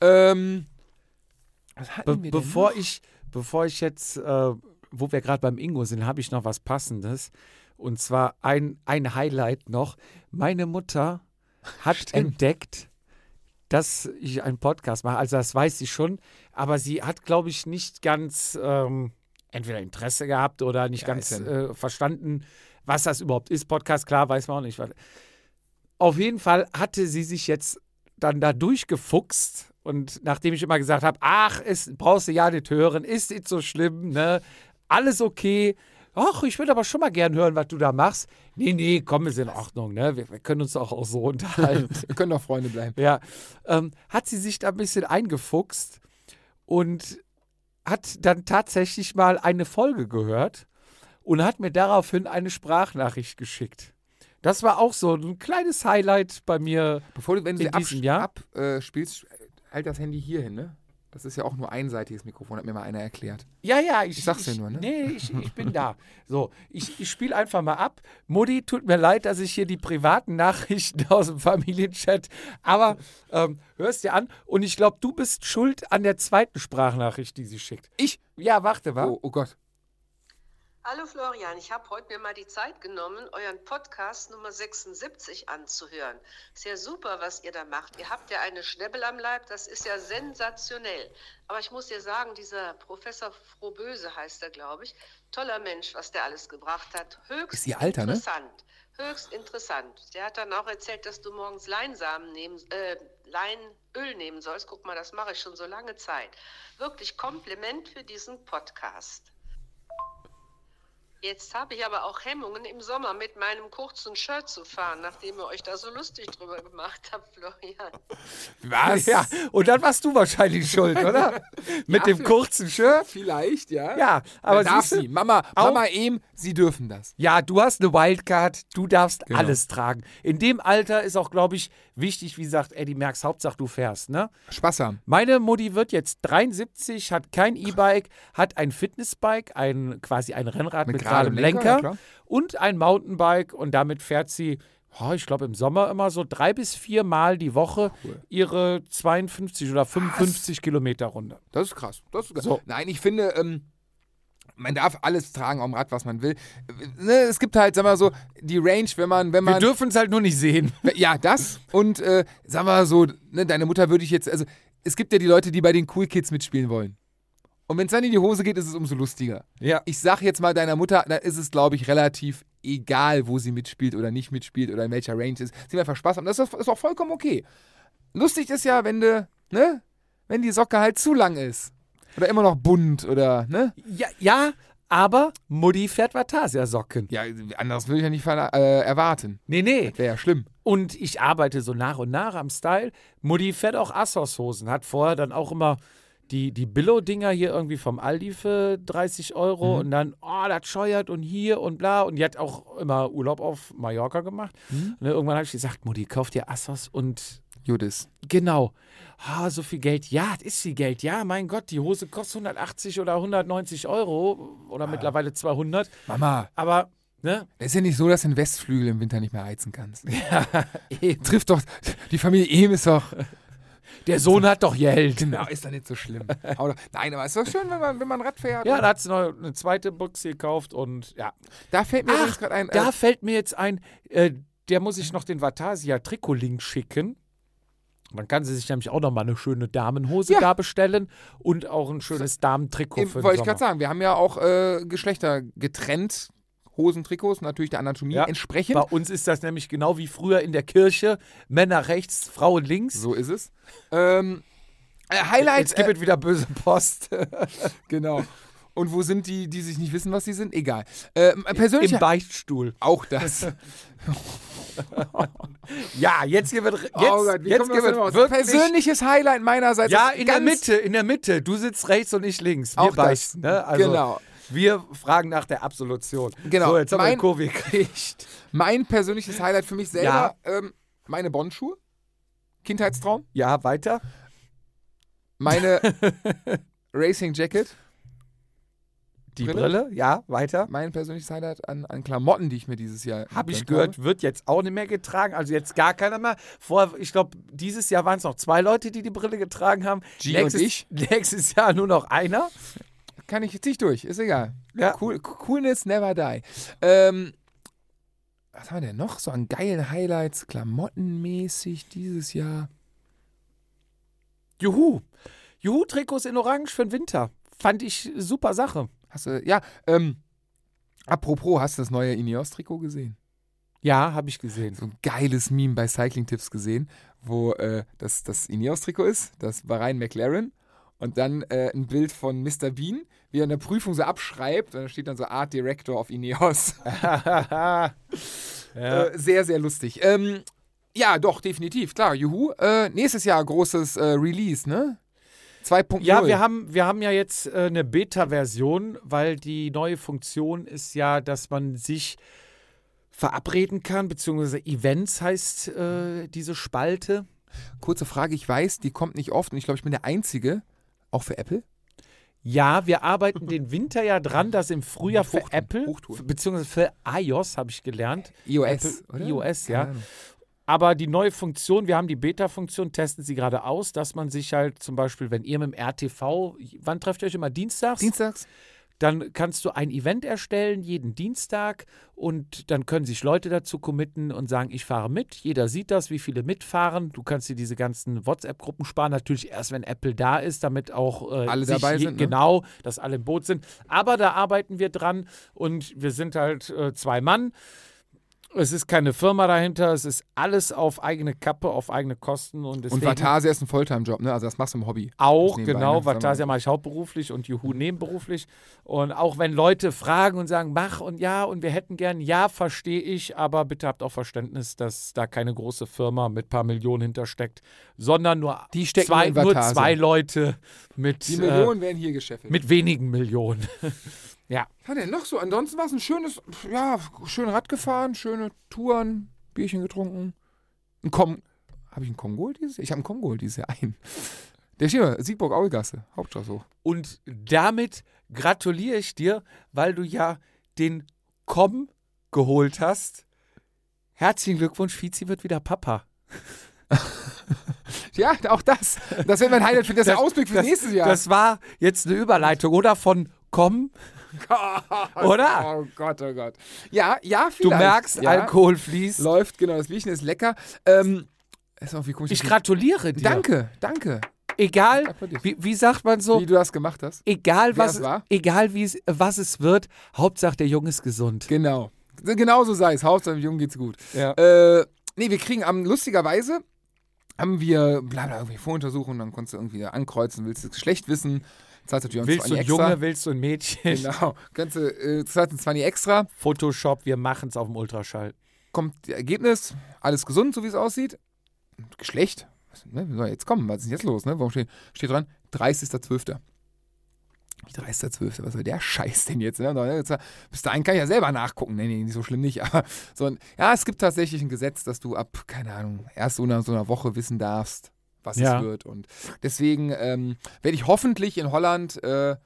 B: Ähm, was hatten
A: Be
B: wir denn
A: bevor,
B: noch?
A: ich, bevor ich jetzt, äh, wo wir gerade beim Ingo sind, habe ich noch was Passendes. Und zwar ein, ein Highlight noch. Meine Mutter hat entdeckt, dass ich einen Podcast mache. Also das weiß sie schon. Aber sie hat, glaube ich, nicht ganz ähm, entweder Interesse gehabt oder nicht
B: Ja,
A: ganz
B: ist
A: äh, verstanden, was das überhaupt ist. Podcast, klar, weiß man auch nicht. was- Auf jeden Fall hatte sie sich jetzt dann da durchgefuchst und nachdem ich immer gesagt habe, ach, es brauchst du ja nicht hören, ist nicht so schlimm, ne? Alles okay. Ach, ich würde aber schon mal gern hören, was du da machst. Nee, nee, komm, ist in Ordnung, ne? Wir, wir können uns auch, auch so [laughs] unterhalten.
B: Wir können doch Freunde bleiben.
A: ja. Ähm, hat sie sich da ein bisschen eingefuchst und hat dann tatsächlich mal eine Folge gehört und hat mir daraufhin eine Sprachnachricht geschickt. Das war auch so ein kleines Highlight bei mir.
B: Bevor du, wenn du
A: In
B: sie abspielst,
A: diesem
B: ab,
A: Jahr?
B: äh, spielst, halt das Handy hier hin, ne? Das ist ja auch nur einseitiges Mikrofon, hat mir mal einer erklärt.
A: Ja, ja, ich,
B: Ich sag's dir nur, ne?
A: Nee, ich, ich bin da. So, ich, ich spiele einfach mal ab. Mutti, tut mir leid, dass ich hier die privaten Nachrichten [laughs] aus dem Familienchat, aber ähm, hörst dir an und ich glaube, du bist schuld an der zweiten Sprachnachricht, die sie schickt.
B: Ich?
A: Ja, warte, wa?
B: Oh, oh Gott.
D: Hallo Florian, ich habe heute mir mal die Zeit genommen, euren Podcast Nummer 76 anzuhören. Ist ja super, was ihr da macht. Ihr habt ja eine Schnäbel am Leib, das ist ja sensationell. Aber ich muss dir sagen, dieser Professor Frohböse heißt er, glaube ich. Toller Mensch, was der alles gebracht hat. Höchst
B: Ist ihr Alter, ne?
D: interessant. Höchst interessant. Der hat dann auch erzählt, dass du morgens Leinsamen nehmen, äh, Leinöl nehmen sollst. Guck mal, das mache ich schon so lange Zeit. Wirklich Kompliment für diesen Podcast. Jetzt habe ich aber auch Hemmungen, im Sommer mit meinem kurzen Shirt zu fahren, nachdem ihr euch da so lustig drüber gemacht habt, Florian.
B: [laughs] Was?
A: Ah, Ja, und dann warst du wahrscheinlich schuld,
B: [laughs]
A: oder? Mit dem kurzen Shirt?
B: Vielleicht, ja.
A: Ja,
B: aber
A: aber
B: darf
A: siehste-
B: sie. Mama,
A: Auch-
B: Mama ehm, sie dürfen das.
A: Ja, du hast eine Wildcard, du darfst
B: Genau.
A: alles tragen. In dem Alter ist auch, glaube ich, wichtig, wie sagt Eddie Merckx, Hauptsache du fährst, ne?
B: Spaß haben.
A: Meine Mutti wird jetzt 73, hat kein E-Bike, hat ein Fitnessbike, ein, quasi ein Rennrad mit, geradem Lenker,
B: ja, klar.
A: und ein Mountainbike und damit fährt sie, oh, ich glaube im Sommer immer so drei bis vier Mal die Woche ihre 52 oder 55 Kilometer Runde.
B: Das ist krass. Das ist krass.
A: So.
B: Nein, ich finde, ähm, man darf alles tragen am Rad, was man will. Äh, Ne, es gibt halt, sag mal so, die Range, wenn man, wenn
A: Wir
B: man.
A: dürfen es halt nur nicht sehen.
B: Ja, das. Und äh, sag mal so, ne, deine Mutter würde ich jetzt, also es gibt ja die Leute, die bei den Cool Kids mitspielen wollen. Und wenn es dann in die Hose geht, ist es umso lustiger.
A: Ja.
B: Ich sag jetzt mal deiner Mutter, da ist es, glaube ich, relativ egal, wo sie mitspielt oder nicht mitspielt oder in welcher Range ist. Sie will einfach Spaß haben. Das ist, ist auch vollkommen okay. Lustig ist ja, wenn du, ne, wenn die Socke halt zu lang ist. Oder immer noch bunt oder, ne?
A: Ja, ja aber Mutti fährt Vatasia-Socken.
B: Ja, anders würde ich ja nicht verla- äh, erwarten.
A: Nee, nee.
B: Wäre ja schlimm.
A: Und ich arbeite so nach und nach am Style. Mutti fährt auch Assos-Hosen, hat vorher dann auch immer die, die Billo-Dinger hier irgendwie vom Aldi für 30 Euro und dann, oh, das scheuert und hier und bla. Und die hat auch immer Urlaub auf Mallorca gemacht. Und dann irgendwann habe ich gesagt, Mutti, kauf dir Assos und
B: Judis.
A: genau. Ah, so viel Geld, ja, das ist viel Geld, ja, mein Gott, die Hose kostet 180 oder 190 Euro oder mittlerweile 200.
B: Mama,
A: Aber, ne,
B: Es ist ja nicht so, dass du den Westflügel im Winter nicht mehr heizen
A: [laughs]
B: kannst. Ja, Trifft doch, die Familie Ehm ist doch.
A: der Sohn hat doch Geld.
B: Genau, ist doch nicht
A: [laughs]
B: so schlimm. Hau doch- Nein, aber es ist doch schön, wenn man, wenn man Rad fährt.
A: Ja, da hat sie noch eine zweite Büchse gekauft und ja.
B: da fällt mir übrigens gerade ein.
A: da
B: äh,
A: fällt mir jetzt ein, äh, der muss ich noch den Vatasia-Trikot-Link schicken. Dann kann sie sich nämlich auch noch mal eine schöne Damenhose
B: Ja.
A: da bestellen und auch ein schönes Damentrikot
B: eben,
A: für den
B: wollte ich
A: Sommer.
B: gerade sagen, wir haben ja auch äh, Geschlechter getrennt. Hosen, Trikots, natürlich der Anatomie
A: Ja.
B: entsprechend.
A: Bei uns ist das nämlich genau wie früher in der Kirche: Männer rechts, Frauen links.
B: So ist es. Ähm, äh, Highlights.
A: Jetzt gibt es wieder böse Post. [laughs]
B: genau. Und wo sind die, die sich nicht wissen, was sie sind? Egal. Ähm, persönlich
A: Im Beichtstuhl.
B: auch das.
A: Ja, jetzt gibt es. Jetzt,
B: Oh wie
A: jetzt
B: kommen
A: gibt
B: wir
A: es
B: aus dem Haus?
A: wirklich.
B: Persönliches Highlight meinerseits.
A: Ja,
B: ist
A: in der
B: ganz
A: Mitte, in der Mitte. Du sitzt rechts und ich links. Wir
B: Auch das.
A: beichten. Ne? Also
B: Genau.
A: Wir fragen nach der Absolution.
B: Genau.
A: So, jetzt haben wir
B: Mein-
A: die Kurve gekriegt.
B: Mein persönliches Highlight für mich selber, ähm, meine Bondschuhe. Kindheitstraum.
A: Ja, weiter. [laughs]
B: Meine Racing Jacket.
A: Die
B: Brille?
A: Brille, ja, weiter.
B: Mein persönliches Highlight an, an Klamotten, die ich mir dieses Jahr.
A: Habe ich
B: gegönnt
A: gehört,
B: habe.
A: wird jetzt auch nicht mehr getragen. Also jetzt gar keiner mehr. Vor, ich glaube, dieses Jahr waren es noch zwei Leute, die die Brille getragen haben.
B: G
A: nächstes,
B: und ich.
A: [laughs] Nächstes Jahr nur noch einer.
B: Kann ich jetzt nicht durch, ist egal.
A: Ja.
B: Cool, coolness never die. Ähm, was haben wir denn noch so an geilen Highlights, klamottenmäßig dieses Jahr?
A: Juhu. Juhu-Trikots in Orange für den Winter. Fand ich super Sache.
B: Hast du, ja, ähm, apropos, hast du das neue Ineos-Trikot gesehen?
A: Ja, habe ich gesehen.
B: [laughs] so ein geiles Meme bei Cycling Tipps gesehen, wo äh, das, das Ineos-Trikot ist, das Bahrain McLaren. Und dann äh, ein Bild von Mr. Bean, wie er in der Prüfung so abschreibt. Und da steht dann so Art Director of Ineos.
A: ja.
B: [laughs] Äh, sehr, sehr lustig. Ähm, ja, doch, definitiv. Klar, juhu. Äh, nächstes Jahr großes äh, Release, ne? 2.0.
A: Ja, wir haben, wir haben ja jetzt äh, eine Beta-Version, weil die neue Funktion ist ja, dass man sich verabreden kann, beziehungsweise Events heißt äh, diese Spalte.
B: Kurze Frage, ich weiß, die kommt nicht oft und ich glaube, ich bin der Einzige, auch für Apple.
A: Ja, wir arbeiten den Winter ja dran, dass im Frühjahr für
B: Hochtouren,
A: Apple,
B: Hochtouren.
A: f- beziehungsweise für iOS, habe ich gelernt,
B: iOS,
A: Apple-
B: oder?
A: iOS,
B: Keine
A: ja.
B: Ahnung.
A: Aber die neue Funktion, wir haben die Beta-Funktion, testen sie gerade aus, dass man sich halt zum Beispiel, wenn ihr mit dem RTV, wann trefft ihr euch immer? Dienstags?
B: Dienstags?
A: Dann kannst du ein Event erstellen, jeden Dienstag, und dann können sich Leute dazu committen und sagen, ich fahre mit. Jeder sieht das, wie viele mitfahren. Du kannst dir diese ganzen WhatsApp-Gruppen sparen, natürlich erst, wenn Apple da ist, damit auch äh,
B: Alle
A: sich
B: dabei sind, ne?
A: Genau, dass alle im Boot sind. Aber da arbeiten wir dran und wir sind halt äh, zwei Mann. Es ist keine Firma dahinter, es ist alles auf eigene Kappe, auf eigene Kosten und
B: Und
A: deswegen
B: Vatasia ist ein Volltime-Job, ne? Also das machst du im Hobby.
A: auch,
B: nebenbei, ne?
A: genau,
B: Sagen wir
A: Vatasia mache ich hauptberuflich und Juhu nebenberuflich. Und auch wenn Leute fragen und sagen, mach und ja, und wir hätten gern, ja, verstehe ich, aber bitte habt auch Verständnis, dass da keine große Firma mit paar Millionen hintersteckt, sondern nur,
B: Die stecken
A: zwei,
B: in
A: nur
B: Vatasia.
A: zwei Leute mit,
B: Die
A: äh,
B: Millionen werden hier gescheffelt.
A: mit wenigen Millionen.
B: Was hat er noch so? Ansonsten war es ein schönes, pf, ja, schön Rad gefahren, schöne Touren, Bierchen getrunken. Ein Kom. Habe ich einen Kongo dieses Jahr? Ich habe einen Kongo dieses Jahr ein. Der steht hier, Siegburg Aulgasse, Hauptstraße hoch.
A: Und damit gratuliere ich dir, weil du ja den Komm geholt hast. Herzlichen Glückwunsch, Fizi wird wieder Papa.
B: Ja, auch das. Das wäre mein Highlight für das,
A: Das-
B: Also Ausblick für
A: das-
B: nächstes Jahr.
A: Das war jetzt eine Überleitung, oder? Von Komm, oder?
B: Oh Gott, oh Gott. Ja, ja,
A: Du
B: vielleicht.
A: merkst,
B: ja,
A: Alkohol fließt.
B: Läuft, genau, das Bierchen ist lecker. Ähm, ist auch wie komisch.
A: Ich
B: das-
A: gratuliere dir.
B: Danke, danke,
A: Egal,
B: Applaus.
A: wie, wie sagt man so,
B: wie du das gemacht hast.
A: egal
B: Wie
A: was,
B: das war?
A: egal wie es, was es wird, Hauptsache der Junge ist gesund.
B: Genau. Genau so sei es. Hauptsache, dem Jungen geht's gut.
A: Ja.
B: Äh, nee, wir kriegen am, lustigerweise haben wir, bla bla, irgendwie Voruntersuchungen, dann konntest du irgendwie ankreuzen, willst du das Geschlecht wissen, zahlst natürlich auch
A: willst du
B: einen
A: ein
B: 20 extra.
A: Junge, willst du ein Mädchen?
B: Genau, kannst du, äh, zahlst einen 20 extra,
A: [laughs] Photoshop, wir machen es auf dem Ultraschall.
B: kommt das Ergebnis, alles gesund, so wie es aussieht. Und Geschlecht, was, ne, wie soll jetzt kommen, was ist denn jetzt los, ne? Warum steht, steht dran? 30.12. Wie 30.12., was soll der Scheiß denn jetzt? Ne? Und dann, äh, Bis dahin kann ich ja selber nachgucken. Nee, nee, nicht so schlimm nicht. [laughs] Aber so ein, ja, es gibt tatsächlich ein Gesetz, dass du ab, keine Ahnung, erst so nach so einer Woche wissen darfst, was
A: Ja.
B: es wird. Und deswegen ähm, werde ich hoffentlich in Holland, äh,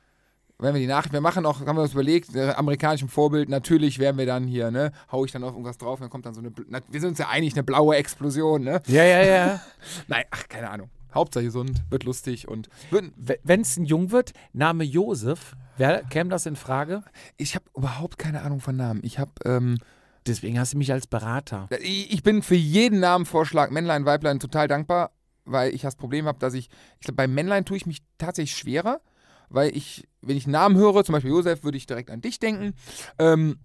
B: wenn wir die Nachricht, wir machen auch, haben wir uns überlegt, äh, amerikanischem Vorbild, natürlich werden wir dann hier, ne, hau ich dann auf irgendwas drauf und dann kommt dann so eine, bl- na, wir sind uns ja einig, eine blaue Explosion, ne?
A: Ja, ja, ja.
B: Nein, ach, keine Ahnung. Hauptsache gesund, wird lustig und wird,
A: Wenn es ein Jung wird, Name Josef, wer, käme das in Frage?
B: ich habe überhaupt keine Ahnung von Namen. Ich habe, ähm,
A: Deswegen hast du mich als Berater.
B: Ich ich bin für jeden Namenvorschlag, Männlein, Weiblein, total dankbar, weil ich das Problem habe, dass ich, ich glaube, bei Männlein tue ich mich tatsächlich schwerer, weil ich, wenn ich Namen höre, zum Beispiel Josef, würde ich direkt an dich denken. Ähm,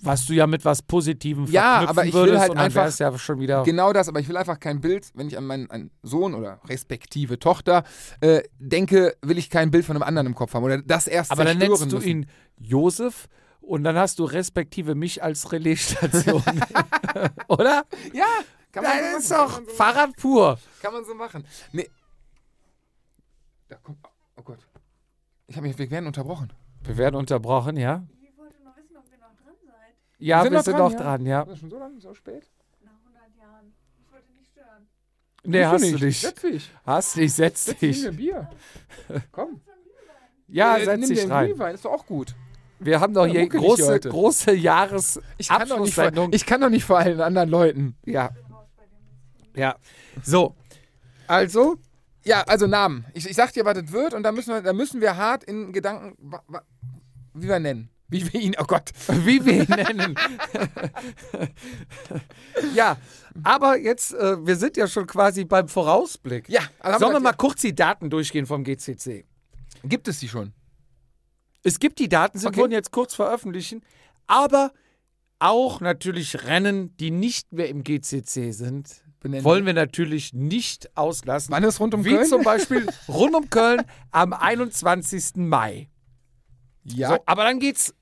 A: Was du ja mit was Positivem
B: Ja,
A: verknüpfen
B: aber ich will
A: würdest
B: halt
A: und dann
B: einfach-
A: wär's ja schon wieder.
B: Genau das, aber ich will einfach kein Bild, wenn ich an meinen an Sohn oder respektive Tochter äh, denke, will ich kein Bild von einem anderen im Kopf haben oder das erst
A: Aber dann
B: zerstören
A: nennst du
B: müssen.
A: ihn Josef und dann hast du respektive mich als
B: [laughs]
A: Relaisstation. Oder?
B: Ja, kann man,
A: Das ist
B: so machen,
A: doch Fahrrad pur.
B: kann man so machen. Kann man so machen. Nee. Da kommt, oh Gott. Ich habe mich, wir werden unterbrochen.
A: Wir werden unterbrochen, ja?
E: Ich wollte nur wissen, ob ihr noch dran seid.
A: Ja,
B: Sind
A: wir
B: wir
A: sind
B: dran,
A: noch
B: ja?
A: dran, ja.
B: Ist das schon so lange, so spät?
E: Nach 100 Jahren. Ich wollte nicht stören.
A: Nee, hast
B: Bist
A: du dich.
B: Setz [laughs] dich.
A: Hast dich, setz
B: Setz dich.
A: dich.
B: Nimm dir ein Bier. Komm.
A: Ja,
B: Äh,
A: setz
B: nimm dir
A: dich
B: einen
A: rein.
B: Glühwein, ist doch auch gut.
A: Wir haben doch
B: Ja,
A: hier
B: mucke dich hier
A: große,
B: heute.
A: große Jahres.
B: Ich kann, doch nicht vor,
A: Abschlusssendung.
B: ich kann doch nicht vor allen anderen Leuten.
A: Ja. Ja. So.
B: Also? Ja, also Namen. Ich, ich sag dir, was das wird und da müssen wir, da müssen wir hart in Gedanken, wa- wa- wie wir nennen. Wie wir ihn, oh Gott.
A: wie wir ihn nennen. ja, aber jetzt, äh, wir sind ja schon quasi beim Vorausblick.
B: Ja, also haben
A: Sollen wir
B: wir
A: mal kurz die Daten durchgehen vom GCC?
B: Gibt es die schon?
A: Es gibt die Daten, sie
B: Okay.
A: wurden jetzt kurz veröffentlichen, aber auch natürlich Rennen, die nicht mehr im GCC sind,
B: Benennen.
A: wollen wir natürlich nicht auslassen.
B: Wann ist rund um
A: Wie
B: Köln?
A: zum Beispiel rund um Köln am 21. Mai.
B: ja,
A: So, aber dann geht's.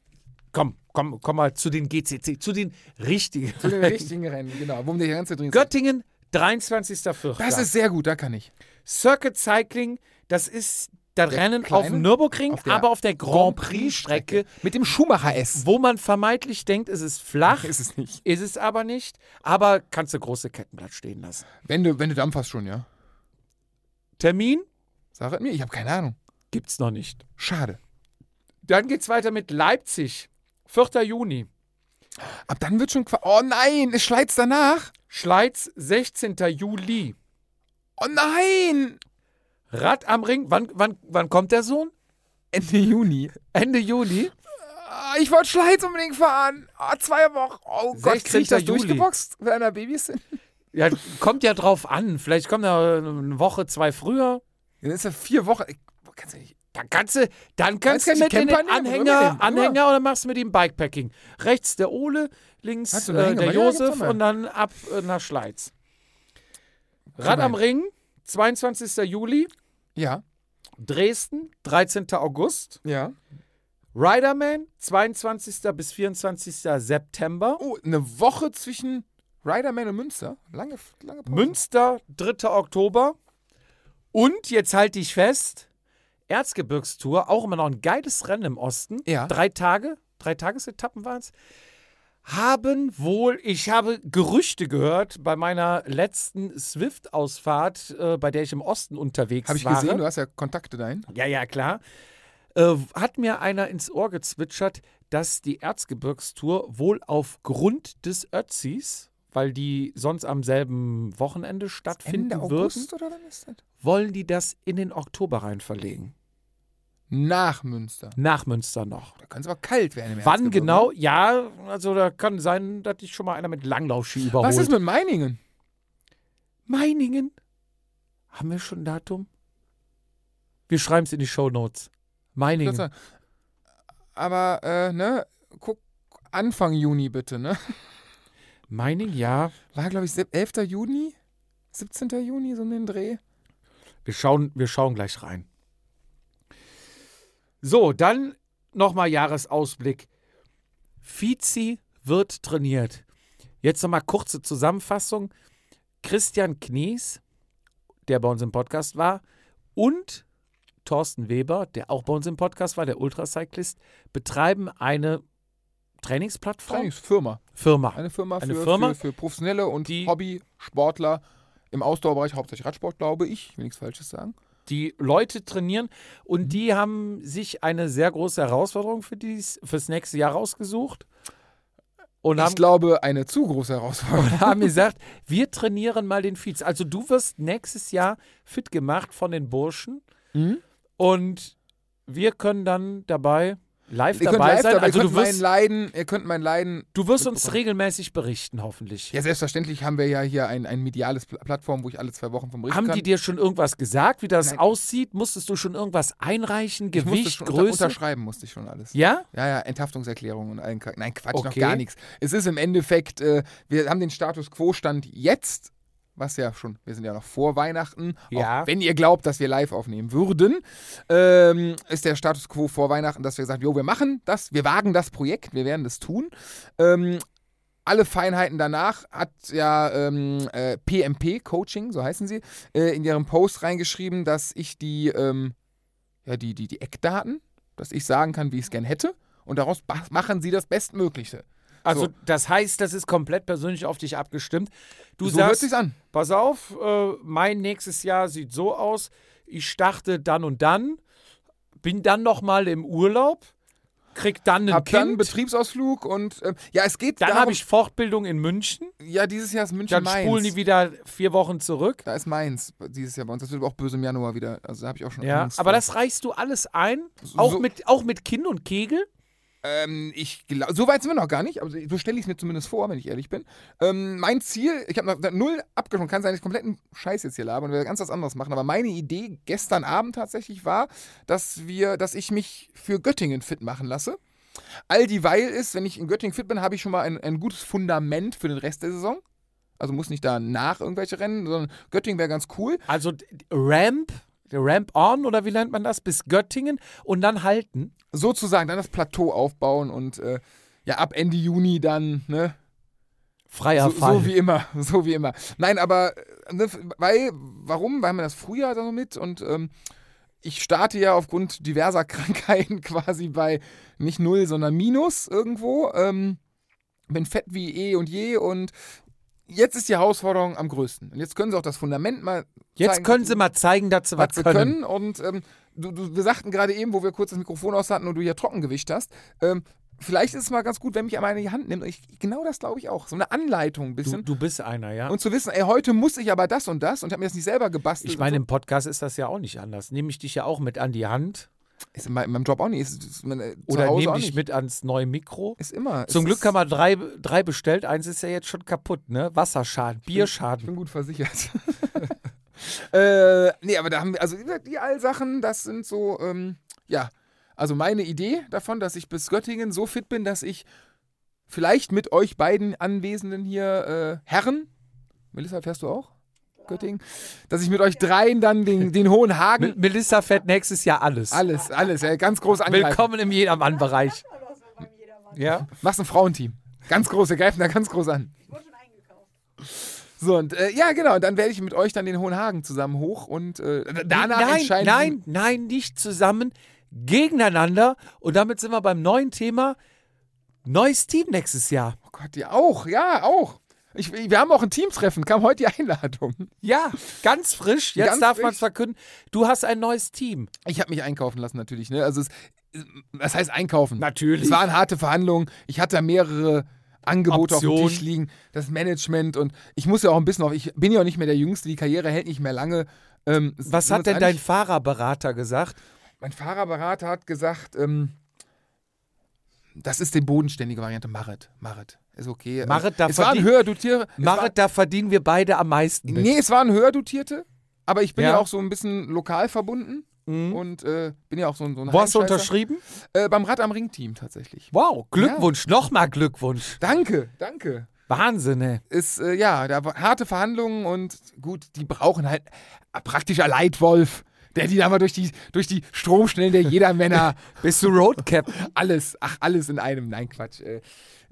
A: Komm, komm, komm mal zu den GCC, zu den richtigen.
B: zu den richtigen Rennen, genau. Wo der ganze drin
A: Göttingen, 23.04.
B: Das ist sehr gut, da kann ich.
A: Circuit Cycling, das ist das
B: Der
A: Rennen
B: kleine?
A: auf dem Nürburgring,
B: Auf der
A: aber auf der Grand Prix-Strecke,
B: mit dem Schumacher S.
A: wo man vermeintlich denkt, es ist flach,
B: Ist es nicht.
A: ist es aber nicht. Aber kannst du große Kettenblatt stehen lassen.
B: Wenn du, wenn du dampferst schon, ja.
A: Termin
B: Sag es mir, ich habe keine Ahnung.
A: gibt's noch nicht.
B: Schade.
A: Dann geht's weiter mit Leipzig, 4. Juni.
B: Ab dann wird schon. Qua oh nein, es schleit's danach.
A: Schleiz, 16. Juli.
B: Oh nein!
A: Rad am Ring, wann, wann, wann kommt der Sohn?
B: Ende Juni.
A: Ende Juli.
B: Ah, Ich wollte Schleiz unbedingt fahren. Ah, zwei Wochen. Oh Gott, krieg ich
A: 16.
B: das
A: Juli.
B: durchgeboxt, wenn da Babys sind?
A: Ja, kommt ja drauf an. Vielleicht kommt er eine Woche, zwei früher.
B: Dann ist ja vier Wochen. Ich, kannst du nicht.
A: Dann kannst du, dann kannst
B: Dann
A: du mit
B: kannst du die
A: in den
B: Camper nehmen,
A: Anhänger,
B: mitnehmen,
A: Anhänger oder machst du mit ihm Bikepacking. Rechts der Ole, links
B: Hast du eine
A: äh,
B: Hänge-
A: der
B: Ja, gibt's
A: Josef
B: auch mal.
A: und dann ab äh, nach Schleiz. Rad
B: Immerhin.
A: am Ring, 22. Juli.
B: Ja,
A: Dresden, 13. August.
B: ja.
A: Riderman, 22. bis 24. September.
B: Oh, eine Woche zwischen Riderman und Münster. Lange, lange Pause.
A: Münster, 3. Oktober. Und jetzt halte ich fest: Erzgebirgstour, auch immer noch ein geiles Rennen im Osten.
B: Ja.
A: Drei Tage, drei Tagesetappen waren es. Haben wohl, ich habe Gerüchte gehört bei meiner letzten Swift-Ausfahrt, äh, bei der ich im Osten unterwegs
B: Habe ich
A: war.
B: gesehen, du hast ja Kontakte dahin.
A: Ja, ja, klar. Äh, hat mir einer ins Ohr gezwitschert, dass die Erzgebirgstour wohl aufgrund des Ötzis, weil die sonst am selben Wochenende stattfinden
B: Ende
A: würden,
B: August oder wann ist das?
A: wollen die das in den Oktober rein verlegen.
B: Nach Münster.
A: Nach Münster noch.
B: Da kann es aber kalt werden im
A: Wann
B: Erzgebirge.
A: genau? Ja, also da kann sein, dass dich schon mal einer mit Langlaufski überholt.
B: Was ist mit Meiningen?
A: Meiningen? Haben wir schon ein Datum? Wir schreiben es in die Shownotes.
B: Ich würd
A: Meiningen.
B: sagen, Aber, äh, ne, guck Anfang Juni bitte, ne?
A: Meiningen, ja.
B: War, glaube ich, sieb- 11. Juni? 17. Juni, so um den Dreh?
A: Wir schauen, wir schauen gleich rein. So, dann nochmal Jahresausblick. Fizi wird trainiert. Jetzt nochmal kurze Zusammenfassung. Christian Knies, der bei uns im Podcast war, und Thorsten Weber, der auch bei uns im Podcast war, der Ultracyclist, betreiben eine Trainingsplattform,
B: Trainingsfirma.
A: Firma.
B: Eine Firma,
A: Eine
B: für,
A: Firma,
B: für, für professionelle und
A: die-
B: Hobby-Sportler im Ausdauerbereich, hauptsächlich Radsport, glaube ich. Ich will nichts Falsches sagen.
A: die Leute trainieren
B: Mhm.
A: und die haben sich eine sehr große Herausforderung für dies, fürs nächste Jahr rausgesucht und haben,
B: ich glaube, eine zu große Herausforderung.
A: haben gesagt, wir trainieren mal den Fietz. Also du wirst nächstes Jahr fit gemacht von den Burschen
B: Mhm.
A: und wir können dann dabei live
B: [laughs] Ihr könnt
A: dabei
B: live
A: sein.
B: dabei,
A: also
B: ihr könnt
A: du
B: mein
A: wirst,
B: Leiden, ihr könnt mein Leiden.
A: du wirst uns
B: mitbekommen.
A: regelmäßig berichten, hoffentlich.
B: Ja, selbstverständlich haben wir ja hier ein, ein mediales Pl Plattform, wo ich alle zwei Wochen vom Richter
A: Haben
B: kann.
A: die dir schon irgendwas gesagt, wie das
B: Nein.
A: aussieht? Musstest du schon irgendwas einreichen?
B: ich musste
A: Gewicht,
B: schon unter,
A: Größe?
B: unterschreiben musste ich schon alles.
A: Ja?
B: Ja, ja, Enthaftungserklärung und allen Kack. Nein, Quatsch, noch
A: Okay.
B: gar nichts. Es ist im Endeffekt, äh, wir haben den Status Quo-Stand jetzt, was ja schon, wir sind ja noch vor Weihnachten.
A: Ja.
B: Auch wenn ihr glaubt, dass wir live aufnehmen würden, ähm, ist der Status Quo vor Weihnachten, dass wir gesagt haben, jo, wir machen das, wir wagen das Projekt, wir werden das tun. Ähm, alle Feinheiten danach hat ja ähm, äh, PMP Coaching, so heißen sie, äh, in ihrem Post reingeschrieben, dass ich die, ähm, ja, die, die, die Eckdaten, dass ich sagen kann, wie ich es gern hätte. Und daraus ba- machen sie das Bestmögliche.
A: Also
B: So.
A: das heißt, das ist komplett persönlich auf dich abgestimmt. Du
B: so hört
A: sagst,
B: sich's an.
A: pass auf, äh, mein nächstes Jahr sieht so aus, ich starte dann und dann, bin dann nochmal im Urlaub, krieg dann ein
B: Hab dann einen
A: Kind,
B: Betriebsausflug und ähm, ja, es geht
A: dann
B: darum,
A: habe ich Fortbildung in München,
B: ja dieses Jahr ist München
A: dann
B: Mainz.
A: spulen die wieder vier Wochen zurück.
B: da ist Mainz dieses Jahr bei uns. Das wird aber auch böse im Januar wieder. Also da habe ich auch schon
A: Ja,
B: Angst
A: aber
B: vor.
A: das reichst du alles ein, auch,
B: so-
A: mit, auch mit Kind und Kegel.
B: Ähm, ich glaube, so weit sind wir noch gar nicht, aber so stelle ich es mir zumindest vor, wenn ich ehrlich bin. Ähm, mein Ziel, ich habe noch null abgeschlossen, kann sein, dass ich kompletten Scheiß jetzt hier labern und wir ganz was anderes machen, aber meine Idee gestern Abend tatsächlich war, dass wir, dass ich mich für Göttingen fit machen lasse. All dieweil ist, wenn ich in Göttingen fit bin, habe ich schon mal ein, ein gutes Fundament für den Rest der Saison. Also muss nicht da nach irgendwelche Rennen, sondern Göttingen wäre ganz cool.
A: Also d- Ramp, Ramp on oder wie nennt man das, bis Göttingen und dann halten.
B: Sozusagen dann das Plateau aufbauen und äh, ja, ab Ende Juni dann, ne,
A: Freier
B: so,
A: Fall.
B: so wie immer, [laughs] so wie immer. Nein, aber äh, ne, weil, warum? Weil man das Frühjahr da so mit und ähm, ich starte ja aufgrund diverser [laughs] Krankheiten quasi bei nicht Null, sondern Minus irgendwo. Ähm, bin fett wie eh und je und jetzt ist die Herausforderung am größten. Und jetzt können sie auch das Fundament mal
A: Jetzt
B: zeigen,
A: können
B: was
A: Sie mal zeigen, dass Sie was,
B: was wir
A: können.
B: können. Und ähm, du, du, wir sagten gerade eben, wo wir kurz das Mikrofon aus hatten und du hier trocken gewischt hast, ähm, vielleicht ist es mal ganz gut, wenn mich einmal in die Hand nimmt. Und Ich, genau das glaube ich auch. So eine Anleitung ein
A: Du,
B: bisschen.
A: du bist einer, ja.
B: und zu wissen, ey, heute muss ich aber das und das und habe mir das nicht selber gebastelt.
A: ich meine, im Podcast ist das ja auch nicht anders. Nehme ich dich ja auch mit an die Hand
B: Ist in meinem in meinem Job auch nicht. Ist, ist meine, zu
A: oder
B: Hause
A: nehme
B: auch
A: dich
B: nicht.
A: mit ans neue Mikro.
B: Ist immer.
A: Zum
B: es
A: Glück
B: ist,
A: haben wir drei, drei bestellt. Eins ist ja jetzt schon kaputt, ne? Wasserschaden,
B: Ich
A: Bierschaden.
B: bin gut versichert. [laughs] äh, nee, aber da haben wir, also wie gesagt, die Allsachen, das sind so, ähm, ja, also meine Idee davon, dass ich bis Göttingen so fit bin, dass ich vielleicht mit euch beiden Anwesenden hier, äh, Herren, Melissa, fährst du auch? Göttingen? Dass ich mit euch dreien dann den, den hohen
A: Mel-
B: Hagen.
A: Melissa fährt nächstes Jahr alles.
B: Alles, alles, ja, ganz groß angreifen.
A: Willkommen im Jedermann-Bereich.
E: Das war doch so beim Jedermann.
A: Ja?
B: Machst ein Frauenteam. Ganz groß, wir greifen da ganz groß an.
E: Ich wurde schon eingekauft.
B: So, und äh, ja, genau, und dann werde ich mit euch dann den Hohen Hagen zusammen hoch und äh, danach
A: nein,
B: entscheiden.
A: nein, nein, nicht zusammen, gegeneinander. Und damit sind wir beim neuen Thema. Neues Team nächstes Jahr.
B: Oh Gott, ja auch, ja, auch. Ich, wir haben auch ein Teamtreffen, kam heute die Einladung.
A: Ja, ganz frisch. Jetzt
B: Ganz
A: darf man es
B: frisch.
A: verkünden. Du hast ein neues Team.
B: Ich habe mich einkaufen lassen natürlich, ne? Also es, was heißt einkaufen?
A: Natürlich.
B: Es waren harte Verhandlungen. Ich hatte da mehrere Angebote auf
A: Optionen.
B: dem Tisch liegen, das Management und ich muss ja auch ein bisschen auf, ich bin ja auch nicht mehr der Jüngste, die Karriere hält nicht mehr lange. Ähm,
A: Was
B: sind
A: hat denn
B: uns
A: dein
B: einig?
A: Fahrerberater gesagt?
B: Mein Fahrerberater hat gesagt, ähm, das ist die bodenständige Variante. Marit, Marit. Ist okay. Äh,
A: Marit, da
B: es war ein
A: verdient-
B: höher dotier,
A: Marit, da verdienen wir beide am meisten. Mit.
B: Nee, es waren höher dotierte, aber ich bin ja,
A: Ja.
B: auch so ein bisschen lokal verbunden
A: Mhm.
B: und äh, bin ja auch so ein, so ein
A: Wo hast du
B: Heimscheißer.
A: unterschrieben?
B: Äh, beim Rad am Ring Team tatsächlich.
A: Wow, Glückwunsch, nochmal Glückwunsch.
B: Danke, danke.
A: Wahnsinn, ey.
B: Ist äh, ja, da war harte Verhandlungen und gut, die brauchen halt ein praktischer Leitwolf, der die da mal durch die durch die
A: [laughs]
B: Stromschnellen der jeder Männer
A: Bist du
B: [laughs]
A: Roadcap?
B: alles, ach alles in einem, nein Quatsch. Äh,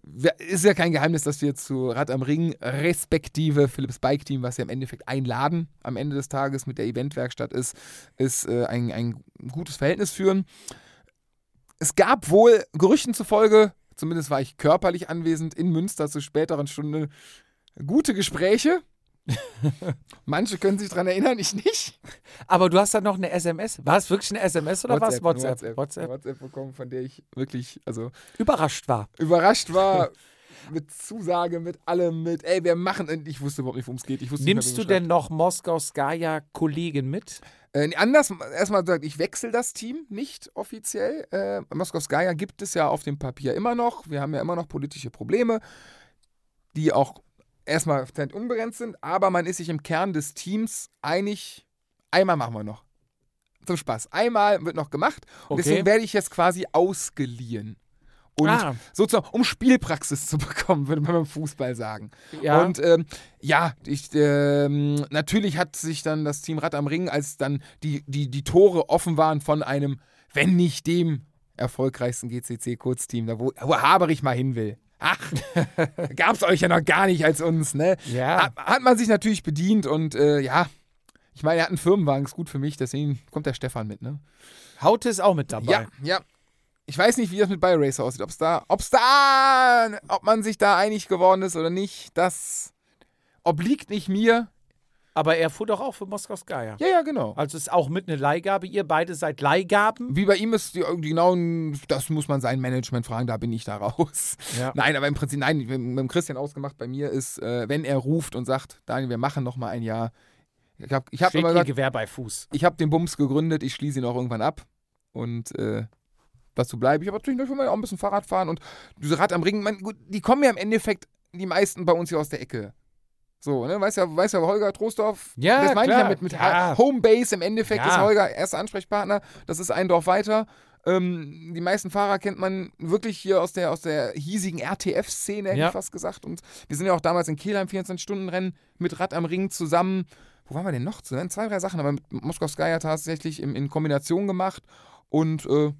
B: wer- ist ja kein Geheimnis, dass wir zu Rad am Ring respektive Philips Bike Team, was ja im Endeffekt ein Laden am Ende des Tages mit der Eventwerkstatt ist, ist äh, ein, ein gutes Verhältnis führen. Es gab wohl Gerüchten zufolge, zumindest war ich körperlich anwesend in Münster zur späteren Stunde, gute
A: [laughs]
B: Gespräche. Manche können sich daran erinnern, ich nicht.
A: Aber du hast dann noch eine SMS. War es wirklich eine SMS oder was? WhatsApp. WhatsApp.
B: WhatsApp. WhatsApp bekommen, von der ich wirklich, also
A: Überrascht war.
B: überrascht war mit Zusage, mit allem, mit ey, wir machen. Und ich wusste überhaupt nicht, worum es geht. Ich wusste
A: Nimmst
B: nicht
A: du
B: mehr,
A: denn noch Moskau Skaja Kollegen mit?
B: Äh, nee, anders, erstmal gesagt, ich wechsle das Team nicht offiziell. Äh, Moskowskaja gibt es ja auf dem Papier immer noch. Wir haben ja immer noch politische Probleme, die auch erstmal vielleicht unbegrenzt sind, aber man ist sich im Kern des Teams einig, einmal machen wir noch. Zum Spaß. Einmal wird noch gemacht und
A: Okay.
B: deswegen werde ich jetzt quasi ausgeliehen. Und
A: Ah.
B: sozusagen, um Spielpraxis zu [laughs] bekommen, würde man beim Fußball sagen.
A: Ja.
B: Und ähm, ja, ich, ähm, natürlich hat sich dann das Team Rad am Ring, als dann die, die, die Tore offen waren von einem, wenn nicht dem erfolgreichsten GCC-Kurzteam, da wo, wo Haberich mal hin will. Ach, [laughs] gab's euch ja noch gar nicht als uns, ne?
A: Ja.
B: Hat, hat man sich natürlich bedient und äh, ja, ich meine, er hat einen Firmenwagen, ist gut für mich, deswegen kommt der Stefan mit, ne?
A: Haute ist auch mit dabei.
B: Ja, ja. Ich weiß nicht, wie das mit BioRacer aussieht. Ob's da, ob's da, ob man sich da einig geworden ist oder nicht, das obliegt nicht mir.
A: Aber er fuhr doch auch für Moskau Skaja.
B: Ja, ja, genau.
A: Also ist auch mit eine Leihgabe. Ihr beide seid Leihgaben.
B: Wie bei ihm ist die, äh, die genauen, das muss man sein Management fragen, da bin ich da [laughs] raus.
A: Ja.
B: Nein, aber im Prinzip, nein, mit, mit dem Christian ausgemacht bei mir ist, äh, wenn er ruft und sagt, Daniel, wir machen noch mal ein Jahr. Ich habe ich hab
A: Steht
B: immer
A: ihr
B: gesagt,
A: Gewehr bei Fuß.
B: ich habe den Bums gegründet, ich schließe ihn auch irgendwann ab. Und äh, dazu bleibe ich. Aber zwischendurch will man ja auch ein bisschen Fahrrad fahren. Und diese Rad am Ring, man, gut, die kommen ja im Endeffekt die meisten bei uns hier aus der Ecke. So, ne? Weiß ja, weiß ja Holger Trostorf.
A: Ja,
B: das meine ich
A: klar,
B: ja mit, mit
A: klar.
B: Homebase im Endeffekt
A: Ja.
B: ist Holger erster Ansprechpartner. Das ist ein Dorf weiter. Ähm, die meisten Fahrer kennt man wirklich hier aus der, aus der hiesigen RTF-Szene, hätte
A: Ja.
B: ich fast gesagt. Und wir sind ja auch damals in Kehlheim 24-Stunden-Rennen mit Rad am Ring zusammen. Wo waren wir denn noch zusammen? Zwei, drei Sachen, aber mit Moskau Sky hat tatsächlich in, in Kombination gemacht. Und äh,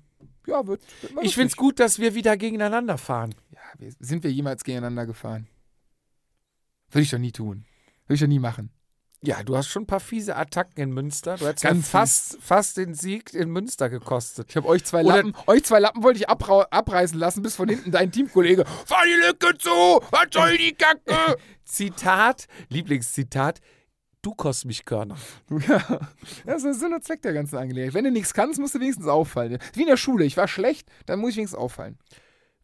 B: ja, wird. wird mal
A: Ich find's
B: lustig.
A: gut, dass wir wieder gegeneinander fahren.
B: Ja, wir, sind wir jemals gegeneinander gefahren? Würde ich doch nie tun. Würde ich doch nie machen.
A: Ja, du hast schon ein paar fiese Attacken in Münster. Du hättest mir
B: Ganz fies.
A: fast, fast den Sieg in Münster gekostet.
B: Ich habe euch zwei
A: Oder-
B: Lappen, euch zwei Lappen wollte ich abrau- abreißen lassen, bis von hinten dein Teamkollege. Fahr die Lücke zu! Was soll
A: [laughs]
B: die Kacke?
A: Zitat, Lieblingszitat, du kostet mich Körner.
B: ja, das ist der Sinn und Zweck der ganzen Angelegenheit. Wenn du nichts kannst, musst du wenigstens auffallen. Wie in der Schule, ich war schlecht, dann muss ich wenigstens auffallen.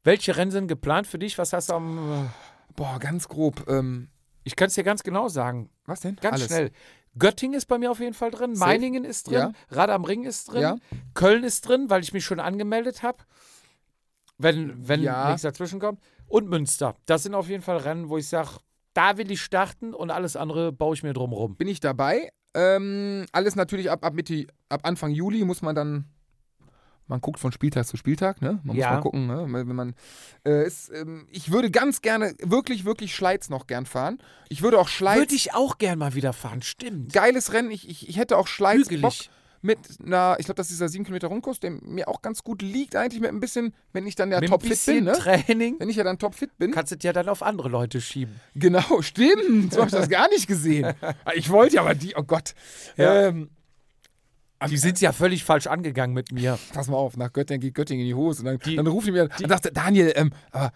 A: Welche Rennen sind geplant für dich? Was hast du am...
B: Boah, ganz grob. Ähm,
A: Ich kann es dir ganz genau sagen.
B: was denn?
A: Ganz
B: Alles.
A: schnell. Göttingen ist bei mir auf jeden Fall drin.
B: Safe.
A: Meiningen ist drin.
B: Ja.
A: Rad am Ring ist drin.
B: Ja.
A: Köln ist drin, weil ich mich schon angemeldet habe. Wenn, wenn
B: Ja.
A: nichts dazwischen kommt. Und Münster. Das sind auf jeden Fall Rennen, wo ich sage, da will ich starten und alles andere baue ich mir drum rum.
B: Bin ich dabei. Ähm, alles natürlich ab, ab Mitte, ab Anfang Juli muss man dann. Man guckt von Spieltag zu Spieltag, ne? Man
A: Ja.
B: muss mal gucken, ne? Wenn man, äh, ist, ähm, ich würde ganz gerne, wirklich, wirklich Schleiz noch gern fahren. Ich würde auch Schleiz.
A: Würde ich auch gern mal wieder fahren, stimmt.
B: geiles Rennen. Ich, ich, ich hätte auch Schleiz
A: Hügelig.
B: Bock mit einer, ich glaube, das ist dieser 7 Kilometer Rundkurs, der mir auch ganz gut liegt, eigentlich mit ein bisschen, wenn ich dann ja
A: Mit ein
B: topfit
A: bisschen
B: bin, ne?
A: Training
B: Wenn ich ja dann topfit bin.
A: kannst du es ja dann auf andere Leute schieben.
B: Genau, [laughs] stimmt. So habe ich das gar
A: [laughs]
B: nicht gesehen. Ah, Ich wollte ja aber die, oh Gott.
A: Ja.
B: Ähm,
A: Die sind ja völlig falsch angegangen mit mir.
B: pass mal auf, nach Göttingen geht Göttingen in die Hose. Und dann, dann ruft die mir an und sagt, Daniel, ähm, aber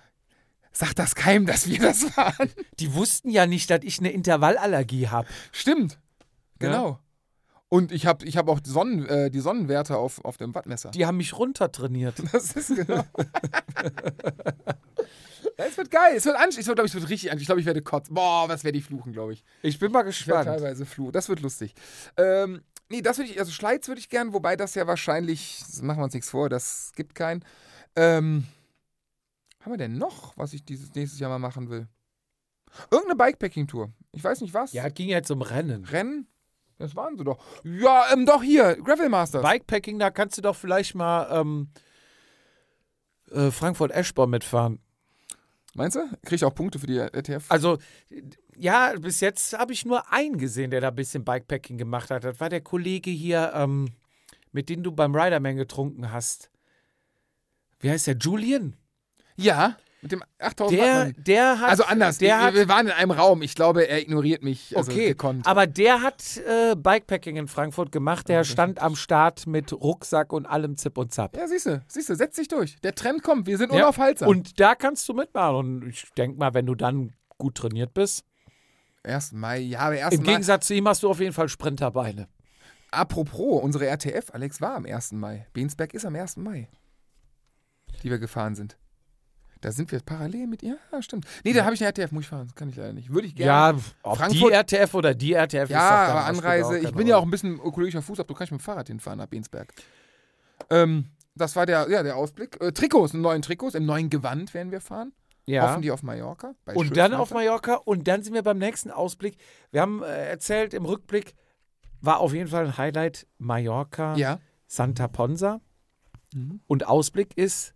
B: sag das keinem, dass wir das waren. [laughs]
A: Die wussten ja nicht, dass ich eine Intervallallergie habe.
B: Stimmt. Genau. Und ich habe ich hab auch die, Sonnen, äh, die Sonnenwerte auf, auf dem Wattmesser.
A: Die haben mich runtertrainiert.
B: Das ist genau. [laughs] Ja, es wird geil. Es wird anstrengend. Ich glaube, ich es wird richtig anstrengend. Ich glaube, ich werde kotzen. Boah, was werde ich fluchen, glaube ich.
A: Ich bin mal
B: Ich
A: gespannt.
B: werde teilweise fluchen. Das wird lustig. Ähm, nee, das würde ich, also Schleiz würde ich gern, wobei das ja wahrscheinlich, machen wir uns nichts vor, das gibt keinen. Ähm, haben wir denn noch, was ich dieses nächstes Jahr mal machen will? Irgendeine Bikepacking-Tour. Ich weiß nicht was.
A: Ja, ging jetzt um Rennen.
B: Rennen? Das waren sie doch. Ja, ähm, doch hier, Gravel Masters.
A: Bikepacking, da kannst du doch vielleicht mal ähm, äh, Frankfurt-Eschborn mitfahren.
B: Meinst du? Krieg ich auch Punkte für die RTF?
A: Also, ja, bis jetzt habe ich nur einen gesehen, der da ein bisschen Bikepacking gemacht hat. Das war der Kollege hier, ähm, mit dem du beim Riderman getrunken hast. Wie heißt der? Julian?
B: Ja. Mit dem 8000
A: Der,
B: Wattmann.
A: der hat.
B: Oh, Also anders.
A: Der
B: wir,
A: hat,
B: wir waren in einem Raum. Ich glaube, er ignoriert mich. Also
A: okay,
B: gekonnt.
A: aber der hat äh, Bikepacking in Frankfurt gemacht. Der stand am Start mit Rucksack und allem Zip und Zap.
B: Ja, siehst du, siehst du, setz dich durch. Der Trend kommt. Wir sind
A: Ja,
B: unaufhaltsam.
A: Und da kannst du mitmachen. Und ich denke mal, wenn du dann gut trainiert bist.
B: 1. Mai, ja, aber 1.
A: Im
B: Mai.
A: Gegensatz zu ihm hast du auf jeden Fall Sprinterbeine.
B: Apropos, unsere RTF, Alex war am 1. Mai. Beensberg ist am 1. Mai, die wir gefahren sind. Da sind wir parallel mit ihr. Ja, stimmt. Nee, da habe ich eine RTF, muss ich fahren. Das kann ich leider nicht. Würde ich gerne.
A: Ja, ob
B: Frankfurt-
A: die RTF oder die RTF ist doch
B: Ja,
A: dann
B: aber
A: hast du da
B: Anreise.
A: keine
B: Ich bin ja auch
A: Rolle.
B: ein bisschen ökologischer Fußabdruck. Kann ich mit dem Fahrrad hinfahren nach Bensberg? Ähm, das war der, ja, der Ausblick. Äh, Trikots, einen neuen Trikots. Im neuen Gewand werden wir fahren.
A: Ja.
B: Hoffen die auf Mallorca. bei schönem
A: Und dann auf
B: Wetter.
A: Mallorca und dann sind wir beim nächsten Ausblick. Wir haben äh, erzählt, im Rückblick war auf jeden Fall ein Highlight Mallorca,
B: Ja.
A: Santa Ponsa. Und Ausblick ist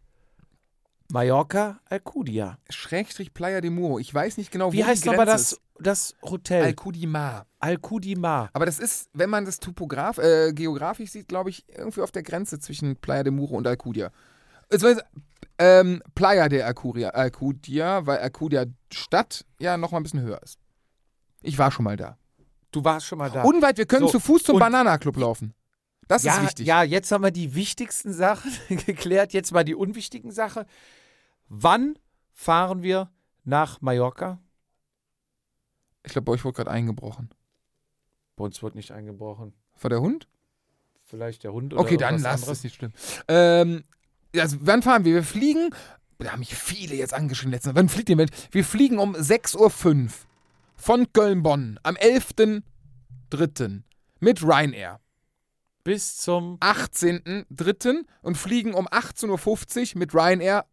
A: Mallorca, Alcudia.
B: Schrägstrich Playa de Muro. Ich weiß nicht genau,
A: Wie
B: wo
A: heißt
B: die
A: nochmal
B: Grenze
A: das,
B: Ist.
A: das Hotel?
B: Alcudimar.
A: Alcudimar.
B: Aber das ist, wenn man das topograf, äh, geografisch sieht, glaube ich, irgendwie auf der Grenze zwischen Playa de Muro und Alcudia. Es war jetzt, ähm, Playa de Alcudia, Alcudia, weil Alcudia Stadt ja nochmal ein bisschen höher ist. Ich war schon mal da.
A: Du warst schon mal da.
B: Unweit, wir können
A: So,
B: zu Fuß zum
A: und-
B: Bananaclub laufen. Das
A: ja,
B: ist wichtig.
A: ja, jetzt haben wir die wichtigsten Sachen [laughs] geklärt. Jetzt mal die unwichtigen Sachen. Wann fahren wir nach Mallorca?
B: Ich glaube, bei euch wurde gerade eingebrochen.
A: Bei uns wird nicht eingebrochen.
B: War der Hund?
A: Vielleicht der Hund oder
B: Okay, dann
A: irgendwas
B: lass
A: anderes.
B: es nicht schlimm. Ähm, also, wann fahren wir? Wir fliegen. Da haben mich viele jetzt angeschrieben letztens. Wann fliegt ihr mit? Wir fliegen um 6.05 Uhr von Köln-Bonn am 11.03. mit Ryanair.
A: Bis zum
B: 18.03. und fliegen um 18.50 Uhr mit Ryanair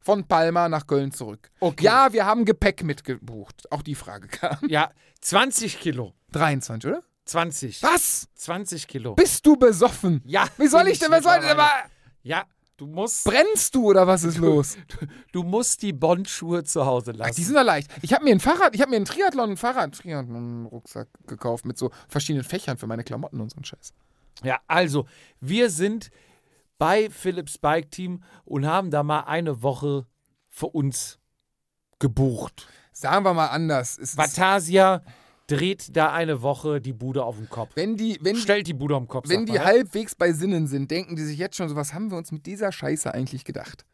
B: von Palma nach Köln zurück.
A: Okay.
B: Ja, wir haben Gepäck mitgebucht. Auch die Frage kam. [laughs]
A: ja, 20 Kilo.
B: 23, oder?
A: 20.
B: Was?
A: 20 Kilo.
B: Bist du besoffen?
A: Ja.
B: Wie soll
A: bin
B: ich denn, was soll ich denn
A: mittlerweile.
B: aber?
A: Ja, du musst,
B: Brennst du oder was ist los?
A: du musst die Bondschuhe zu Hause lassen.
B: Ach, die sind ja leicht. Ich habe mir ein Fahrrad, ich habe mir ein Triathlon, ein Fahrrad, Triathlon Rucksack gekauft mit so verschiedenen Fächern für meine Klamotten und so einen Scheiß.
A: Ja, also, wir sind bei Philips Bike Team und haben da mal eine Woche für uns gebucht.
B: Sagen wir mal anders. Es ist,
A: Vatasia, dreht da eine Woche die Bude auf den Kopf.
B: Wenn die, wenn, die-
A: Stellt die Bude auf den Kopf.
B: wenn
A: sagt
B: die
A: man, ne?
B: halbwegs bei Sinnen sind, denken die sich jetzt schon so, was haben wir uns mit dieser Scheiße eigentlich gedacht?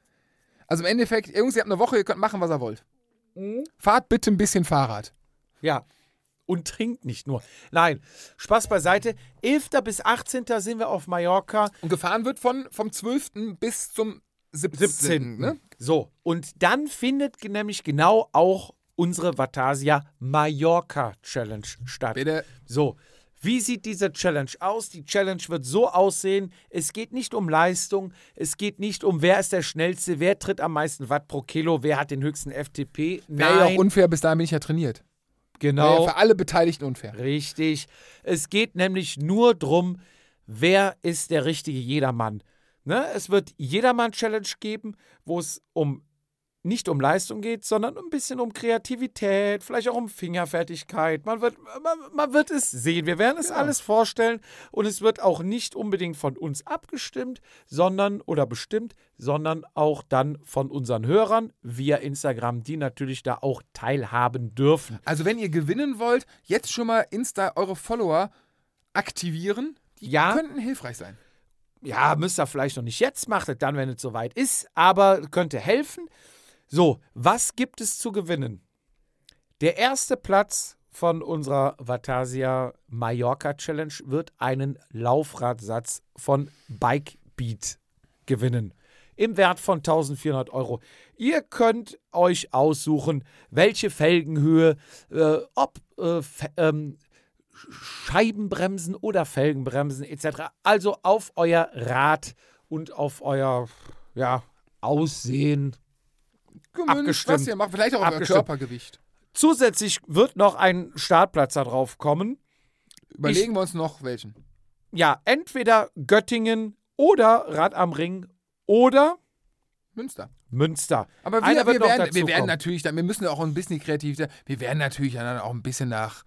B: Also im Endeffekt, Jungs, ihr habt eine Woche, ihr könnt machen, was ihr wollt. Fahrt bitte ein bisschen Fahrrad.
A: Ja. Und trinkt nicht nur. Nein, Spaß beiseite. 11. bis 18. sind wir auf Mallorca.
B: Und gefahren wird von, vom 12. bis zum 17.
A: 17.
B: Ne?
A: So, und dann findet nämlich genau auch unsere Vatasia Mallorca Challenge statt.
B: Bitte.
A: So, wie sieht diese Challenge aus? Die Challenge wird so aussehen, es geht nicht um Leistung, es geht nicht um, wer ist der Schnellste, wer tritt am meisten Watt pro Kilo, wer hat den höchsten FTP.
B: Wäre ja auch
A: Nein,
B: unfair, bis dahin bin ich ja trainiert. Wäre
A: genau.
B: ja für alle Beteiligten unfair.
A: Richtig. Es geht nämlich nur drum, wer ist der richtige Jedermann. Ne? Es wird Jedermann-Challenge geben, wo es um nicht um Leistung geht, sondern ein bisschen um Kreativität, vielleicht auch um Fingerfertigkeit. Man wird, man, man wird es sehen. Wir werden es alles vorstellen und es wird auch nicht unbedingt von uns abgestimmt, sondern oder bestimmt, sondern auch dann von unseren Hörern via Instagram, die natürlich da auch teilhaben dürfen.
B: Also wenn ihr gewinnen wollt, jetzt schon mal Insta eure Follower aktivieren. Die
A: Ja.
B: könnten hilfreich sein.
A: ja, müsst ihr vielleicht noch nicht jetzt, macht es dann, wenn es soweit ist, aber könnte helfen. So, was gibt es zu gewinnen? Der erste Platz von unserer Vatasia Mallorca Challenge wird einen Laufradsatz von Bike Beat gewinnen. Im Wert von 1400 Euro. Ihr könnt euch aussuchen, welche Felgenhöhe, äh, ob äh, Fe- ähm, Scheibenbremsen oder Felgenbremsen etc. Also auf euer Rad und auf euer ja, Aussehen.
B: Gemünzt,
A: Abgestimmt.
B: Was ihr macht, vielleicht auch euer
A: Abgestimmt.
B: Körpergewicht.
A: Zusätzlich wird noch ein Startplatz da drauf kommen.
B: Überlegen wir uns noch welchen.
A: Ja, entweder Göttingen oder Rad am Ring oder
B: Münster.
A: Münster.
B: Aber wir,
A: Einer wird
B: wir,
A: noch
B: werden, wir
A: dazukommen.
B: werden natürlich dann, wir müssen auch ein bisschen kreativ sein. Wir werden natürlich dann auch ein bisschen nach,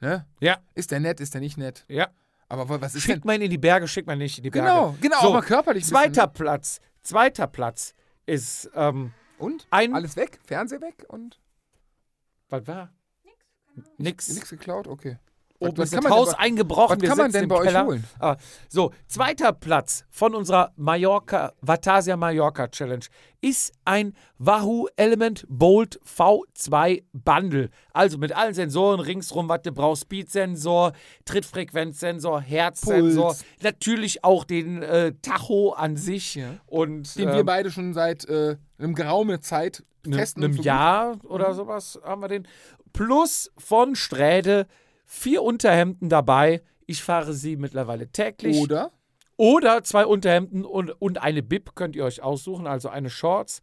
B: ne?
A: Ja,
B: Ist der nett, ist der nicht nett?
A: ja.
B: Aber wo- was ist denn?
A: Schickt man in die Berge, schickt man nicht in die Berge.
B: Genau, genau,
A: So,
B: auch mal körperlich. ein
A: Zweiter
B: Bisschen,
A: Platz. Zweiter Platz ist, ähm,
B: ne? Und?
A: ein-
B: Alles weg? Fernseher weg und
A: was war? Nix.
B: nichts geklaut? Okay.
A: Oben
B: was
A: ist
B: kann
A: das
B: man
A: Haus
B: denn bei-
A: eingebrochen.
B: was
A: wir
B: kann man
A: sitzen
B: denn
A: im
B: bei euch
A: Keller.
B: holen?
A: Ah, so, zweiter Platz von unserer Mallorca, Vatasia Mallorca Challenge ist ein Wahoo Element Bolt V2 Bundle. Also mit allen Sensoren ringsrum, was du brauchst. Speedsensor, Trittfrequenzsensor, Herzsensor.
B: Puls.
A: Natürlich auch den äh, Tacho an sich. Und,
B: Den wir beide schon seit äh, einem geraumen Zeit
A: ne-
B: testen.
A: Ähm.
B: und
A: einem
B: so gut- Mhm.
A: Jahr oder sowas haben wir den. Plus von Sträde vier Unterhemden dabei. Ich fahre sie mittlerweile täglich.
B: Oder?
A: Oder zwei Unterhemden und, und eine Bib könnt ihr euch aussuchen, also eine Shorts.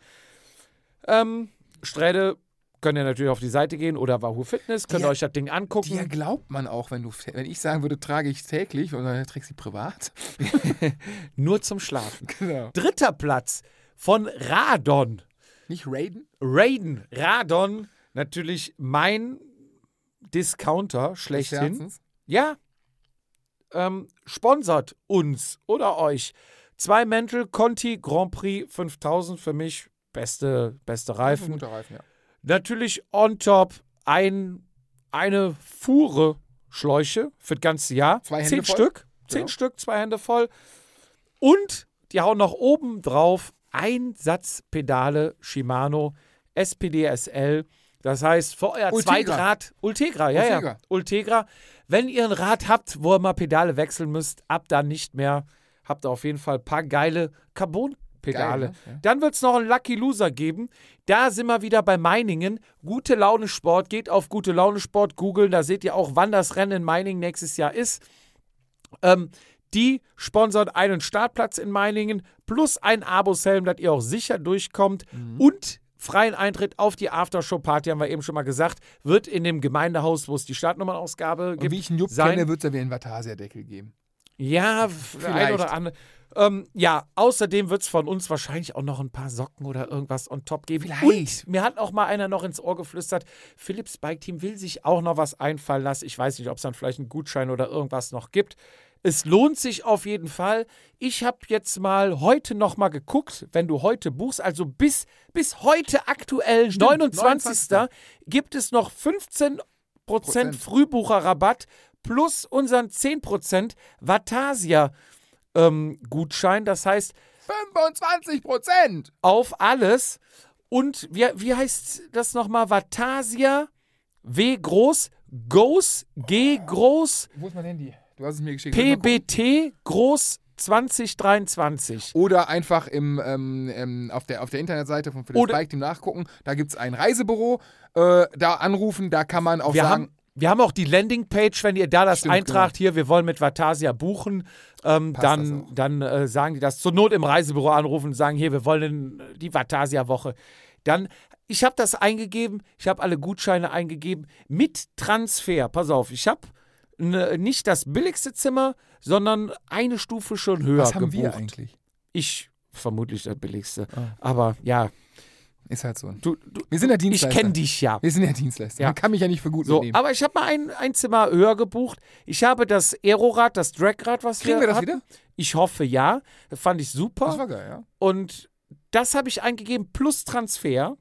A: Ähm, Sträde könnt ihr natürlich auf die Seite gehen oder Wahoo Fitness, könnt ihr
B: Die-
A: euch das Ding angucken.
B: Dir glaubt man auch, wenn du, wenn ich sagen würde, trage ich täglich und dann trägst du sie privat. [laughs]
A: Nur zum Schlafen.
B: Genau.
A: Dritter Platz von Radon.
B: Nicht raiden?
A: Raiden, Radon, natürlich mein Discounter schlechthin.
B: Scherzens.
A: Ja. Ähm, sponsert uns oder euch. Zwei Mäntel Conti Grand Prix 5000 für mich. Beste, beste
B: Reifen.
A: Reifen.
B: Guter Reifen, ja.
A: Natürlich on top ein, eine Fuhre Schläuche für das ganze Jahr.
B: Zwei Hände
A: Zehn
B: voll.
A: Stück. Zehn
B: Ja.
A: Stück, zwei Hände voll. Und die hauen noch oben drauf ein Satz Pedale Shimano SPDSL. Das heißt, für euer
B: Ultegra.
A: Zweitrad, Ultegra, ja, ja,
B: Ultegra.
A: Ultegra. Wenn ihr ein Rad habt, wo ihr mal Pedale wechseln müsst, ab dann nicht mehr, habt ihr auf jeden Fall ein paar geile Carbon-Pedale.
B: Geil, ne? Ja.
A: Dann wird es noch einen Lucky Loser geben. Da sind wir wieder bei Meiningen. Gute Laune Sport. Geht auf Gute Laune Sport googeln. Da seht ihr auch, wann das Rennen in Meiningen nächstes Jahr ist. Ähm, die sponsern einen Startplatz in Meiningen plus ein Aboshelm, dass ihr auch sicher durchkommt
B: Mhm.
A: und freien Eintritt auf die Aftershow-Party, haben wir eben schon mal gesagt, wird in dem Gemeindehaus, wo es die Startnummernausgabe
B: Und
A: gibt.
B: wie ich einen Jupp
A: sein-
B: kenne, wird es ja wieder einen Vatasia-Deckel geben.
A: Ja, der ein oder andere. Ähm, ja, außerdem wird es von uns wahrscheinlich auch noch ein paar Socken oder irgendwas on top geben.
B: Vielleicht.
A: Und mir hat auch mal einer noch ins Ohr geflüstert, Philips Bike Team will sich auch noch was einfallen lassen. Ich weiß nicht, ob es dann vielleicht einen Gutschein oder irgendwas noch gibt. Es lohnt sich auf jeden Fall. Ich habe jetzt mal heute noch mal geguckt, wenn du heute buchst, also bis, bis heute aktuell, 29.
B: 29..
A: gibt es noch 15 Prozent Frühbucherrabatt plus unseren 10% Vatasia ähm, Gutschein. Das heißt,
B: 25 Prozent!
A: auf alles. Und wie, wie heißt das nochmal? Vatasia W groß, Goes G groß,
B: Wo ist mein Handy? Du hast es mir geschickt. Soll ich mal gucken?
A: PBT groß 2023.
B: Oder einfach im, ähm, ähm, auf, der, auf der Internetseite von Philipp
A: Oder-
B: Spike Team nachgucken. Da gibt es ein Reisebüro. Äh, da anrufen, da kann man auch
A: Wir
B: sagen.
A: haben, wir haben auch die Landingpage, wenn ihr da das
B: Stimmt, genau.
A: eintragt, hier, wir wollen mit Vatasia buchen, ähm,
B: Passt das
A: dann, dann äh, sagen die das zur Not im Reisebüro anrufen und sagen, hier, wir wollen in die Vatasia-Woche. Dann, ich habe das eingegeben, ich habe alle Gutscheine eingegeben mit Transfer. Pass auf, ich habe ne, nicht das billigste Zimmer, sondern eine Stufe schon höher
B: was haben
A: gebucht.
B: wir eigentlich? Ah.
A: Ich vermutlich das billigste. Aber ja,
B: Ist halt so.
A: du, du,
B: Wir sind ja
A: ich
B: Dienstleister.
A: kenne dich ja.
B: Wir sind ja Dienstleister.
A: Ja.
B: Man kann mich ja nicht für gut
A: So,
B: nehmen.
A: aber ich habe mal ein, ein Zimmer höher gebucht. Ich habe das Aerorad, das Dragrad, was
B: Kriegen wir das
A: hatten.
B: wieder?
A: Ich hoffe ja. Das fand ich super.
B: Das war geil, ja.
A: Und das habe ich eingegeben plus Transfer.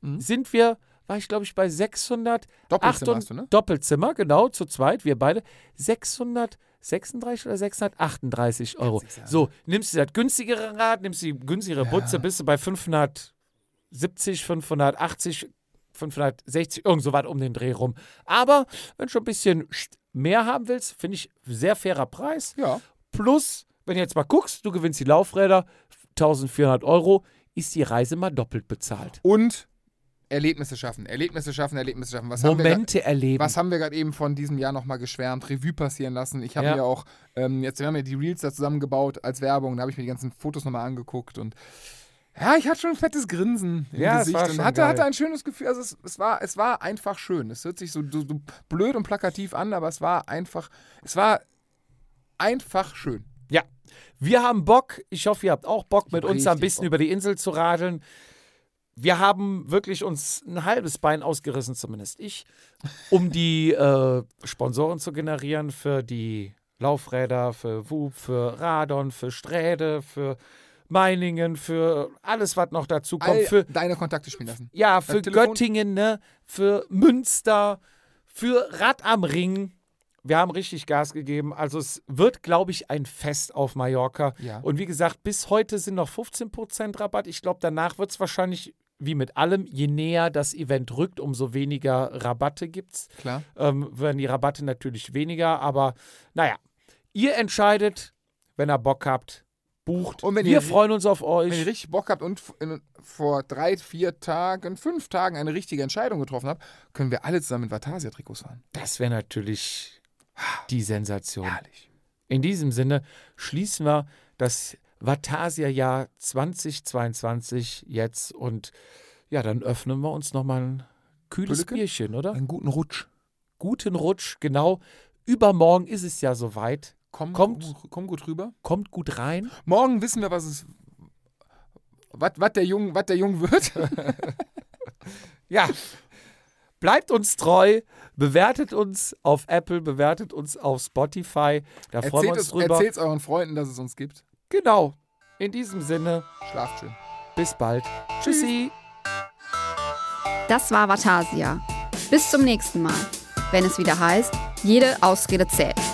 B: Mhm.
A: Sind wir, war ich glaube ich bei 600.
B: Doppelzimmer hast du, ne?
A: Doppelzimmer, genau, zu zweit, wir beide. 636 oder 638 Euro.
B: nicht sagen.
A: So, nimmst du das günstigere Rad, nimmst du die günstigere Butze, bist du bei 570, 580, 560, irgend so was um den Dreh rum. Aber wenn du schon ein bisschen mehr haben willst, finde ich, sehr fairer Preis.
B: Ja.
A: Plus, wenn du jetzt mal guckst, du gewinnst die Laufräder, 1400 Euro, ist die Reise mal doppelt bezahlt.
B: Und Erlebnisse schaffen. Erlebnisse schaffen, Erlebnisse schaffen. Was haben wir da-
A: Momente erleben.
B: Was haben wir gerade eben von diesem Jahr nochmal geschwärmt, Revue passieren lassen? Ich habe
A: Ja.
B: mir auch, ähm, jetzt wir haben ja die Reels da zusammengebaut als Werbung, da habe ich mir die ganzen Fotos nochmal angeguckt und ja, ich hatte schon ein fettes Grinsen im
A: Ja, es
B: Gesicht
A: war
B: und
A: schon
B: hatte,
A: geil.
B: hatte ein schönes Gefühl. Also es, es, war, es war einfach schön. Es hört sich so, so, so blöd und plakativ an, aber es war einfach, es war einfach schön.
A: ja. Wir haben Bock. Ich hoffe, ihr habt auch Bock, mit
B: hab
A: uns ein
B: richtig
A: bisschen
B: Bock.
A: über die Insel zu radeln. Wir haben wirklich uns ein halbes Bein ausgerissen, zumindest ich, um die äh, Sponsoren zu generieren für die Laufräder, für WUP, für Radon, für Sträde, für Meiningen, für alles, was noch dazu kommt,
B: All
A: für
B: deine Kontakte spielen lassen.
A: Ja, für
B: Telefon?
A: Göttingen, ne? für Münster, für Rad am Ring. Wir haben richtig Gas gegeben. Also es wird, glaube ich, ein Fest auf Mallorca.
B: Ja.
A: Und wie gesagt, bis heute sind noch 15% Rabatt. Ich glaube, danach wird es wahrscheinlich, wie mit allem, je näher das Event rückt, umso weniger Rabatte gibt es.
B: Klar.
A: Ähm, werden die Rabatte natürlich weniger. Aber naja, ihr entscheidet, wenn ihr Bock habt, bucht.
B: Und wenn
A: Wir
B: ihr-
A: freuen uns auf euch.
B: Wenn ihr richtig Bock habt und f- in, vor drei, vier Tagen, fünf Tagen eine richtige Entscheidung getroffen habt, können wir alle zusammen in Vatasia-Trikots fahren.
A: Das wäre natürlich die Sensation.
B: Herrlich.
A: In diesem Sinne schließen wir das Vatasia-Jahr 2022 jetzt und ja, dann öffnen wir uns nochmal ein kühles
B: Püleken?
A: Bierchen, oder?
B: Einen guten Rutsch.
A: Guten Rutsch, genau. Übermorgen ist es ja soweit.
B: Komm,
A: Kommt.
B: gu- komm gut rüber.
A: Kommt gut rein.
B: Morgen wissen wir, was es. Was, was, der, Jung, was der
A: [laughs]
B: Jung wird.
A: Ja. Bleibt uns treu, bewertet uns auf Apple, bewertet uns auf Spotify. Da freuen wir
B: Erzählt
A: uns
B: es
A: drüber.
B: erzählt's euren Freunden, dass es uns gibt.
A: Genau. In diesem Sinne,
B: Schlaft schön.
A: bis bald. Tschüssi.
C: Das war Vatasia. Bis zum nächsten Mal, wenn es wieder heißt, jede Ausrede zählt.